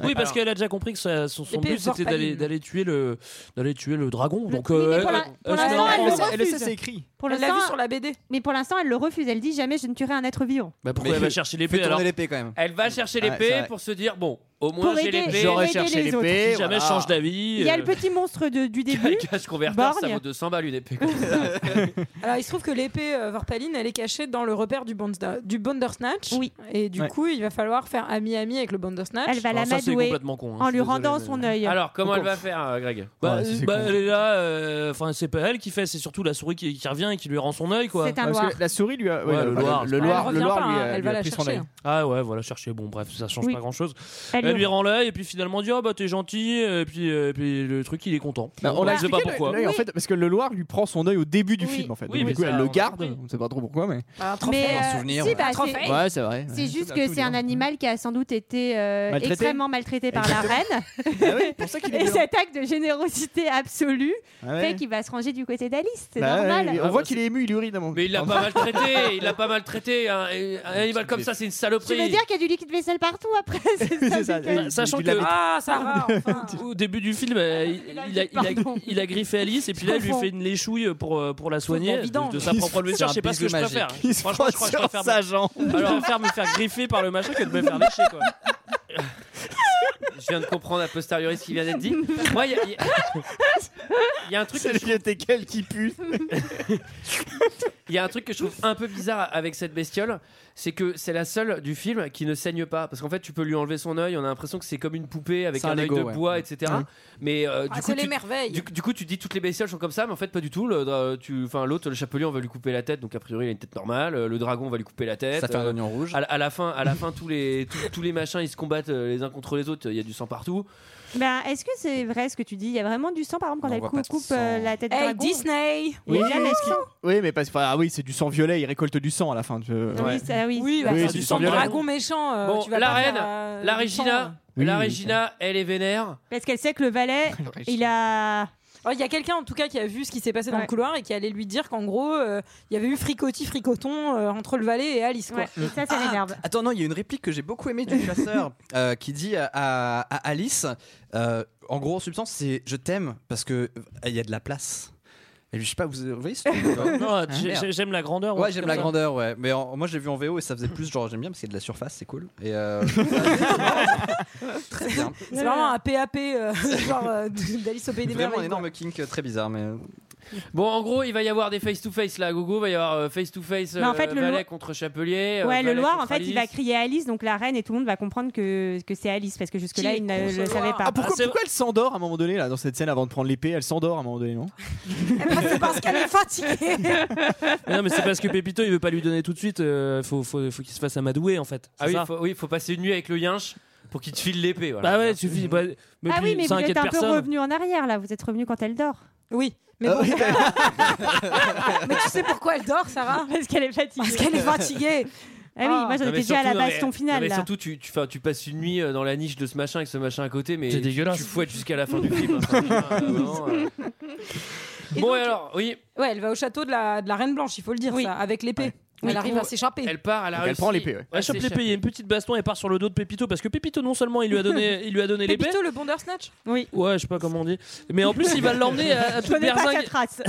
Speaker 2: Oui, parce
Speaker 1: Alors-
Speaker 2: qu'elle a déjà compris que sa- son, son
Speaker 12: L'épée
Speaker 2: but c'était
Speaker 12: Vorpaline.
Speaker 2: d'aller d'aller tuer le d'aller tuer le dragon. Donc
Speaker 12: mais
Speaker 2: euh,
Speaker 12: pour la-
Speaker 2: elle-
Speaker 12: pour
Speaker 2: elle-
Speaker 12: l'instant,
Speaker 2: finalement,
Speaker 12: elle le refuse. Pour
Speaker 8: Elle l'a
Speaker 12: l'instant-
Speaker 8: vu sur la BD.
Speaker 12: Mais pour l'instant, elle le refuse. Elle dit jamais je ne tuerai un être vivant.
Speaker 2: Bah, pourquoi
Speaker 1: Mais-
Speaker 2: elle va chercher l'épée
Speaker 3: Fais tourner
Speaker 2: alors
Speaker 3: l'épée, quand même.
Speaker 1: Elle va chercher
Speaker 2: Ouais,
Speaker 1: l'épée
Speaker 2: c'est vrai.
Speaker 1: pour se dire bon, au moins
Speaker 12: Pour
Speaker 1: j'ai
Speaker 12: aider-
Speaker 1: l'épée.
Speaker 12: J'aurais pour aider cherché les l'épée, autres.
Speaker 2: Si jamais je
Speaker 10: Ah.
Speaker 2: change d'avis. euh,
Speaker 12: Il y a
Speaker 1: euh,
Speaker 12: le petit monstre de- du début.
Speaker 1: Cache converteur, ça
Speaker 12: Borgne.
Speaker 1: vaut 200 balles une épée. comme ça.
Speaker 8: Alors il se trouve que l'épée euh, Vorpaline elle est cachée dans le repère du, Bonda- du Bandersnatch. Oui. Et du
Speaker 1: Ouais.
Speaker 8: coup il va falloir faire ami ami avec le Bandersnatch.
Speaker 12: Elle va la madouer en lui rendant son œil.
Speaker 1: Alors, comment elle va faire, euh, Greg
Speaker 2: Bah,
Speaker 1: Ouais, ça, c'est
Speaker 2: bah,
Speaker 1: con.
Speaker 2: elle est là, euh, enfin c'est pas elle qui fait, c'est surtout la souris qui, qui revient et qui lui rend son œil quoi.
Speaker 10: C'est un Parce que Loir. la souris lui a- ouais, le- le Loir,
Speaker 2: Loir,
Speaker 10: le Elle Loir- le revient Loir pas, lui a- hein, elle lui a va la pris son chercher, œil. hein.
Speaker 2: Ah ouais, voilà, chercher, bon bref, ça change
Speaker 10: Oui.
Speaker 2: pas grand chose.
Speaker 10: Elle lui
Speaker 2: ça lui rend l'œil et puis finalement on dit oh bah t'es gentil et puis, euh, et puis le truc il est content.
Speaker 10: Bah, on l'a
Speaker 2: ne sait pas
Speaker 10: expliqué,
Speaker 2: pourquoi.
Speaker 10: l'œil, en fait, parce que le Loir lui prend son œil au début du
Speaker 2: Oui.
Speaker 10: film en fait.
Speaker 2: Oui,
Speaker 10: Donc,
Speaker 2: mais
Speaker 10: du coup,
Speaker 2: ça,
Speaker 10: elle
Speaker 2: on
Speaker 10: le
Speaker 2: l'a
Speaker 10: garde. On ne sait pas trop pourquoi, mais.
Speaker 8: hein. Un
Speaker 12: Mais,
Speaker 10: Un
Speaker 12: euh,
Speaker 10: souvenir.
Speaker 12: si,
Speaker 10: ouais.
Speaker 12: bah, c'est-
Speaker 10: Ouais, c'est vrai.
Speaker 12: C'est juste que c'est un animal qui a sans doute été euh,
Speaker 10: hein. Maltraité.
Speaker 12: extrêmement maltraité par la reine.
Speaker 10: Ah est
Speaker 12: Et
Speaker 10: violent.
Speaker 12: cet acte de générosité absolue
Speaker 10: Ah ouais.
Speaker 12: fait qu'il va se ranger du côté d'Alice. C'est
Speaker 10: Bah ouais,
Speaker 12: normal.
Speaker 10: on
Speaker 1: Ah,
Speaker 10: voit qu'il est ému, il urine à mon
Speaker 1: Mais il l'a pas maltraité, il l'a pas maltraité. Un, un animal comme ça, c'est une
Speaker 12: Tu
Speaker 1: saloperie.
Speaker 12: veux dire qu'il y a du liquide vaisselle partout après C'est ça, c'est
Speaker 2: Bah, sachant que
Speaker 8: ah, Sarah,
Speaker 2: au début du film, euh, il, il a, il, a, il a griffé Alice et puis là, il lui fait une léchouille pour, euh, pour la soigner de, de sa
Speaker 1: Il se
Speaker 2: propre blessure. Je sais pas ce que je
Speaker 1: magique.
Speaker 2: préfère.
Speaker 1: Il se
Speaker 2: Franchement, je crois que je
Speaker 1: frotte
Speaker 2: préfère
Speaker 1: sur sa
Speaker 2: me- Alors, je préfère me faire griffer par le machin que de me faire lécher. Quoi.
Speaker 1: Je viens de comprendre a posteriori ce qui vient d'être dit. Moi, il y a- il y, a- il y a un truc. C'est le
Speaker 10: quel qui pue.
Speaker 1: Il y a un truc que je trouve un peu bizarre avec cette bestiole, c'est que c'est la seule du film qui ne saigne pas. Parce qu'en fait, tu peux lui enlever son œil, on a l'impression que c'est comme une poupée avec
Speaker 3: C'est
Speaker 1: un,
Speaker 3: un
Speaker 1: œil
Speaker 3: Lego,
Speaker 1: de
Speaker 3: ouais.
Speaker 1: bois, etc.
Speaker 3: Oui.
Speaker 1: Mais euh,
Speaker 8: Ah,
Speaker 1: du, coup,
Speaker 8: c'est les
Speaker 1: tu,
Speaker 8: merveilles.
Speaker 1: du, du coup, tu dis toutes les bestioles sont comme ça, mais en fait, pas du tout. Le, dra- tu, enfin, l'autre, le chapelier, on va lui couper la tête, donc a priori, il a une tête normale. Euh, Le dragon, on va lui couper la tête. Euh,
Speaker 3: Ça fait un oignon rouge.
Speaker 1: À, la- à la fin, à la fin, tous les tous, tous les machins, ils se combattent euh, les uns contre les autres. Il y a du sang partout.
Speaker 12: Ben, Est-ce que c'est vrai ce que tu dis Il y a vraiment du sang, par exemple, quand elle
Speaker 1: voit
Speaker 12: cou-
Speaker 1: pas de
Speaker 12: coupe euh, la tête de
Speaker 8: Hey,
Speaker 12: dragon
Speaker 8: Disney
Speaker 12: Il y a
Speaker 10: Oui,
Speaker 12: jamais
Speaker 10: mais
Speaker 12: de
Speaker 10: ce qui-
Speaker 12: sang.
Speaker 10: Oui, mais parce enfin, ah oui, c'est du sang violet, il récolte du sang à la fin. tu veux-
Speaker 12: Ah Oui,
Speaker 10: ouais.
Speaker 12: ça, oui.
Speaker 8: Oui, bah,
Speaker 10: Oui,
Speaker 8: faire
Speaker 10: c'est
Speaker 8: du
Speaker 10: du
Speaker 8: sang
Speaker 10: sang
Speaker 8: de
Speaker 10: violent.
Speaker 8: dragon méchant. euh,
Speaker 1: Bon,
Speaker 8: tu vas
Speaker 1: la
Speaker 8: pas
Speaker 1: reine,
Speaker 8: faire, euh,
Speaker 1: la
Speaker 8: du sang,
Speaker 1: Regina,
Speaker 10: Oui,
Speaker 1: la
Speaker 10: oui,
Speaker 1: Regina, elle est vénère.
Speaker 12: Parce qu'elle sait que le valet, il a.
Speaker 8: Oh, Il y a quelqu'un en tout cas qui a vu ce qui s'est passé dans
Speaker 12: Ouais.
Speaker 8: le couloir et qui allait lui dire qu'en gros euh, il y avait eu fricotis fricoton euh, entre le valet et Alice quoi.
Speaker 12: Ouais, Ah. et ça, ça m'énerve.
Speaker 3: Attends, non, il y a une réplique que j'ai beaucoup aimée du chasseur euh, qui dit à, à- à Alice, euh, en gros, en substance, c'est je t'aime parce que euh, il y a de la place. Et je sais pas, vous voyez ce truc, euh,
Speaker 2: Non,
Speaker 3: hein,
Speaker 2: j'ai-
Speaker 3: merde.
Speaker 2: j'ai- j'aime la grandeur. ou un
Speaker 3: Ouais,
Speaker 2: truc
Speaker 3: j'aime
Speaker 2: comme
Speaker 3: la
Speaker 2: ça.
Speaker 3: grandeur, ouais. Mais en- moi, j'ai vu en VO et ça faisait plus genre j'aime bien parce qu'il y a de la surface, c'est cool. Et euh, très bien.
Speaker 8: C'est vraiment un PAP euh, genre euh, d'Alice au pays des
Speaker 3: Vraiment un
Speaker 8: merveilles.
Speaker 3: énorme kink euh, très bizarre, mais euh,
Speaker 1: Bon, en gros, il va y avoir des face-to-face là, à Gogo. Il va y avoir euh, face-to-face
Speaker 12: Mais en fait,
Speaker 1: euh,
Speaker 12: le
Speaker 1: Valet
Speaker 12: Loir-
Speaker 1: contre Chapelier. euh,
Speaker 12: Ouais, le
Speaker 1: Valet
Speaker 12: Loir,
Speaker 1: contre
Speaker 12: en fait, il va
Speaker 1: Alice.
Speaker 12: crier Alice, donc la reine et tout le monde va comprendre que, que c'est Alice, parce que jusque-là,
Speaker 8: Qui est
Speaker 12: il ne
Speaker 8: con, ce
Speaker 12: le
Speaker 8: Loir
Speaker 12: savait pas.
Speaker 10: Ah, pourquoi, pourquoi elle s'endort à un moment donné là dans cette scène avant de prendre l'épée Elle s'endort à un moment donné, non
Speaker 8: Parce qu'elle est fatiguée.
Speaker 2: Mais non, mais c'est parce que Pépito il veut pas lui donner tout de suite. euh, faut faut, faut qu'il se fasse amadouer en fait.
Speaker 1: Ah
Speaker 2: C'est
Speaker 1: oui,
Speaker 2: ça
Speaker 1: faut, oui, faut passer une nuit avec le yinche pour qu'il te file l'épée. Voilà.
Speaker 2: Bah ouais, suffit. bah, mais
Speaker 12: ah
Speaker 2: puis,
Speaker 12: oui, mais
Speaker 2: ça
Speaker 12: vous
Speaker 2: inquiète
Speaker 12: êtes un peu
Speaker 2: personne.
Speaker 12: revenu en arrière là, vous êtes revenu quand elle dort. Ah
Speaker 8: Oui, mais, bon- Mais tu sais pourquoi elle dort Sarah
Speaker 12: Parce qu'elle est fatiguée.
Speaker 8: Parce qu'elle est fatiguée.
Speaker 12: Ah oui, moi j'en
Speaker 1: Non, mais
Speaker 12: étais déjà à
Speaker 1: surtout-
Speaker 12: la
Speaker 1: non,
Speaker 12: base
Speaker 1: mais-
Speaker 12: ton
Speaker 1: non,
Speaker 12: final
Speaker 1: mais
Speaker 12: là.
Speaker 1: surtout, tu, tu, enfin, tu passes une nuit euh, dans la niche de ce machin avec ce machin à côté, mais tu- tu fouettes jusqu'à la fin du film. hein, franchement, euh, vraiment, euh. Bon, et alors, oui.
Speaker 8: Ouais, elle va au château de la, de la Reine Blanche, il faut le dire, ça, avec l'épée. Elle
Speaker 1: Du
Speaker 8: arrive
Speaker 1: coup,
Speaker 8: à s'échapper.
Speaker 1: Elle part, elle a réussi.
Speaker 2: Elle chope l'épée, il y a une petite baston et part sur le dos de Pépito parce que Pépito non seulement il lui a donné, il lui a donné l'épée.
Speaker 8: Pépito, le bondersnatch
Speaker 12: Oui.
Speaker 2: Ouais, je sais pas comment on dit. Mais en plus, il va l'emmener à, à
Speaker 12: Je
Speaker 2: toute
Speaker 12: connais pas
Speaker 2: berzingue.
Speaker 12: sa trace.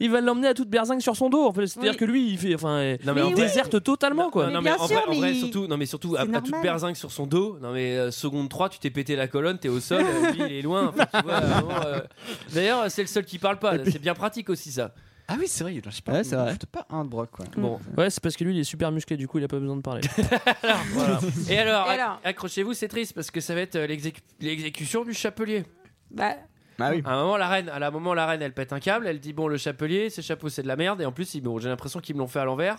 Speaker 2: Il va l'emmener à toute berzingue sur son dos. en fait. C'est-à-dire
Speaker 12: Oui.
Speaker 2: que lui, il fait, enfin, euh,
Speaker 1: Non, mais
Speaker 2: il
Speaker 1: en-
Speaker 2: déserte totalement quoi.
Speaker 1: Non, non, mais en vrai, en vrai, surtout, non, mais surtout à, à toute
Speaker 2: normal.
Speaker 1: berzingue sur son dos, non, mais euh, seconde 3, tu t'es pété la colonne, t'es au sol, euh, lui, il est loin. enfin, tu vois, vraiment, euh. D'ailleurs, c'est le seul qui parle pas, c'est bien pratique aussi ça.
Speaker 3: ah oui, c'est vrai, il lâche pas,
Speaker 1: Ouais,
Speaker 3: il
Speaker 1: c'est vrai.
Speaker 3: lâche pas un de broc quoi.
Speaker 1: Bon.
Speaker 2: Ouais, c'est parce que lui, il est super musclé, du coup, il a pas besoin de parler.
Speaker 1: Voilà. Et alors,
Speaker 8: Et
Speaker 1: acc-
Speaker 8: alors
Speaker 1: accrochez-vous, c'est triste parce que ça va être euh, l'exécu- l'exécution du chapelier.
Speaker 8: Bah,
Speaker 1: À un moment, la reine, à la moment, la reine, elle pète un câble, elle dit bon, le chapelier, ses chapeaux, c'est de la merde, et en plus, ils- bon, j'ai l'impression qu'ils me l'ont fait à l'envers.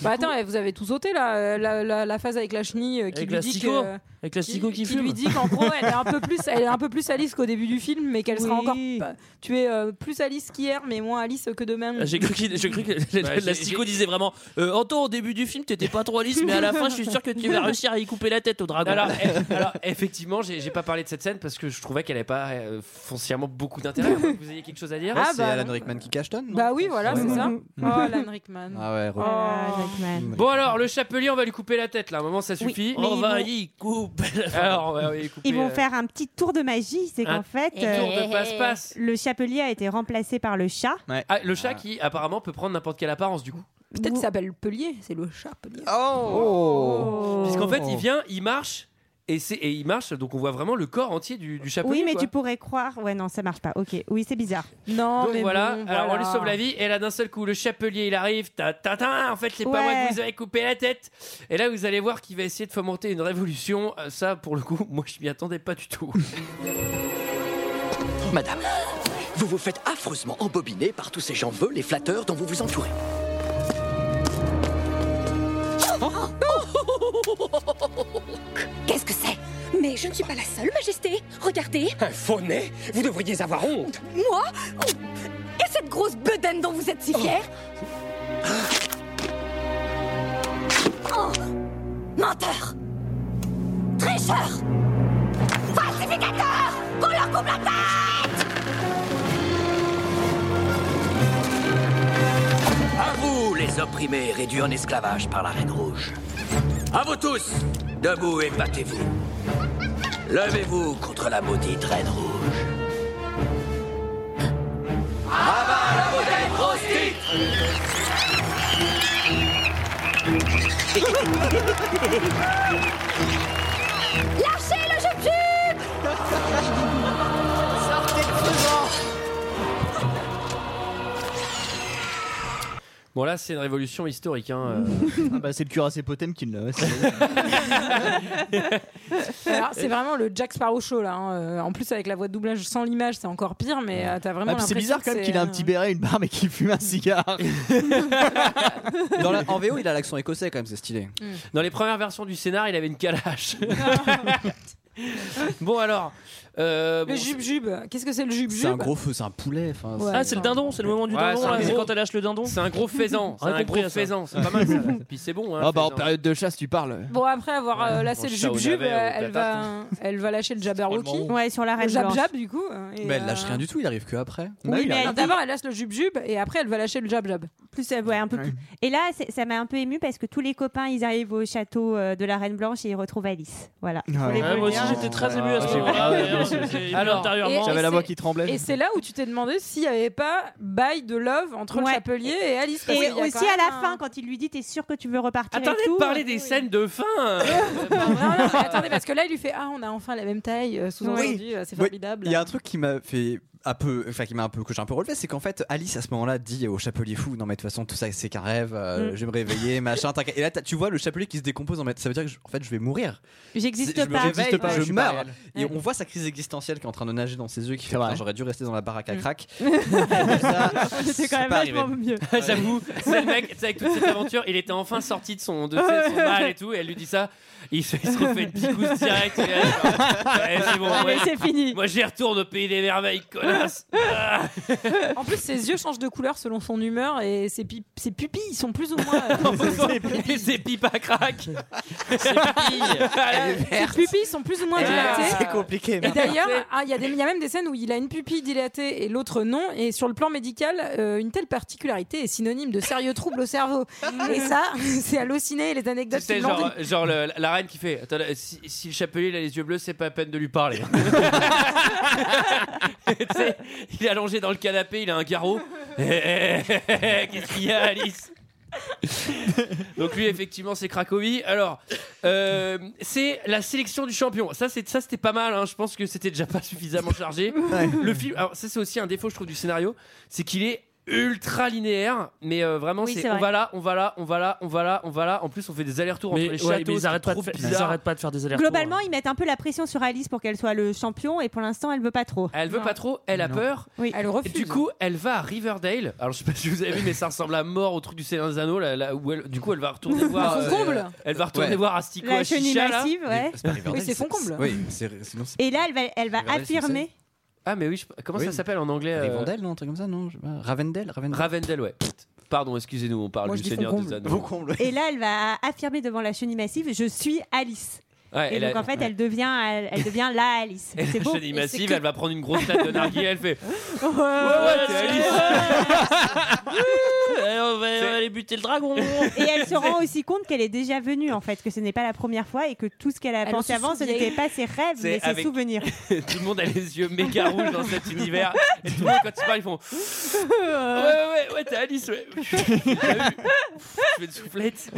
Speaker 8: bah attends, eh, vous avez tout sauté là, euh, la, la- la phase avec la chenille euh, qui
Speaker 2: Avec
Speaker 8: lui
Speaker 2: la
Speaker 8: dit
Speaker 2: stico,
Speaker 8: que-
Speaker 2: avec la stico qui, fume.
Speaker 8: lui dit qu'en gros elle est un peu plus, elle est un peu plus Alice qu'au début du film, mais qu'elle sera
Speaker 2: Oui.
Speaker 8: encore. pas- Tu es euh, plus Alice qu'hier, mais moins Alice que demain.
Speaker 2: Ah, J'ai cru, qu'il- j'ai cru que
Speaker 1: Bah,
Speaker 2: la
Speaker 1: j'ai-
Speaker 2: Stico disait vraiment euh, Anton, au début du film, t'étais pas trop lisse, mais à la fin, je suis sûr que tu vas réussir à y couper la tête au dragon.
Speaker 1: Alors, eh, alors, effectivement, j'ai j'ai pas parlé de cette scène parce que je trouvais qu'elle avait pas euh, foncièrement beaucoup d'intérêt. à moins que Vous ayez quelque chose à dire
Speaker 3: Ouais, c'est Alan Rickman qui cache tonne.
Speaker 8: Bah oui, voilà,
Speaker 3: Ouais.
Speaker 8: c'est ça.
Speaker 3: Mhm.
Speaker 8: Oh, Alan Rickman.
Speaker 3: Ah ouais, re-
Speaker 8: Oh.
Speaker 1: Bon alors, le chapelier, on va lui couper la tête là. À un moment, ça suffit.
Speaker 12: mais On ils va vont-
Speaker 2: y couper.
Speaker 1: Alors, on va y couper.
Speaker 12: Ils vont
Speaker 1: euh,
Speaker 12: faire un petit tour de magie, c'est
Speaker 1: Un
Speaker 12: qu'en fait euh,
Speaker 1: tour de passe-passe.
Speaker 12: le chapelier a été remplacé par le chat.
Speaker 1: Ah, le chat qui apparemment peut prendre n'importe quelle apparence du coup.
Speaker 8: Peut-être qu'il s'appelle Pelier, c'est le chat Pelier.
Speaker 1: Oh. Puisqu'en fait,
Speaker 12: Oh.
Speaker 1: il vient, il marche et c'est et il marche, donc on voit vraiment le corps entier du, du chapelier.
Speaker 12: oui, mais
Speaker 1: quoi.
Speaker 12: tu pourrais croire. Ouais, non, ça marche pas. Ok, oui, c'est bizarre.
Speaker 8: Non,
Speaker 1: Donc voilà, alors on lui sauve la vie et là d'un seul coup le chapelier il arrive, ta ta ta, en fait c'est pas
Speaker 12: Ouais.
Speaker 1: moi que vous avez coupé la tête. Et là vous allez voir qu'il va essayer de fomenter une révolution, Euh, ça pour le coup moi je m'y attendais pas du tout.
Speaker 14: Madame, vous vous faites affreusement embobiner par tous ces gens veulent et flatteurs dont vous vous entourez.
Speaker 15: Qu'est-ce que c'est
Speaker 16: Mais je ne suis pas la seule, Majesté. Regardez.
Speaker 14: Un faux nez Vous devriez avoir honte
Speaker 16: Moi Oh. Et cette grosse bedaine dont vous êtes si fière Oh. Menteur Tricheur Falsificateur Qu'on leur coupe la tête
Speaker 17: À vous, les opprimés réduits en esclavage par la Reine Rouge. À vous tous, debout et battez-vous. Levez-vous contre la maudite Reine Rouge.
Speaker 16: Lâchez le jeune tube Sortez
Speaker 1: Bon, là, c'est une révolution historique. Hein,
Speaker 10: Ah bah, c'est le cuirassé Potem qui l'a.
Speaker 8: Alors, c'est vraiment le Jack Sparrow show là. hein. Euh, En plus avec la voix de doublage sans l'image, c'est encore pire. Mais euh, t'as vraiment
Speaker 10: Ah, puis c'est
Speaker 8: l'impression
Speaker 10: bizarre
Speaker 8: que
Speaker 10: quand même
Speaker 8: c'est,
Speaker 10: qu'il a un
Speaker 8: euh,
Speaker 10: petit béret, une barbe et qu'il fume un cigare.
Speaker 3: Dans la- en VO, il a l'accent écossais quand même, c'est stylé.
Speaker 1: Dans les premières versions du scénar, il avait une calache. bon, alors. euh,
Speaker 8: Le
Speaker 1: bon,
Speaker 8: jube-jube. Qu'est-ce que c'est le jube-jube
Speaker 3: feu, c'est un poulet.
Speaker 8: Ouais,
Speaker 2: ah, c'est le dindon, c'est le moment du
Speaker 1: Ouais, c'est
Speaker 2: dindon.
Speaker 1: un
Speaker 2: là, C'est
Speaker 1: gros-
Speaker 2: quand elle lâche le dindon.
Speaker 1: C'est un gros faisan. C'est
Speaker 2: Ouais,
Speaker 1: un
Speaker 2: compris,
Speaker 1: gros
Speaker 2: ça.
Speaker 1: faisan. C'est pas mal ça. Puis c'est bon. Hein,
Speaker 10: Ah bah en
Speaker 1: faisan.
Speaker 10: période de chasse, tu parles.
Speaker 8: Bon après avoir euh,
Speaker 1: Ouais,
Speaker 8: lâché
Speaker 1: on
Speaker 8: le
Speaker 1: chat au
Speaker 8: jube-jube,
Speaker 1: navet,
Speaker 8: euh,
Speaker 1: aux
Speaker 8: elle va, elle va lâcher le Jabberwocky.
Speaker 12: Ouais, sur la
Speaker 8: Le
Speaker 12: reine blanche.
Speaker 8: Jab-jab du coup. euh, et,
Speaker 3: Mais elle lâche
Speaker 8: euh,
Speaker 3: rien du tout, il arrive que après.
Speaker 12: Oui, mais
Speaker 8: Alors, D'abord, elle lâche le jube-jube et après, elle va lâcher le jab-jab.
Speaker 12: Plus, euh, ouais, un peu plus. Et là, c'est- ça m'a un peu ému parce que tous les copains, ils arrivent au château euh, de la Reine Blanche et ils retrouvent Alice. Voilà. Faut les
Speaker 2: Ouais, moi aussi,
Speaker 12: prévenir.
Speaker 2: j'étais très ému à ce moment-là. d'ailleurs, c'est- c'est ému
Speaker 1: Alors,
Speaker 2: intérieurement.
Speaker 8: et- et c'est- Et c'est là où tu t'es demandé s'il n'y avait pas bail de love entre le chapelier et Alice. parce
Speaker 12: Et
Speaker 8: qu'il y a
Speaker 12: aussi
Speaker 8: quand
Speaker 12: à
Speaker 8: même
Speaker 12: la
Speaker 8: un-
Speaker 12: fin, quand il lui dit T'es sûr que tu veux repartir
Speaker 1: Attendez
Speaker 12: et tout hein.
Speaker 1: de parler des scènes de fin.
Speaker 2: euh,
Speaker 8: Attendez, parce que là, il lui fait Ah, on a enfin la même taille, euh, sous-entendu,
Speaker 3: Oui.
Speaker 8: euh, c'est
Speaker 3: Ouais,
Speaker 8: formidable.
Speaker 3: Il y a un truc qui m'a fait un peu, enfin qui m'a un peu, que j'ai un peu relevé, c'est qu'en fait Alice à ce moment-là dit au chapelier fou, non mais de toute façon tout ça c'est qu'un rêve, euh,
Speaker 12: Mm.
Speaker 3: je vais me réveiller, machin. t'inquiète. Et là t'as- tu vois le chapelier qui se décompose, en mode, ça veut dire que je- en fait je vais mourir.
Speaker 12: J'existe
Speaker 3: C'est- je me
Speaker 12: pas.
Speaker 3: réveille,
Speaker 12: J'existe pas, je
Speaker 3: je
Speaker 12: suis pas
Speaker 3: meurs.
Speaker 12: réel.
Speaker 3: Et on voit sa crise existentielle qui est en train de nager dans ses yeux, qui fait putain, j'aurais dû rester dans la baraque à crack.
Speaker 12: C'était quand
Speaker 3: Mm. même pas vachement arrivé.
Speaker 12: mieux.
Speaker 1: J'avoue, c'est le mec, c'est avec toute cette aventure, il était enfin sorti de son, de, son mal et tout, et elle lui dit ça, il se, il se refait une picousse direct. et elle, ouais, Eh, c'est bon,
Speaker 8: Allez,
Speaker 1: ouais.
Speaker 8: c'est fini.
Speaker 1: Moi j'y retourne au pays des merveilles, connasse.
Speaker 8: En plus, ses yeux changent de couleur selon son humeur et ses, pi- ses pupilles sont plus ou moins. euh,
Speaker 1: Et ses pipes à crack. Ses
Speaker 8: Ses pupilles sont plus ou moins dilatées.
Speaker 3: compliqué.
Speaker 8: Et d'ailleurs, ah, il y, a des- il y a même des scènes où il a une pupille dilatée et l'autre non. Et sur le plan médical, euh, une telle particularité est synonyme de sérieux troubles au cerveau. et ça, c'est halluciné les anecdotes.
Speaker 1: Tu sais,
Speaker 8: qui l'ont
Speaker 1: genre,
Speaker 8: dit.
Speaker 1: genre le- la reine qui fait Attends, si, si le chapelier il a les yeux bleus, c'est pas à peine de lui parler. hein. Tu sais, il est allongé dans le canapé, il a un garrot. Eh, eh, eh, eh, Qu'est-ce qu'il y a, Alice Donc, lui, effectivement, c'est Cracovie. Alors, euh, c'est la sélection du champion. Ça, c'est- ça, c'était pas mal. hein. Je pense que c'était déjà pas suffisamment chargé. Le film, alors, ça, c'est aussi un défaut, je trouve, du scénario c'est qu'il est ultra linéaire mais euh, vraiment
Speaker 2: Oui,
Speaker 1: c'est
Speaker 2: c'est
Speaker 1: on
Speaker 2: vrai.
Speaker 1: va là on va là on va là on va là on va là en plus on fait des allers-retours
Speaker 2: Mais
Speaker 1: entre les
Speaker 2: ouais,
Speaker 1: châteaux
Speaker 2: mais ils
Speaker 1: c'est
Speaker 2: arrêtent pas de
Speaker 1: trop
Speaker 2: fa- ils
Speaker 1: bizarre.
Speaker 2: arrêtent pas de faire des
Speaker 1: hein.
Speaker 2: hein.
Speaker 12: Globalement, ils mettent un peu la pression sur Alice pour qu'elle soit le champion et pour l'instant, elle veut pas trop.
Speaker 1: Elle veut pas trop, elle a peur.
Speaker 8: Elle
Speaker 1: refuse. Du coup, elle va à Riverdale. Alors, je sais pas si vous avez vu, mais ça ressemble à mort au truc du Seigneur des Anneaux. Là, là, où elle, du coup, elle va retourner voir. euh,
Speaker 3: Son comble.
Speaker 1: Elle va retourner
Speaker 3: Ouais.
Speaker 1: voir Astico
Speaker 12: La
Speaker 1: à
Speaker 12: chenille
Speaker 1: Chicha, là.
Speaker 12: massive, ouais.
Speaker 3: Riverdale, Oui, c'est- sinon c'est.
Speaker 12: Et là, elle va, elle va
Speaker 3: Riverdale, c'est une
Speaker 12: affirmer.
Speaker 1: Ah, mais oui, je- comment
Speaker 3: Oui.
Speaker 1: ça s'appelle en anglais euh,
Speaker 3: Rivendell, non, un truc comme ça, non je sais pas. Ravendell, Ravendell.
Speaker 1: Ravendell, ouais. Pfft. Pardon, excusez-nous, on parle
Speaker 3: Moi,
Speaker 1: du
Speaker 3: je dis
Speaker 1: Seigneur des
Speaker 3: Faucomble.
Speaker 1: Anneaux.
Speaker 3: Faucomble,
Speaker 12: Et là, elle va affirmer devant la chenille massive Je suis Alice.
Speaker 1: Ouais,
Speaker 12: et
Speaker 1: elle
Speaker 12: donc,
Speaker 1: a-
Speaker 12: en fait, elle devient, elle, elle devient la Alice.
Speaker 1: Et
Speaker 12: C'est
Speaker 1: la
Speaker 12: beau.
Speaker 1: chenille
Speaker 12: Et c'est
Speaker 1: massive,
Speaker 12: que-
Speaker 1: elle va prendre une grosse tête de narguilé, elle fait.
Speaker 12: Ouais,
Speaker 1: t'es Alice.
Speaker 2: Eh, on, va, on va aller buter le dragon.
Speaker 12: Et elle se rend aussi compte qu'elle est déjà venue, en fait, que ce n'est pas la première fois et que tout ce qu'elle a
Speaker 8: Elle se
Speaker 12: pensé avant, ce
Speaker 8: souvient.
Speaker 12: n'était pas ses rêves,
Speaker 1: C'est
Speaker 12: mais ses
Speaker 1: avec-
Speaker 12: souvenirs.
Speaker 1: tout le monde a les yeux méga rouges dans cet univers. Et tout le monde, quand ils parlent, ils font.
Speaker 12: Euh.
Speaker 1: Ouais, ouais, ouais, t'es Alice, ouais. Je fais une soufflette.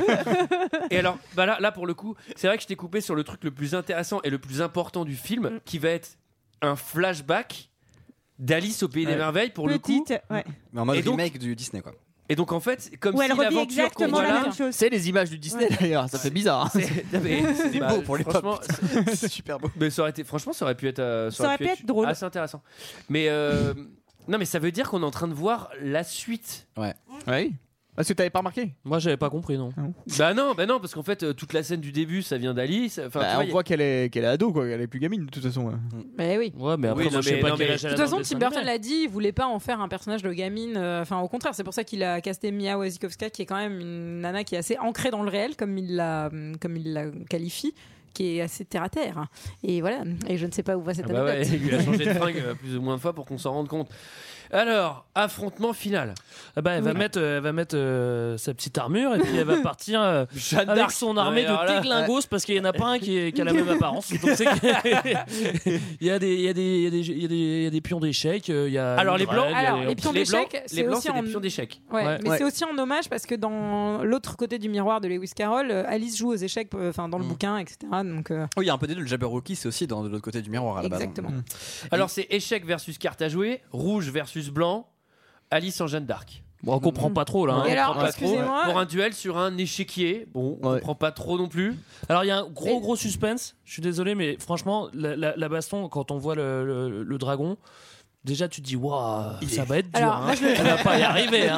Speaker 1: Et alors, bah là, là, pour le coup, c'est vrai que je t'ai coupé sur le truc le plus intéressant et le plus important du film,
Speaker 12: Mm.
Speaker 1: qui va être un flashback d'Alice au Pays des
Speaker 3: Ouais.
Speaker 1: Merveilles, pour
Speaker 12: Petite,
Speaker 1: le coup.
Speaker 12: ouais.
Speaker 3: Mais en mode
Speaker 1: Et donc-
Speaker 3: remake du Disney quoi.
Speaker 1: Et donc, en fait, comme
Speaker 12: Où
Speaker 1: si
Speaker 12: elle revit
Speaker 1: l'aventure qu'on
Speaker 12: exactement
Speaker 1: voit
Speaker 12: la
Speaker 1: là-
Speaker 12: même chose.
Speaker 10: C'est les images du Disney d'ailleurs, ça fait bizarre.
Speaker 1: C'est non, mais-
Speaker 10: C'est
Speaker 1: bah,
Speaker 10: beau pour les
Speaker 1: franchement,
Speaker 10: papes.
Speaker 3: hein.
Speaker 1: c'est super beau. Mais ça aurait été, franchement, ça aurait pu être, euh,
Speaker 12: Ça aurait pu être drôle.
Speaker 1: assez intéressant. Mais euh, non, mais ça veut dire qu'on est en train de voir la suite.
Speaker 3: Ouais.
Speaker 10: Oui. Parce que t'avais pas remarqué
Speaker 2: Moi, j'avais pas compris, non.
Speaker 1: Bah non, bah non, parce qu'en fait, euh, toute la scène du début, ça vient d'Alice. Enfin,
Speaker 10: Bah,
Speaker 1: tu vois,
Speaker 10: on
Speaker 1: y a-
Speaker 10: voit qu'elle est, qu'elle est ado, quoi. Elle est plus gamine, de toute façon.
Speaker 8: Mais oui.
Speaker 2: Ouais, mais
Speaker 1: après, Oui, moi, non, je sais mais- pas non, quel mais- âge
Speaker 8: De toute façon, Tim Burton l'a dit, il voulait pas en faire un personnage de gamine. euh, Enfin, au contraire, c'est pour ça qu'il a casté Mia Wasikowska, qui est quand même une nana qui est assez ancrée dans le réel, comme il la, euh, comme il la qualifie, qui est assez terre à terre. Et voilà. Et je ne sais pas où va cette
Speaker 1: Ah bah ouais,
Speaker 8: anecdote.
Speaker 1: il a changé de fringue euh, plus ou moins de fois pour qu'on s'en rende compte. Alors, affrontement final.
Speaker 2: Ah bah, elle va
Speaker 1: Oui.
Speaker 2: mettre, euh, elle va mettre euh, sa petite armure et puis elle va partir euh,
Speaker 1: Jeanne
Speaker 2: avec
Speaker 1: d'Arc.
Speaker 2: son armée
Speaker 1: Ouais, alors
Speaker 2: de
Speaker 1: là,
Speaker 2: téglingos
Speaker 1: ouais.
Speaker 2: parce qu'il n'y en a pas un qui, est- qui a la même apparence. Donc c'est que- il y a des, il y a des, il y a des, il y a des, il y a des pions d'échecs. euh, Il y a
Speaker 1: Alors,
Speaker 2: une euh,
Speaker 1: les blancs-
Speaker 2: reine, il y a
Speaker 1: alors,
Speaker 2: des-
Speaker 1: les pions
Speaker 2: Les
Speaker 1: d'échecs,
Speaker 2: blancs-
Speaker 1: c'est aussi en-
Speaker 8: Ouais,
Speaker 2: Ouais.
Speaker 8: mais
Speaker 2: Ouais.
Speaker 8: c'est aussi en hommage parce que dans l'autre côté du miroir de Lewis Carroll, euh, Alice joue aux échecs, euh, enfin dans le bouquin, etc. Donc euh,
Speaker 3: Oui, il y a un peu des deux. Le Jabberwocky, c'est aussi dans, de l'autre côté du miroir à la base.
Speaker 8: Exactement.
Speaker 3: Mm.
Speaker 1: Alors, c'est échec versus carte à jouer, rouge versus blanc, Alice en Jeanne d'Arc.
Speaker 2: Bon, on comprend pas trop là. hein.
Speaker 1: On
Speaker 2: On
Speaker 1: comprend
Speaker 2: comprend
Speaker 1: pas
Speaker 2: pas trop.
Speaker 1: trop. Pour un duel sur un échiquier, bon, on comprend pas trop non plus.
Speaker 2: Alors il y a un gros gros suspense. Je suis désolé, mais franchement, la, la- la baston quand on voit le, le- le dragon. Déjà, tu te dis, waouh, ça va être dur.
Speaker 8: Alors,
Speaker 2: hein.
Speaker 8: moi, je le-
Speaker 2: Elle va pas y arriver. Hein.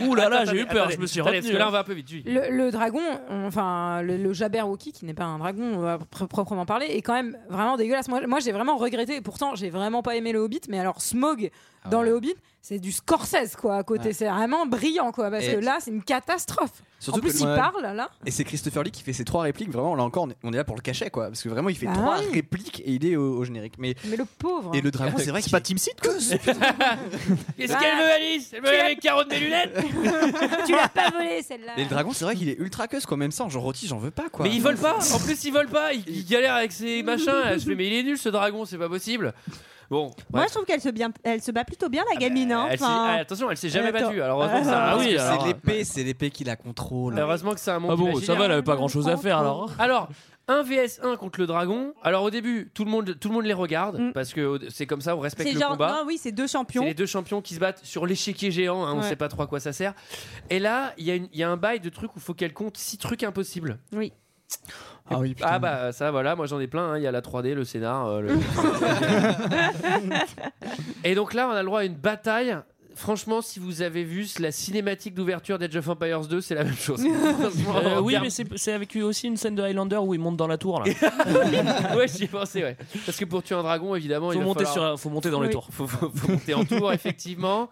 Speaker 2: Ouh là là, j'ai eu peur,
Speaker 1: Attendez,
Speaker 2: je me suis
Speaker 1: attendez,
Speaker 2: retenu.
Speaker 1: Parce que là,
Speaker 2: hein.
Speaker 1: on va un peu vite. Julie.
Speaker 8: le, le dragon, on- enfin le, le Jabberwocky qui n'est pas un dragon euh, pr- proprement parlé, est quand même vraiment dégueulasse. Moi, moi, j'ai vraiment regretté. Et pourtant, j'ai vraiment pas aimé le Hobbit, mais alors Smog dans le Hobbit, c'est du Scorsese quoi à côté.
Speaker 3: Ah Ouais.
Speaker 8: C'est vraiment brillant quoi parce
Speaker 3: Et-
Speaker 8: que là, c'est une catastrophe.
Speaker 3: Surtout
Speaker 8: en plus,
Speaker 3: que-
Speaker 8: il
Speaker 3: Ouais.
Speaker 8: parle là.
Speaker 3: Et c'est Christopher Lee qui fait ses trois répliques. Vraiment, là encore, on est- on est là pour le cachet, quoi. Parce que vraiment, il fait
Speaker 8: Bah
Speaker 3: trois
Speaker 8: oui.
Speaker 3: répliques et il est au, au générique. Mais,
Speaker 8: Mais le pauvre.
Speaker 3: et le dragon, c'est vrai
Speaker 10: C'est
Speaker 3: qu'il
Speaker 10: pas Team Seed, quoi
Speaker 1: Qu'est-ce qu'elle veut, Alice Elle veut aller avec Caro de mes lunettes
Speaker 8: Tu l'as pas volé celle-là.
Speaker 3: Mais le dragon, c'est vrai qu'il est ultra cuss, quoi. Même ça, en rôti, j'en veux pas, quoi.
Speaker 1: Mais ils volent pas En plus, ils volent pas Ils, ils galèrent avec ces machins. Je fais, mais il est nul ce dragon, c'est pas possible. Bon,
Speaker 12: Moi,
Speaker 1: bref.
Speaker 12: je trouve qu'elle se, bien- elle se bat plutôt bien, la gamine. hein,
Speaker 1: elle s'est-
Speaker 12: enfin.
Speaker 1: ah, attention, elle s'est jamais
Speaker 12: Euh, attends.
Speaker 1: battue. Alors, heureusement que ça-
Speaker 3: Ah
Speaker 1: parce que
Speaker 3: oui,
Speaker 1: c'est
Speaker 3: c'est
Speaker 1: les-
Speaker 10: euh,
Speaker 3: l'épée, c'est l'épée qui la contrôle.
Speaker 1: Heureusement que c'est un monde
Speaker 2: Ah bon,
Speaker 1: imaginaire.
Speaker 2: ça va, elle avait pas grand chose à faire alors.
Speaker 1: Alors, 1 vs 1 contre le dragon. Alors, au début, tout le monde, tout le monde les regarde parce que au- c'est comme ça, on respecte
Speaker 12: Mm. C'est
Speaker 1: le
Speaker 12: genre,
Speaker 1: combat.
Speaker 12: non, oui, c'est deux
Speaker 1: C'est
Speaker 12: champions.
Speaker 1: les deux champions qui se battent sur l'échiquier géant, hein, on
Speaker 12: Ouais.
Speaker 1: sait pas trop à quoi ça sert. Et là, il y, a une- il y a un bail de trucs où faut qu'elle compte 6 trucs impossibles.
Speaker 12: Oui.
Speaker 1: Ah oui, Ah bah ça voilà, moi j'en ai plein, hein, il y a la 3D, le scénar. euh, le- Et donc là, on a le droit à une bataille. Franchement, si vous avez vu la cinématique d'ouverture d'Age of Empires 2, c'est la même chose. Franchement,
Speaker 2: Euh,
Speaker 1: en
Speaker 2: oui,
Speaker 1: termes-
Speaker 2: mais c'est c'est avec aussi une scène de Highlander où il monte dans la tour. Là.
Speaker 1: ouais, j'y ai pensé, ouais. Parce que pour tuer un dragon, évidemment,
Speaker 2: Faut
Speaker 1: il va
Speaker 2: monter
Speaker 1: falloir-
Speaker 2: sur- faut monter dans les
Speaker 1: Oui.
Speaker 2: tours.
Speaker 1: Faut, faut- faut monter en tour, effectivement.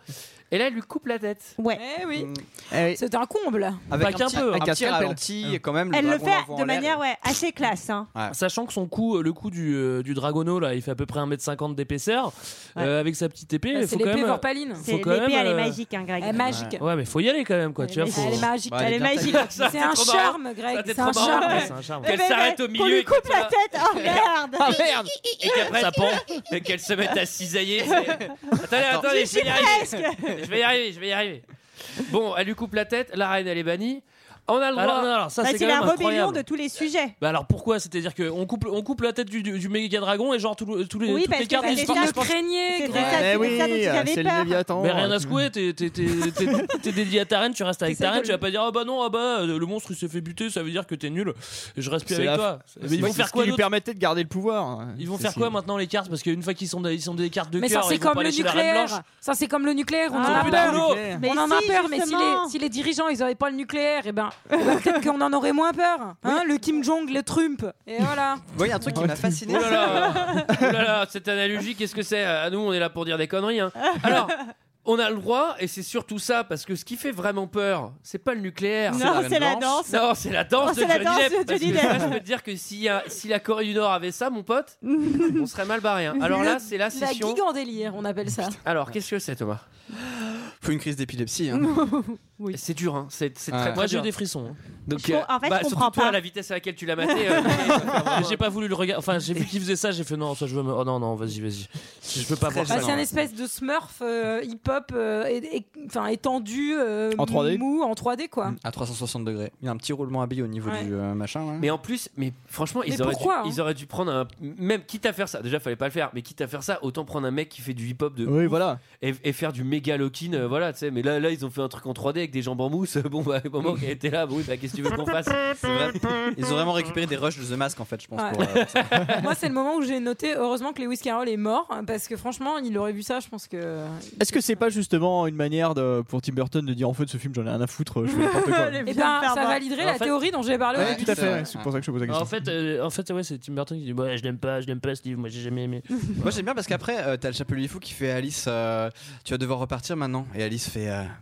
Speaker 1: Et là, elle lui coupe la tête.
Speaker 12: Ouais.
Speaker 8: Eh oui. C'est un comble.
Speaker 3: Avec
Speaker 2: Pas
Speaker 3: Mm. un
Speaker 2: qu'un
Speaker 3: petit,
Speaker 2: peu,
Speaker 3: un
Speaker 2: hein.
Speaker 3: petit ralenti, quand même.
Speaker 12: Elle le
Speaker 3: dragon
Speaker 12: fait
Speaker 3: l'envoie en
Speaker 12: de
Speaker 3: l'air.
Speaker 12: manière ouais, assez classe. hein.
Speaker 2: Sachant que son coup, le coup du, euh, du Dragono, là, il fait à peu près 1m50 d'épaisseur. euh, avec sa petite épée,
Speaker 8: Ah,
Speaker 2: il
Speaker 8: c'est
Speaker 2: faut quand
Speaker 8: l'épée
Speaker 2: même. euh,
Speaker 8: Vorpaline.
Speaker 2: faut
Speaker 8: C'est
Speaker 2: quand
Speaker 8: l'épée,
Speaker 2: même,
Speaker 8: elle est
Speaker 2: euh,
Speaker 8: magique, hein, Greg. Elle est magique.
Speaker 2: Ouais, mais faut y aller quand même, quoi. Tu vois, faut... Ah
Speaker 8: Elle est magique.
Speaker 2: Ouais,
Speaker 8: elle est
Speaker 2: bien
Speaker 8: magique.
Speaker 2: taillée.
Speaker 1: Ça,
Speaker 8: C'est
Speaker 1: c'est
Speaker 8: un
Speaker 1: trop
Speaker 8: charme,
Speaker 1: marrant.
Speaker 8: Greg.
Speaker 1: Ça, c'est
Speaker 8: C'est un
Speaker 1: trop marrant.
Speaker 2: bah,
Speaker 8: charme.
Speaker 1: Ouais, c'est un charme. Qu'elle
Speaker 8: Mais- mais-
Speaker 1: s'arrête au
Speaker 8: qu'on
Speaker 1: milieu
Speaker 8: lui
Speaker 1: et
Speaker 8: coupe
Speaker 1: qu'elle
Speaker 8: la
Speaker 1: soit-
Speaker 12: tête. Oh merde.
Speaker 1: Ah, merde. Et qu'après, et qu'elle se mette à cisailler. c'est- Attendez,
Speaker 2: Attends.
Speaker 1: attendez,
Speaker 2: J'y
Speaker 1: je vais y
Speaker 2: suis
Speaker 1: arriver. Je vais y arriver, je vais y arriver. Bon, elle lui coupe la tête, la reine, elle est bannie. On a le droit.
Speaker 2: Alors, Ah non, alors, ça,
Speaker 12: Bah,
Speaker 2: c'est
Speaker 12: c'est
Speaker 2: quand
Speaker 12: la
Speaker 2: même
Speaker 12: rébellion
Speaker 2: incroyable.
Speaker 12: de tous les sujets.
Speaker 2: Bah alors pourquoi C'est-à-dire qu'on coupe, on coupe la tête du, du, du méga dragon et genre tous les, tous les,
Speaker 12: Oui,
Speaker 2: toutes
Speaker 12: parce
Speaker 2: les
Speaker 12: que
Speaker 2: cartes
Speaker 12: bah,
Speaker 2: des
Speaker 12: déjà,
Speaker 2: sports,
Speaker 12: je
Speaker 2: je pense-
Speaker 12: craignais,
Speaker 3: Eh
Speaker 12: C'était Greg. ça,
Speaker 2: Mais
Speaker 12: c'était ça dont il avait peur.
Speaker 8: Oh,
Speaker 2: Mais
Speaker 3: euh,
Speaker 2: rien à secouer, t'es- t'es- t'es- t'es- t'es dédié à ta reine, tu restes avec ta reine, tu vas pas dire ah bah non, ah bah euh, le monstre il s'est fait buter, ça veut dire que t'es nul, je reste plus
Speaker 10: C'est
Speaker 2: avec
Speaker 10: la-
Speaker 2: toi.
Speaker 10: c'est-
Speaker 2: Mais
Speaker 10: Euh, c'est
Speaker 2: ils vont
Speaker 10: ce
Speaker 2: faire
Speaker 10: qui
Speaker 2: quoi
Speaker 10: lui
Speaker 2: d'autre
Speaker 10: permettait de garder le pouvoir.
Speaker 2: Ils vont faire quoi maintenant les cartes Parce qu'une fois qu'ils sont, des- ils sont des cartes de
Speaker 8: Mais ça
Speaker 2: cœur,
Speaker 8: c'est
Speaker 2: ils vont
Speaker 8: comme
Speaker 2: pas
Speaker 8: le
Speaker 2: lâcher la reine blanche.
Speaker 8: nucléaire. Ça c'est comme le nucléaire, on
Speaker 2: Ah,
Speaker 8: en a
Speaker 2: putain,
Speaker 8: peur.
Speaker 2: le nucléaire.
Speaker 8: On
Speaker 2: Mais
Speaker 8: en a
Speaker 2: si,
Speaker 8: peurs, mais si
Speaker 2: justement.
Speaker 8: les, si les dirigeants ils avaient pas le nucléaire, et ben, eh ben, peut-être qu'on en aurait moins peur. Hein, le Kim Jong, le Trump, et voilà.
Speaker 3: Vous voyez un truc qui m'a fasciné.
Speaker 1: Oh là là, oh là là, cette analogie, qu'est-ce que c'est À nous, on est là pour dire des conneries. hein. Alors, on a le droit, et c'est surtout ça, parce que ce qui fait vraiment peur, c'est pas le nucléaire.
Speaker 12: Non, c'est la danse.
Speaker 1: Non, c'est la danse
Speaker 12: Oh,
Speaker 1: de
Speaker 12: c'est la
Speaker 1: Johnny
Speaker 12: danse
Speaker 1: Depp.
Speaker 12: de
Speaker 1: parce
Speaker 12: Johnny
Speaker 1: que
Speaker 12: Depp.
Speaker 1: ça, je peux te dire que s'il y a- si la Corée du Nord avait ça, mon pote, on serait mal barré. hein. Alors là,
Speaker 8: Le-
Speaker 1: c'est la
Speaker 8: La
Speaker 1: session.
Speaker 8: gigue en délire, on appelle ça.
Speaker 1: Alors, qu'est-ce que c'est, Thomas
Speaker 3: Faut une crise d'épilepsie. hein.
Speaker 1: C'est dur, hein. c'est c'est
Speaker 3: Ouais.
Speaker 1: très,
Speaker 3: Moi,
Speaker 1: très
Speaker 3: j'ai eu
Speaker 1: dur.
Speaker 3: des frissons, hein.
Speaker 1: Donc,
Speaker 2: Je com- en fait, je
Speaker 1: surtout
Speaker 2: comprends
Speaker 1: toi,
Speaker 2: pas.
Speaker 1: à la vitesse à laquelle tu l'as maté. euh,
Speaker 8: Ah.
Speaker 2: j'ai pas voulu le regarder. Enfin, j'ai vu qu'il faisait ça, j'ai fait non, ça je veux. me- Oh non, non, vas-y, vas-y. Je peux pas voir ça.
Speaker 8: Bah, c'est
Speaker 2: non.
Speaker 8: un espèce de smurf euh, hip-hop euh, et- et- enfin, étendu, euh,
Speaker 3: En Mm. 3D.
Speaker 8: mou, en 3D quoi.
Speaker 3: À 360 degrés. Il y a un petit roulement à billes au niveau
Speaker 8: Ouais.
Speaker 3: du euh, machin.
Speaker 12: Mm.
Speaker 3: ouais.
Speaker 1: Mais en plus, mais franchement, ils,
Speaker 3: Mais
Speaker 1: auraient,
Speaker 3: pourquoi,
Speaker 1: dû,
Speaker 3: hein
Speaker 1: ils auraient dû prendre un. Même quitte à faire ça, déjà fallait pas le faire, mais quitte à faire ça, autant prendre un mec qui fait du hip hop de.
Speaker 10: Oui,
Speaker 1: ouf
Speaker 10: voilà.
Speaker 1: Et, et faire du méga lock-in, euh, voilà, tu sais. Mais là, là, ils ont fait un truc en 3D avec des jambes en mousse, bon bah moment qu'elle était là, bon, oui, bah qu'est-ce que tu veux qu'on fasse
Speaker 3: C'est vrai. Ils ont vraiment récupéré des rushs de The Mask en fait, je pense.
Speaker 8: Ouais.
Speaker 3: Pour, euh, pour ça.
Speaker 8: Moi, c'est le moment où j'ai noté, heureusement que Lewis Carroll est mort, hein, parce que franchement, il aurait vu ça, je pense que.
Speaker 10: Est-ce que c'est pas justement une manière de, pour Tim Burton de dire en fait ce film j'en ai rien à foutre, je fais n'importe quoi
Speaker 8: Eh ben, ça validerait la théorie dont j'ai parlé au
Speaker 10: Ouais,
Speaker 8: début.
Speaker 10: Ah, tout à fait, c'est pour ça que je pose la question.
Speaker 2: En fait, euh, en fait ouais, c'est Tim Burton qui dit ouais, Je l'aime pas, je l'aime pas, ce livre, moi j'ai jamais aimé.
Speaker 3: Moi j'aime bien parce qu'après, euh, t'as le chapelier fou qui fait Alice, euh, tu vas devoir repartir maintenant. Et Alice fait euh,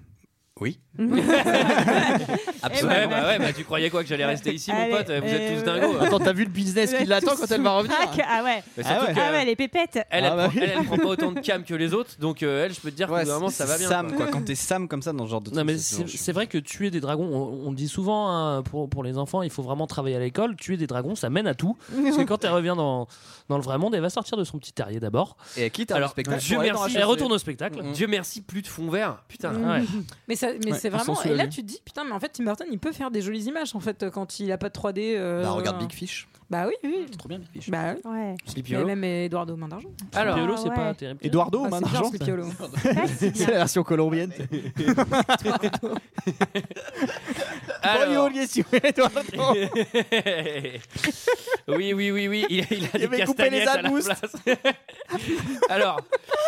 Speaker 3: Oui.
Speaker 1: Absolument. Ouais, bah, ouais, bah, tu croyais quoi que j'allais rester ici,
Speaker 12: Allez,
Speaker 1: mon pote Vous êtes
Speaker 12: euh,
Speaker 1: tous dingos. hein.
Speaker 10: Attends, t'as vu le business
Speaker 12: Vous
Speaker 10: qui
Speaker 12: êtes
Speaker 10: l'attend
Speaker 12: tous
Speaker 10: quand elle va
Speaker 12: sous
Speaker 10: revenir
Speaker 12: trac. Ah ouais.
Speaker 1: Mais
Speaker 12: Ah
Speaker 1: surtout
Speaker 12: ouais.
Speaker 1: que-
Speaker 12: Ah ouais, les pépettes.
Speaker 1: euh, Elle, elle,
Speaker 12: Ah bah
Speaker 1: prend,
Speaker 12: oui.
Speaker 1: elle, elle prend pas autant de cam que les autres, donc euh, elle, je peux te dire que vraiment ça va bien.
Speaker 3: Sam, quoi. Quand t'es Sam comme ça dans ce genre de
Speaker 2: Non,
Speaker 3: truc,
Speaker 2: mais
Speaker 3: c'est-
Speaker 2: c'est c'est vrai que tuer des dragons, on, on dit souvent hein, pour, pour les enfants, il faut vraiment travailler à l'école. Tuer des dragons, ça mène à tout. Parce que quand elle revient dans, dans le vrai monde, elle va sortir de son petit terrier d'abord.
Speaker 3: Et quitte à
Speaker 2: Alors,
Speaker 3: un spectacle
Speaker 2: Dieu
Speaker 3: pour aller dans
Speaker 2: merci,
Speaker 3: la
Speaker 2: elle
Speaker 3: chaussée.
Speaker 2: retourne au spectacle.
Speaker 1: Dieu merci, plus de fond vert. Putain.
Speaker 12: Mm.
Speaker 2: Ouais.
Speaker 8: Mais, ça- mais
Speaker 2: Ouais,
Speaker 8: c'est
Speaker 2: ils sont
Speaker 8: vraiment.
Speaker 2: sous
Speaker 8: Et
Speaker 2: la
Speaker 8: là,
Speaker 2: lune.
Speaker 8: tu te dis, putain, mais en fait, Tim Burton, il peut faire des jolies images, en fait, quand il a pas de 3D. euh,
Speaker 3: Bah, regarde
Speaker 8: euh,
Speaker 2: hein.
Speaker 3: Big Fish.
Speaker 8: Bah oui, oui.
Speaker 3: C'est trop bien, Big Fish.
Speaker 8: Bah oui.
Speaker 12: Ouais.
Speaker 3: Sleepy
Speaker 8: Et
Speaker 3: Hollow.
Speaker 8: même Eduardo Main d'Argent.
Speaker 2: Oh,
Speaker 1: Alors,
Speaker 3: Sleepy Hollow, c'est Ah pas ouais. terrible. Eduardo,
Speaker 8: Ah,
Speaker 3: Main
Speaker 8: c'est bien,
Speaker 3: d'Argent,
Speaker 8: Sleepy
Speaker 3: ça.
Speaker 8: Hollow.
Speaker 10: C'est la version colombienne.
Speaker 1: Alors.
Speaker 10: Bonjour, yes, you- Eduardo.
Speaker 1: oui, oui, oui, oui, il, a- il a
Speaker 10: Il
Speaker 1: des
Speaker 10: avait coupé les
Speaker 1: castagnettes à la
Speaker 10: arbustes.
Speaker 1: place. alors,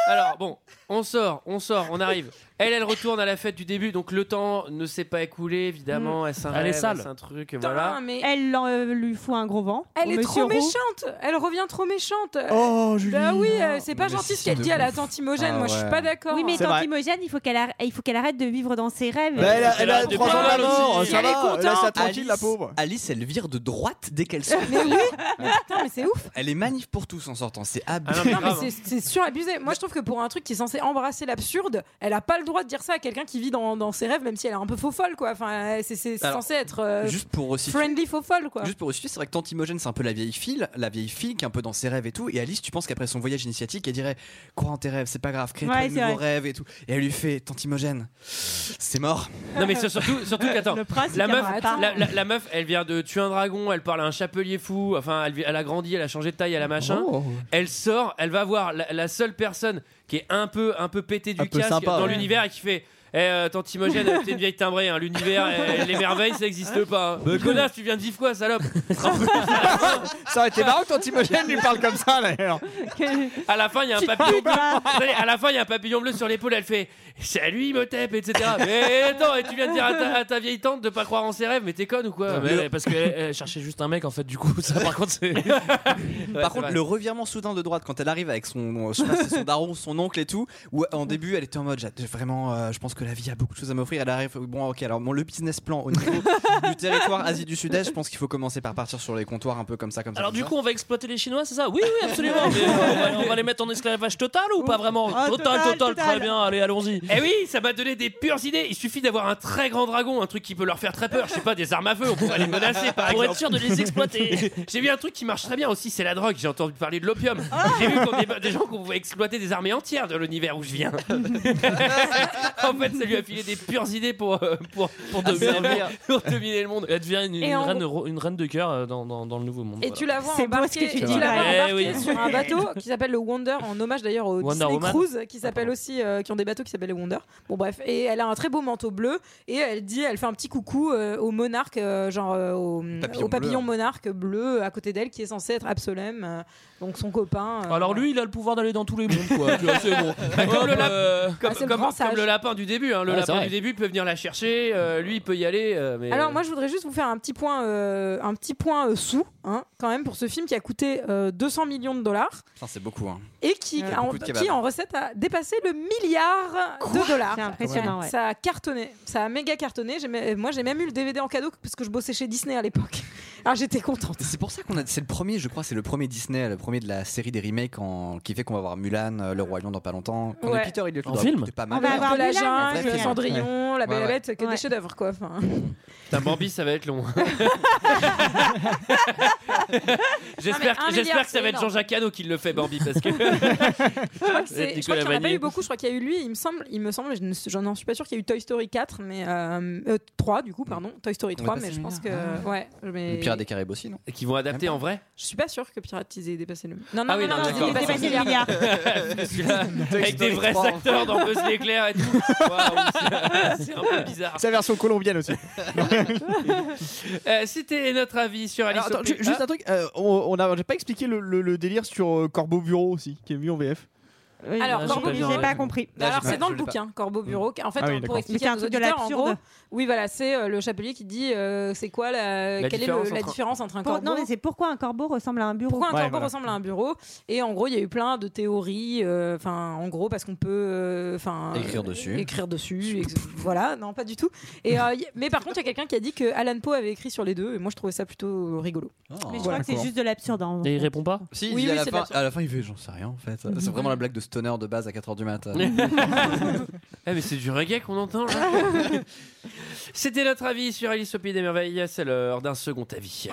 Speaker 1: alors, bon, on sort, on sort, on arrive. Elle, elle retourne à la fête du début, donc le temps ne s'est pas écoulé, évidemment. Elle,
Speaker 2: Mm. Elle est
Speaker 1: s'inrève,
Speaker 2: sale.
Speaker 1: elle est un truc, voilà.
Speaker 12: Elle euh, lui fout un gros vent.
Speaker 8: Elle
Speaker 12: au
Speaker 8: est
Speaker 12: monsieur
Speaker 8: trop
Speaker 12: Roux.
Speaker 8: méchante. Elle revient trop méchante.
Speaker 12: Oh,
Speaker 8: Euh,
Speaker 12: Julie.
Speaker 8: Bah oui, euh, c'est pas
Speaker 12: Mais
Speaker 8: gentil ce
Speaker 12: c'est
Speaker 8: qu'elle
Speaker 12: de
Speaker 8: dit à la
Speaker 12: ouf.
Speaker 8: tantimogène.
Speaker 12: Ah
Speaker 8: Moi, je suis
Speaker 12: ouais.
Speaker 8: pas d'accord.
Speaker 12: Oui, mais
Speaker 8: C'est
Speaker 12: tant
Speaker 8: vrai.
Speaker 12: Timogène, il faut qu'elle arrête- il faut qu'elle arrête de vivre dans ses rêves.
Speaker 3: Bah, elle a- elle a
Speaker 12: Elle
Speaker 3: trois ans de la
Speaker 12: parle
Speaker 3: mort,
Speaker 12: aussi.
Speaker 3: ça
Speaker 12: Elle est
Speaker 3: va,
Speaker 12: contente.
Speaker 3: laisse-la
Speaker 12: Alice.
Speaker 3: Alice- Alice, elle vire de droite dès qu'elle sort.
Speaker 8: Mais oui, mais putain, mais c'est ouf.
Speaker 3: Elle est manif pour tous en sortant, c'est
Speaker 2: Ah
Speaker 8: Non,
Speaker 3: abusé.
Speaker 8: mais c'est- c'est surabusé. Moi, je trouve que pour un truc qui est censé embrasser l'absurde, elle a pas le droit de dire ça à quelqu'un qui vit dans, dans ses rêves, même si elle est un peu faux folle, quoi. Enfin, euh, c'est c'est
Speaker 3: Alors,
Speaker 8: censé être euh,
Speaker 3: Juste pour aussi.
Speaker 8: friendly faux folle, quoi.
Speaker 3: Juste pour resituer, c'est vrai que Tantimogène, c'est un peu la vieille fille, la vieille fille qui est un peu dans ses rêves et tout. Et Alice, tu penses qu'après son voyage initiatique, elle dirait Crois en tes rêves, c'est pas grave, crée
Speaker 1: Ouais,
Speaker 3: tes
Speaker 1: c'est
Speaker 3: nouveaux
Speaker 1: vrai.
Speaker 3: rêves et tout. Et elle lui fait Tantimogène, c'est mort.
Speaker 1: Non mais c'est surtout, surtout qu'attends,
Speaker 3: prince,
Speaker 1: la
Speaker 3: il
Speaker 1: meuf,
Speaker 3: camarade.
Speaker 1: la, la- la meuf, elle vient de tuer un dragon, elle parle à un chapelier fou, enfin elle, vit- elle a grandi, elle a changé de taille, elle a machin.
Speaker 10: Oh.
Speaker 1: Elle sort, elle va voir la, la seule personne qui est un peu, un peu pétée du
Speaker 10: Un peu
Speaker 1: casque
Speaker 10: sympa,
Speaker 1: dans
Speaker 10: ouais.
Speaker 1: l'univers et qui fait. Eh, euh, Tantimogène, euh, t'es une vieille timbrée, hein, l'univers, euh, les merveilles, ça n'existe pas. Hein. Connasse, tu viens de vivre quoi, salope
Speaker 10: Ça aurait été marrant que Timogène lui parle comme ça d'ailleurs.
Speaker 1: À la fin, il y a un
Speaker 10: Tu te
Speaker 1: papillon bleu.
Speaker 10: fais pas.
Speaker 1: Vous savez, À la fin, il y a un papillon bleu sur l'épaule. Elle fait Salut, Imhotep, etc. Mais attends, et tu viens de dire à ta, à ta vieille tante de pas croire en ses rêves, mais t'es conne ou quoi
Speaker 2: Ouais, mais elle- parce qu'elle elle cherchait juste un mec en fait, du coup, ça par contre c'est.
Speaker 3: Par contre, le revirement soudain de droite, quand elle arrive avec son, je sais pas, c'est son daron, son oncle et tout, où en début elle était en mode, J'ai- vraiment, euh, je pense que la vie a beaucoup de choses à m'offrir. Elle arrive, bon, ok, alors bon, le business plan au niveau du territoire Asie du Sud-Est, je pense qu'il faut commencer par partir sur les comptoirs un peu comme ça, comme ça.
Speaker 2: Alors
Speaker 3: comme
Speaker 2: du
Speaker 3: ça.
Speaker 2: coup, on va exploiter les Chinois, c'est ça Oui, oui, absolument. Mais, euh, on, va, on va les mettre en esclavage total ou pas vraiment
Speaker 1: Ah,
Speaker 2: total,
Speaker 1: total,
Speaker 2: total,
Speaker 1: total.
Speaker 2: très bien. Allez, allons-y.
Speaker 1: Eh oui, ça m'a donné des pures idées. Il suffit d'avoir un très grand dragon, un truc qui peut leur faire très peur. Je sais pas, des armes à feu, on pourrait les menacer par
Speaker 2: Pour
Speaker 1: exemple.
Speaker 2: être sûr de les exploiter.
Speaker 1: J'ai vu un truc qui marche très bien aussi, c'est la drogue. J'ai entendu parler de l'opium.
Speaker 2: Ah.
Speaker 1: J'ai vu qu'on débat- des gens qu'on pouvait exploiter des armées entières de l'univers où je viens. en fait, ça lui a filé des pures idées pour, euh, pour,
Speaker 2: Pour dominer,
Speaker 1: pour dominer le monde.
Speaker 2: Ah, Elle devient une,
Speaker 8: Et
Speaker 2: une
Speaker 8: en
Speaker 2: reine, ro- une reine de cœur euh, dans, dans- dans le nouveau monde.
Speaker 8: Et
Speaker 2: voilà.
Speaker 8: tu la vois
Speaker 12: C'est beau ce
Speaker 8: embarquer,
Speaker 12: que tu
Speaker 8: et
Speaker 12: dis,
Speaker 8: tu la vois
Speaker 2: ouais.
Speaker 8: embarquer
Speaker 2: Eh oui.
Speaker 8: sur un bateau qui s'appelle le Wonder, en hommage d'ailleurs aux
Speaker 2: Wonder
Speaker 8: Disney
Speaker 2: Woman.
Speaker 8: Cruise, qui s'appelle aussi, euh, qui ont des bateaux qui s'appellent les Wonder. Bon bref, et elle a un très beau manteau bleu et elle dit, elle fait un petit coucou euh, au monarque, euh, genre euh, au
Speaker 2: Papillon
Speaker 8: au papillon
Speaker 2: bleu.
Speaker 8: monarque bleu euh, à côté d'elle qui est censé être Absolem, euh, donc son copain. euh,
Speaker 2: Alors lui, il a le pouvoir d'aller dans tous les mondes, quoi. tu vois, c'est bon.
Speaker 1: Comme le, lap- comme-
Speaker 8: Ah, c'est le
Speaker 1: comme-
Speaker 8: grand
Speaker 1: comme
Speaker 8: sage.
Speaker 1: le lapin du début, hein. le
Speaker 2: Ah, c'est
Speaker 1: lapin
Speaker 2: vrai.
Speaker 1: du début peut venir la chercher, euh, lui il peut y aller. euh, mais...
Speaker 8: Alors moi je voudrais juste vous faire un petit point, euh, un petit point euh, sous, hein, quand même pour ce film qui a coûté euh, 200 millions de dollars.
Speaker 3: Putain, c'est beaucoup. hein.
Speaker 8: et qui,
Speaker 3: Ouais.
Speaker 8: en,
Speaker 3: Beaucoup de kebab.
Speaker 8: qui en recette a dépassé le milliard de dollars.
Speaker 12: C'est impressionnant, ouais.
Speaker 8: Ça a cartonné, ça a méga cartonné. J'ai mé- Moi, j'ai même eu le DVD en cadeau parce que je bossais chez Disney à l'époque. Alors j'étais contente.
Speaker 3: C'est pour ça qu'on a. C'est le premier, je crois, c'est le premier Disney, le premier de la série des remakes en- qui fait qu'on va voir Mulan, euh, Le Roi Lion dans pas longtemps. Qu'on
Speaker 8: Ouais.
Speaker 3: ait Peter Elliott
Speaker 2: En
Speaker 3: le droit,
Speaker 2: film
Speaker 3: c'était pas
Speaker 8: On
Speaker 3: mal.
Speaker 8: va avoir la
Speaker 3: Mulan,
Speaker 8: jungle,
Speaker 3: ouais.
Speaker 8: Cendrillon, la Belle et la
Speaker 3: Ouais, ouais.
Speaker 8: Bête, que des chefs-d'œuvre quoi. Enfin,
Speaker 1: Putain, Bambi ça va être long. J'espère
Speaker 8: Non, mais un
Speaker 1: j'espère
Speaker 8: milliard,
Speaker 1: que ça va
Speaker 8: c'est
Speaker 1: être
Speaker 8: énorme.
Speaker 1: Jean-Jacques Hano qui le fait, Bambi, parce que.
Speaker 8: Je crois que c'est- je
Speaker 1: Nicolas
Speaker 8: crois qu'il n'y en a pas
Speaker 1: Vanier.
Speaker 8: eu beaucoup. Je crois qu'il y a eu lui, il me semble, il me semble, je ne- j'en en suis pas sûr qu'il y a eu Toy Story 4, mais euh, euh, 3 du coup, pardon, Toy Story
Speaker 3: On est
Speaker 8: 3,
Speaker 3: passé
Speaker 8: mais je
Speaker 3: le
Speaker 8: pense que
Speaker 3: milliard. Ah.
Speaker 8: ouais, mais
Speaker 3: Le Pirate des Caraïbes aussi, non
Speaker 1: Et qui vont adapter en vrai
Speaker 8: Je suis pas sûr que Pirates aient dépassé le. Non, non,
Speaker 1: Ah oui,
Speaker 8: non,
Speaker 1: non,
Speaker 8: non,
Speaker 1: d'accord.
Speaker 8: ils ont dépassé le milliard.
Speaker 1: Celui-là, avec des vrais acteurs dans Buzz l'éclair et tout. Waouh, c'est- c'est un peu bizarre.
Speaker 10: Sa version colombienne aussi.
Speaker 1: Euh, C'était notre avis sur Alice.
Speaker 10: Alors, attends,
Speaker 1: au
Speaker 10: ju-
Speaker 1: Pays-
Speaker 10: juste
Speaker 1: Ah,
Speaker 10: un truc, euh, on n'a pas expliqué le, le- le délire sur euh, Corbeau Bureau aussi, qui est vu en VF.
Speaker 8: Alors, Corbeau Bureau.
Speaker 12: pas compris.
Speaker 8: Bah, Alors,
Speaker 10: Ouais,
Speaker 8: c'est dans
Speaker 10: je
Speaker 8: le
Speaker 10: l'ai pas.
Speaker 8: bouquin, Corbeau Bureau. qui- En fait,
Speaker 10: Ah oui,
Speaker 8: pour
Speaker 10: d'accord.
Speaker 12: Mais
Speaker 8: expliquer
Speaker 12: c'est un
Speaker 8: aux
Speaker 12: truc de
Speaker 8: auditeurs, en gros,
Speaker 12: l'absurde.
Speaker 8: oui, voilà, c'est euh, le chapelier qui dit euh, c'est quoi la,
Speaker 12: La
Speaker 8: quelle
Speaker 12: différence
Speaker 8: est le- la
Speaker 12: entre-
Speaker 8: différence entre un
Speaker 12: Pour-
Speaker 8: corbeau
Speaker 12: non, mais c'est pourquoi un corbeau ressemble à un bureau.
Speaker 8: Pourquoi un corbeau ressemble à un bureau Et en gros, il y a eu plein de théories. euh, Enfin, en gros, parce qu'on peut, euh, enfin,
Speaker 3: Écrire
Speaker 8: euh,
Speaker 3: dessus.
Speaker 8: écrire dessus. ex- voilà, non, pas du tout. Et euh, y- mais par contre, il y a quelqu'un qui a dit que Alan Poe avait écrit sur les deux, et moi, je trouvais ça plutôt rigolo.
Speaker 12: Mais je crois que c'est juste de l'absurde. hein.
Speaker 2: Et il répond pas
Speaker 3: Oh, Si, il
Speaker 8: Oui,
Speaker 3: dit
Speaker 8: oui,
Speaker 3: à, la
Speaker 8: c'est
Speaker 3: fin,
Speaker 8: l'absurde.
Speaker 3: à la fin, il fait j'en sais rien en fait. C'est vraiment la blague de stoner de base à 4h du matin.
Speaker 1: Eh, mais c'est du reggae qu'on entend là. C'était notre avis sur Alice au Pays des Merveilles. C'est l'heure d'un second avis.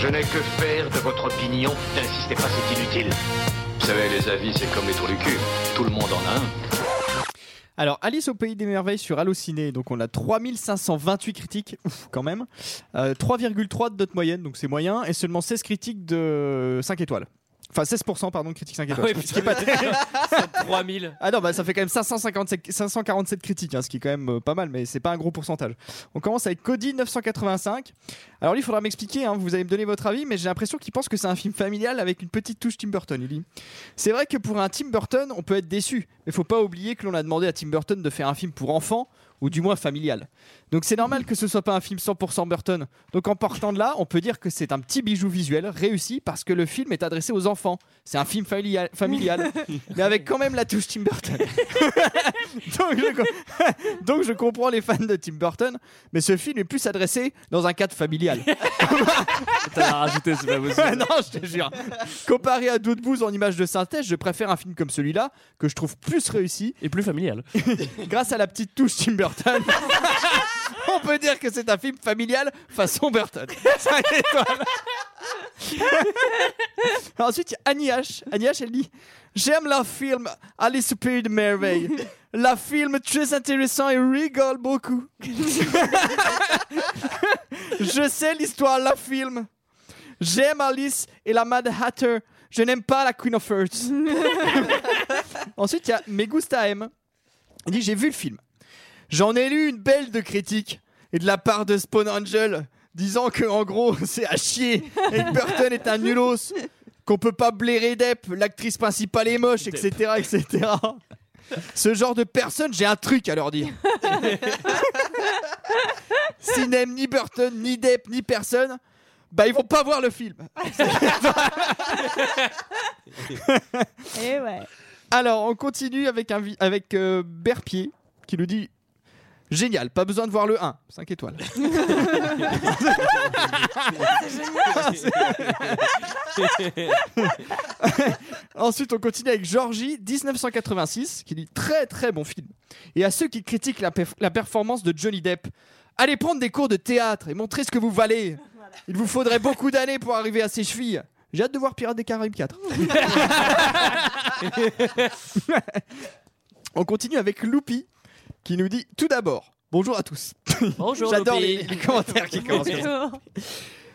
Speaker 18: Je n'ai que faire de votre opinion. N'insistez pas, c'est inutile. Vous savez, les avis, c'est comme les trous du cul. Tout le monde en a un.
Speaker 10: Alors, Alice au Pays des Merveilles sur Allociné, donc on a 3528 critiques, ouf, quand même, Euh, 3,3 de note moyenne, donc c'est moyen, et seulement 16 critiques de 5 étoiles. Enfin, 16% pardon de critiques 5 étoiles.
Speaker 1: Ah ouais,
Speaker 10: ce qui est pas
Speaker 1: putain.
Speaker 10: terrible.
Speaker 1: 3000.
Speaker 10: Ah non, bah ça fait quand même 557, 547 critiques, hein, ce qui est quand même euh, pas mal, mais c'est pas un gros pourcentage. On commence avec Cody 985. Alors lui, il faudra m'expliquer, hein, vous allez me donner votre avis, mais j'ai l'impression qu'il pense que c'est un film familial avec une petite touche Tim Burton. Il dit C'est vrai que pour un Tim Burton, on peut être déçu, mais faut pas oublier que l'on a demandé à Tim Burton de faire un film pour enfants ou du moins familial. Donc c'est normal que ce soit pas un film 100% Burton. Donc en partant de là, on peut dire que c'est un petit bijou visuel réussi parce que le film est adressé aux enfants. C'est un film familial, familial mais avec quand même la touche Tim Burton. donc, je, com- donc je comprends les fans de Tim Burton, mais ce film est plus adressé dans un cadre familial.
Speaker 2: T'as rajouté, c'est pas
Speaker 10: Ouais, non, je te jure. Comparé à d'autres bouses en images de synthèse, je préfère un film comme celui-là que je trouve plus réussi
Speaker 2: et plus familial.
Speaker 10: Grâce à la petite touche Tim Burton. On peut dire que c'est un film familial façon Burton. Cinq étoiles. Ensuite, il y a Annie H. Annie H, elle dit J'aime la film Alice au Pays de Merveille. La film très intéressant et rigole beaucoup. Je sais l'histoire de la film. J'aime Alice et la Mad Hatter. Je n'aime pas la Queen of Hearts. Ensuite, il y a Me Gusta M. Il dit J'ai vu le film. J'en ai lu une belle de critique et de la part de Spawn Angel disant que, en gros, c'est à chier et que Burton est un nulos, qu'on peut pas blairer Depp, l'actrice principale est moche, etc. etc. Ce genre de personnes, j'ai un truc à leur dire. S'ils n'aiment ni Burton, ni Depp, ni personne, bah ils vont pas voir le film.
Speaker 12: Et Eh ouais.
Speaker 10: Alors, on continue avec, un vi- avec euh, Berpier qui nous dit Génial, pas besoin de voir le 1, 5 étoiles. Ensuite, on continue avec Georgie 1986 qui dit Très très bon film. Et à ceux qui critiquent la, perf- la performance de Johnny Depp, allez prendre des cours de théâtre et montrez ce que vous valez. Il vous faudrait beaucoup d'années pour arriver à ses chevilles. J'ai hâte de voir Pirates des Caraïbes 4. On continue avec Loupi qui nous dit tout d'abord bonjour à tous.
Speaker 2: Bonjour,
Speaker 10: J'adore
Speaker 2: Loupi.
Speaker 10: les, les commentaires qui commencent. comme ça.
Speaker 2: Bonjour.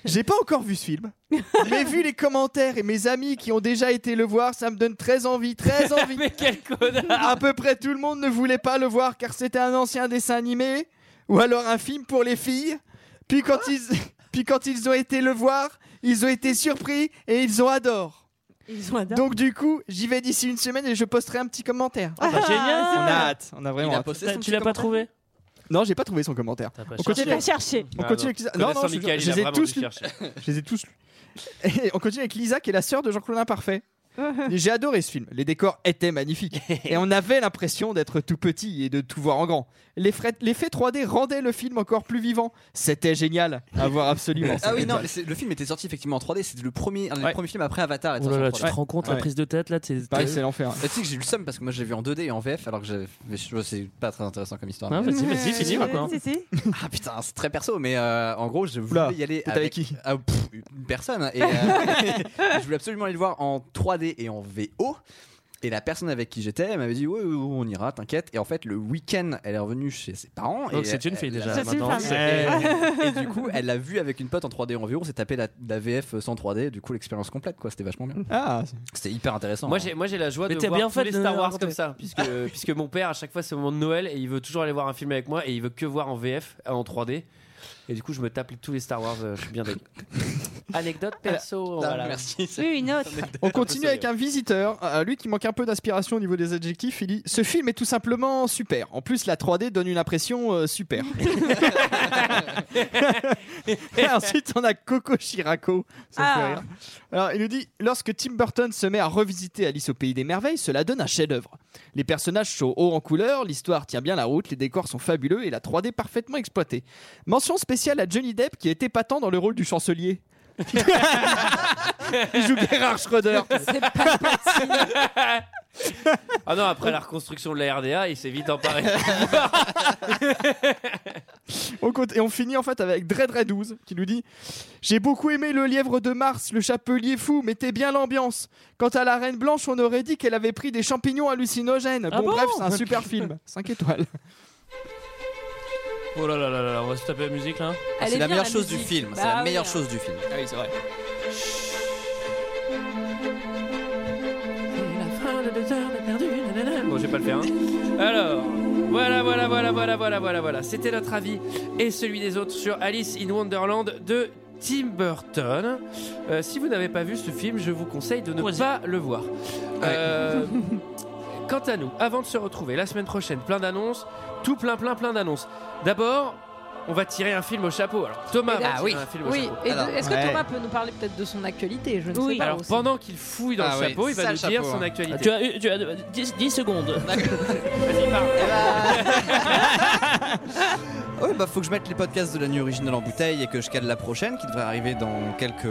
Speaker 10: J'ai pas encore vu ce film, mais vu les commentaires et mes amis qui ont déjà été le voir, ça me donne très envie, très envie.
Speaker 1: mais quel connard
Speaker 10: À peu près tout le monde ne voulait pas le voir car c'était un ancien dessin animé ou alors un film pour les filles. Puis quand ils, puis quand ils ont été le voir, ils ont été surpris et ils ont adoré. Donc du coup, j'y vais d'ici une semaine et je posterai un petit commentaire.
Speaker 2: Ah bah, génial.
Speaker 10: On a hâte, on a vraiment
Speaker 2: Il a
Speaker 10: hâte.
Speaker 2: posté son Tu l'as petit pas commentaire trouvé
Speaker 10: Non, j'ai pas trouvé son commentaire. On
Speaker 2: cherché.
Speaker 10: continue-
Speaker 2: Tu l'as cherché.
Speaker 10: On
Speaker 2: Ah
Speaker 10: continue
Speaker 2: non.
Speaker 10: avec Lisa. Non,
Speaker 2: Connaissant
Speaker 10: non, je,
Speaker 2: Mickaël, il
Speaker 10: je
Speaker 2: a
Speaker 10: les ai
Speaker 2: vraiment
Speaker 10: tous
Speaker 2: dû
Speaker 10: lus.
Speaker 2: chercher.
Speaker 10: Je les ai tous lus. Et on continue avec Lisa qui est la sœur de Jean-Claude Imparfait. J'ai adoré ce film. Les décors étaient magnifiques. Et on avait l'impression d'être tout petit et de tout voir en grand. Les frais- L'effet 3D rendait le film encore plus vivant. C'était génial à voir absolument.
Speaker 3: Ah oui, non,
Speaker 10: C'était
Speaker 3: mais c'est- le film était sorti effectivement en 3D, c'était le premier, un des premiers films après Avatar.
Speaker 2: Oh là là, tu te rends compte la prise de tête là
Speaker 3: Pareil,
Speaker 2: c'est
Speaker 10: l'enfer.
Speaker 3: Bah, Tu sais que j'ai eu le seum parce que moi j'ai vu en 2D et en VF alors que j'avais- mais je- c'est pas très intéressant comme histoire.
Speaker 2: Ah,
Speaker 3: mais-
Speaker 2: vas-y, vas-y, finis, maintenant.
Speaker 12: Si, si.
Speaker 3: Ah putain, c'est très perso, mais euh, en gros, je voulais y aller
Speaker 10: t'es
Speaker 3: avec,
Speaker 10: avec qui
Speaker 3: Ah, pff, Une personne. Et, euh, je voulais absolument aller le voir en 3D et en VO. Et la personne avec qui j'étais elle m'avait dit ouais, ouais, ouais, on ira, t'inquiète. Et en fait, le week-end, elle est revenue chez ses parents.
Speaker 2: Donc
Speaker 3: et
Speaker 2: c'est une
Speaker 3: elle-
Speaker 2: fille,
Speaker 3: elle-
Speaker 2: déjà,
Speaker 3: elle-
Speaker 2: maintenant.
Speaker 3: elle-
Speaker 2: Ouais.
Speaker 3: Et, et du coup, elle l'a vu avec une pote en 3D et en VO. On s'est tapé la, la VF sans 3D. Du coup, l'expérience complète, quoi. C'était vachement bien.
Speaker 10: Ah.
Speaker 3: C'était hyper intéressant.
Speaker 2: hein.
Speaker 1: Moi j'ai moi j'ai la joie
Speaker 2: Mais
Speaker 1: de
Speaker 2: t'as
Speaker 1: voir
Speaker 2: bien
Speaker 1: tous
Speaker 2: fait
Speaker 1: les
Speaker 2: de
Speaker 1: Star
Speaker 2: nous
Speaker 1: Wars
Speaker 2: raconter.
Speaker 1: comme ça puisque puisque mon père à chaque fois c'est au moment de Noël et il veut toujours aller voir un film avec moi et il veut que voir en VF en 3D et du coup je me tape tous les Star Wars euh, je suis bien dégueu. Anecdote perso
Speaker 3: Ah,
Speaker 1: voilà.
Speaker 3: merci.
Speaker 12: Oui, une autre.
Speaker 10: On continue avec un visiteur, euh, lui qui manque un peu d'inspiration au niveau des adjectifs. Il dit Ce film est tout simplement super. En plus, la 3D donne une impression euh, super. Et ensuite, on a Coco Chiraco. Ça me fait
Speaker 12: Ah.
Speaker 10: rire. Alors, il nous dit Lorsque Tim Burton se met à revisiter Alice au Pays des Merveilles, cela donne un chef-d'œuvre. Les personnages sont hauts en couleur, l'histoire tient bien la route, les décors sont fabuleux et la 3D parfaitement exploitée. Mention spéciale à Johnny Depp qui est épatant dans le rôle du chancelier. Il joue Gerhard Schröder.
Speaker 1: Ah non après la reconstruction de la RDA il s'est vite emparé.
Speaker 10: On compte- et on finit en fait avec Dreadred12 qui nous dit J'ai beaucoup aimé le lièvre de Mars, le chapelier fou, mettez bien l'ambiance. Quant à la reine blanche, on aurait dit qu'elle avait pris des champignons hallucinogènes.
Speaker 2: Ah
Speaker 10: bon,
Speaker 2: bon
Speaker 10: bref, c'est un super film. 5 étoales.
Speaker 2: Oh là là là là, on va se taper la musique là.
Speaker 3: Ah, Elle C'est est la bien, meilleure la chose musique. du film, c'est Bah la oui, meilleure hein. chose du film.
Speaker 10: Ah oui, c'est vrai.
Speaker 1: Bon, je vais pas le faire. hein. Alors, voilà, voilà, voilà, voilà, voilà, voilà, voilà. C'était notre avis et celui des autres sur Alice in Wonderland de Tim Burton. Euh, si vous n'avez pas vu ce film, je vous conseille de ne pas le voir. Euh, quant à nous, avant de se retrouver la semaine prochaine, plein d'annonces, tout plein, plein, plein d'annonces. D'abord, on va tirer un film au chapeau. Alors, Thomas,
Speaker 8: Et
Speaker 1: va
Speaker 2: Ah
Speaker 8: là-
Speaker 1: tirer un film au
Speaker 8: oui.
Speaker 1: chapeau.
Speaker 8: Et de- Est-ce que Thomas peut nous parler peut-être de son actualité Je ne sais pas.
Speaker 1: Alors,
Speaker 8: aussi.
Speaker 1: pendant qu'il fouille dans
Speaker 2: Ah
Speaker 1: le
Speaker 2: ouais,
Speaker 1: chapeau, il va
Speaker 2: sale
Speaker 1: nous dire
Speaker 2: chapeau,
Speaker 1: son
Speaker 2: hein.
Speaker 1: actualité.
Speaker 2: Tu as, eu- tu as euh, 10, 10 secondes.
Speaker 3: Oui, bah faut que je mette les podcasts de la nuit originale en bouteille et que je cale la prochaine qui devrait arriver dans quelques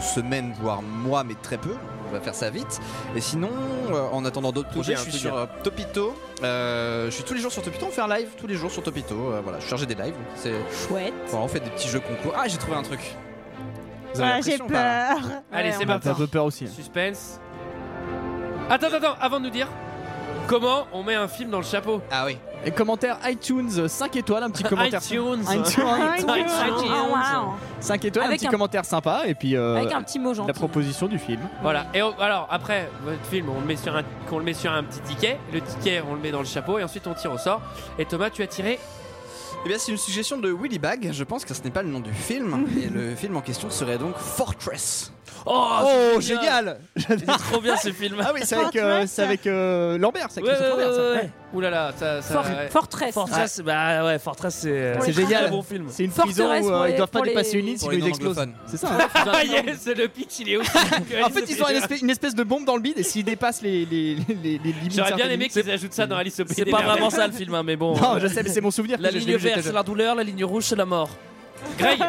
Speaker 3: semaines, voire mois, mais très peu. On va faire ça vite. Et sinon, euh, en attendant d'autres projets,
Speaker 2: bien,
Speaker 3: je suis
Speaker 2: tout
Speaker 3: sur
Speaker 2: bien.
Speaker 3: euh, Topito. Euh, je suis tous les jours sur Topito. On fait un live tous les jours sur Topito. Euh, voilà, je suis chargé des lives. C'est
Speaker 12: chouette.
Speaker 3: on fait des petits jeux concours. Ah, j'ai trouvé un truc. Vous avez
Speaker 12: Ah,
Speaker 3: la
Speaker 12: j'ai
Speaker 3: pression, là
Speaker 12: peur.
Speaker 1: Allez, c'est parti.
Speaker 10: peur aussi. hein.
Speaker 1: Suspense. Attends, attends, attends, avant de nous dire comment on met un film dans le chapeau.
Speaker 3: Ah oui.
Speaker 10: Et commentaire iTunes, 5 étoiles, un petit commentaire.
Speaker 1: iTunes.
Speaker 10: iTunes.
Speaker 8: iTunes. Ah, wow.
Speaker 10: 5 étoiles,
Speaker 8: Avec
Speaker 10: un petit
Speaker 8: un-
Speaker 10: commentaire sympa et puis euh,
Speaker 8: Avec un petit mot gentil.
Speaker 10: la proposition du film.
Speaker 1: Voilà. Et on- alors après votre film, on le met sur un, qu'on le met sur un petit ticket. Le ticket, on le met dans le chapeau et ensuite on tire au sort. Et Thomas, tu as tiré.
Speaker 3: Eh bien, c'est une suggestion de Willy Bag. Je pense que ce n'est pas le nom du film. et le film en question serait donc Fortress.
Speaker 2: Oh,
Speaker 10: Oh,
Speaker 3: génial.
Speaker 10: génial J'adore.
Speaker 2: Trop bien ce film.
Speaker 10: Ah oui, c'est avec, euh, c'est avec euh, Lambert, c'est avec Christophe Lambert, ça.
Speaker 1: Ouh là là, ça. ça-
Speaker 2: Fort-
Speaker 1: ouais.
Speaker 8: Fortress.
Speaker 2: Fortress, bah ouais, Fortress c'est
Speaker 10: C'est génial.
Speaker 2: un bon film.
Speaker 10: C'est une
Speaker 2: Fortress
Speaker 10: prison où
Speaker 2: pour
Speaker 10: euh,
Speaker 2: les-
Speaker 10: ils doivent pas
Speaker 2: pour les-
Speaker 10: dépasser une ligne
Speaker 2: pour
Speaker 10: sinon
Speaker 2: les
Speaker 10: ils explosent.
Speaker 3: non-anglophones.
Speaker 10: C'est ça. hein
Speaker 1: Ah yes, le pitch, il est
Speaker 2: Ah,
Speaker 1: aussi.
Speaker 10: en fait, ils ont une espèce, une espèce de bombe dans le bide et s'ils dépassent les, les, les, les- les limites.
Speaker 1: J'aurais bien
Speaker 10: certaines
Speaker 1: aimé
Speaker 10: limites,
Speaker 1: qu'ils ajoutent ça dans Alice au pays
Speaker 2: C'est
Speaker 1: des
Speaker 2: pas
Speaker 1: merveilles.
Speaker 2: vraiment ça le film, hein, mais bon. euh,
Speaker 10: Non, je sais, mais c'est mon souvenir.
Speaker 2: La
Speaker 10: que je l'ai
Speaker 2: ligne
Speaker 10: vu, j'étais
Speaker 2: verte, c'est
Speaker 10: jeune.
Speaker 2: la douleur, la ligne rouge, c'est la mort.
Speaker 1: Greg,
Speaker 2: ouais,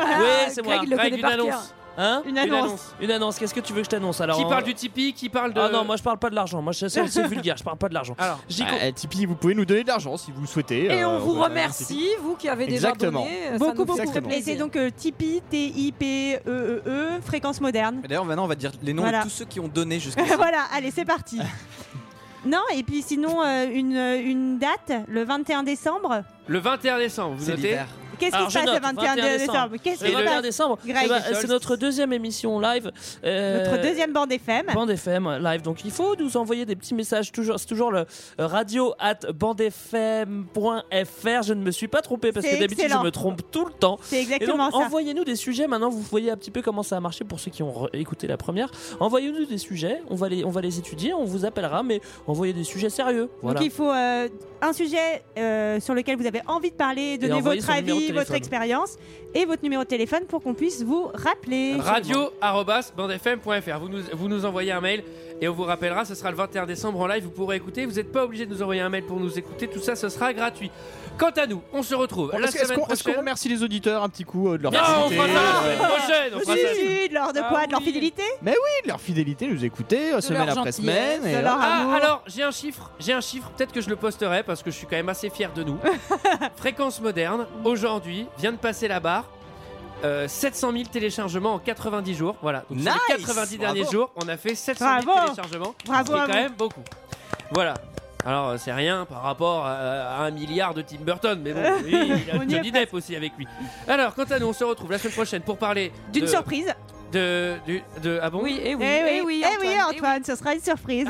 Speaker 2: c'est moi.
Speaker 1: Ah, Greg, le connaît
Speaker 2: une
Speaker 1: par cœur.
Speaker 2: annonce. Hein
Speaker 1: Une annonce.
Speaker 2: Une annonce. Qu'est-ce que tu veux que je t'annonce alors
Speaker 1: Qui
Speaker 2: hein
Speaker 1: parle du Tipeee, qui parle de.
Speaker 2: Ah non, moi je parle pas de l'argent. Moi je- c'est c'est vulgaire, je parle pas de l'argent.
Speaker 1: Alors,
Speaker 2: j'y
Speaker 10: Ah, eh, Tipeee, vous pouvez nous donner de l'argent si vous le souhaitez.
Speaker 8: Et
Speaker 10: euh,
Speaker 8: on vous
Speaker 10: voilà,
Speaker 8: remercie, vous qui avez déjà
Speaker 10: Exactement.
Speaker 8: donné. euh, ça
Speaker 12: Beaucoup,
Speaker 8: nous fait
Speaker 12: beaucoup.
Speaker 8: très
Speaker 12: Et
Speaker 8: plaisir.
Speaker 12: c'est donc euh, Tipeee, T-I-P-E-E-E, E fréquence moderne.
Speaker 3: Mais D'ailleurs, maintenant, on va dire les noms
Speaker 12: Voilà.
Speaker 3: de tous ceux qui ont donné jusqu'à
Speaker 12: voilà, allez, c'est parti. Non, et puis sinon, euh, une, une date, le 21 décembre.
Speaker 1: Le 21 décembre, vous
Speaker 3: C'est
Speaker 1: notez.
Speaker 3: l'hiver.
Speaker 12: Qu'est-ce qui
Speaker 2: Alors,
Speaker 12: se
Speaker 2: je
Speaker 12: passe le
Speaker 2: note,
Speaker 12: 21 dé- décembre Qu'est-ce qui
Speaker 2: Le
Speaker 12: se
Speaker 2: 21
Speaker 12: passe
Speaker 2: décembre,
Speaker 12: Greg.
Speaker 2: eh ben, c'est notre deuxième émission live. euh,
Speaker 12: Notre deuxième bande FM.
Speaker 2: Bande FM live. Donc il faut nous envoyer des petits messages. Toujours, c'est toujours le euh, radio at bandefm.fr. Je ne me suis pas trompé parce
Speaker 12: C'est
Speaker 2: que d'habitude je
Speaker 12: excellent.
Speaker 2: me trompe tout le temps.
Speaker 12: C'est
Speaker 2: Et
Speaker 12: exactement
Speaker 2: donc,
Speaker 12: ça.
Speaker 2: Envoyez-nous des sujets. Maintenant, vous voyez un petit peu comment ça a marché pour ceux qui ont re- écouté la première. Envoyez-nous des sujets. On va les, on va les étudier. On vous appellera, mais envoyez des sujets sérieux. Voilà.
Speaker 12: Donc il faut euh, un sujet euh, sur lequel vous avez envie de parler, donner
Speaker 2: envoyer
Speaker 12: votre
Speaker 2: son numéro de
Speaker 12: avis, votre
Speaker 2: téléphone.
Speaker 12: expérience et votre numéro de téléphone pour qu'on puisse vous rappeler.
Speaker 1: radio@bandefm.fr. Vous nous, vous nous envoyez un mail Et on vous rappellera, ce sera le 21 décembre en live, vous pourrez écouter. Vous n'êtes pas obligé de nous envoyer un mail pour nous écouter, tout ça, ce sera gratuit. Quant à nous, on se retrouve
Speaker 10: Bon,
Speaker 1: la
Speaker 10: Est-ce est-ce
Speaker 1: semaine
Speaker 10: qu'on est-ce qu'on
Speaker 1: prochaine.
Speaker 10: remercie les auditeurs un petit coup euh, de leur
Speaker 1: Non, on
Speaker 10: fidélité,
Speaker 1: fera Ah, ça la
Speaker 10: euh,
Speaker 1: semaine prochaine, on fera ça.
Speaker 12: Ah.
Speaker 1: Ah
Speaker 12: Si, de leur de quoi De leur fidélité
Speaker 10: Mais oui, de leur fidélité, nous écouter euh, semaine après semaine. et voilà.
Speaker 1: Ah, alors, j'ai un chiffre, j'ai un chiffre, peut-être que je le posterai parce que je suis quand même assez fier de nous. Fréquence moderne, aujourd'hui, vient de passer la barre. euh, 700 000 téléchargements en 90 jours. Voilà, donc sur les
Speaker 2: Nice
Speaker 1: 90
Speaker 2: Bravo.
Speaker 1: derniers jours, on a fait 700 000
Speaker 2: Bravo.
Speaker 1: téléchargements.
Speaker 2: Bravo
Speaker 1: C'est quand
Speaker 2: à vous.
Speaker 1: même beaucoup. Voilà. Alors, euh, c'est rien par rapport euh, à, à un milliard de Tim Burton, mais bon, lui, il a
Speaker 12: On y est
Speaker 1: Johnny Depp aussi avec lui. Alors, quant à nous, on se retrouve la semaine prochaine pour parler
Speaker 12: D'une
Speaker 1: de-
Speaker 12: surprise.
Speaker 1: De, du- de, ah bon Ah.
Speaker 8: Oui, et
Speaker 12: Eh oui, eh Ah, oui, Antoine, ce sera une surprise.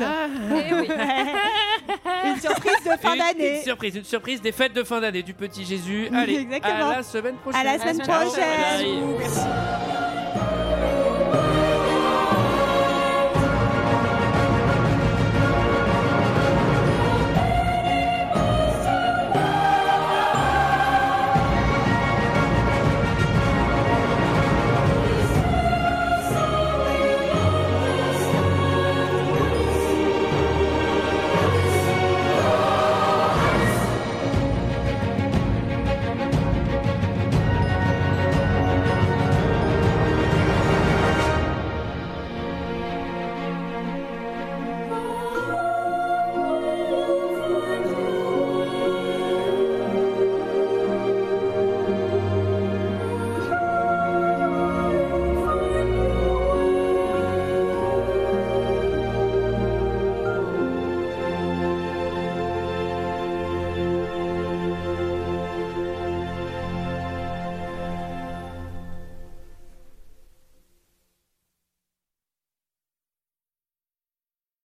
Speaker 12: une surprise de fin
Speaker 1: Une-
Speaker 12: d'année.
Speaker 1: Une surprise, une surprise des fêtes de fin d'année du petit Jésus. Allez,
Speaker 12: Exactement.
Speaker 1: à la semaine prochaine.
Speaker 12: À la semaine
Speaker 1: Ciao,
Speaker 12: prochaine.
Speaker 1: bye bye.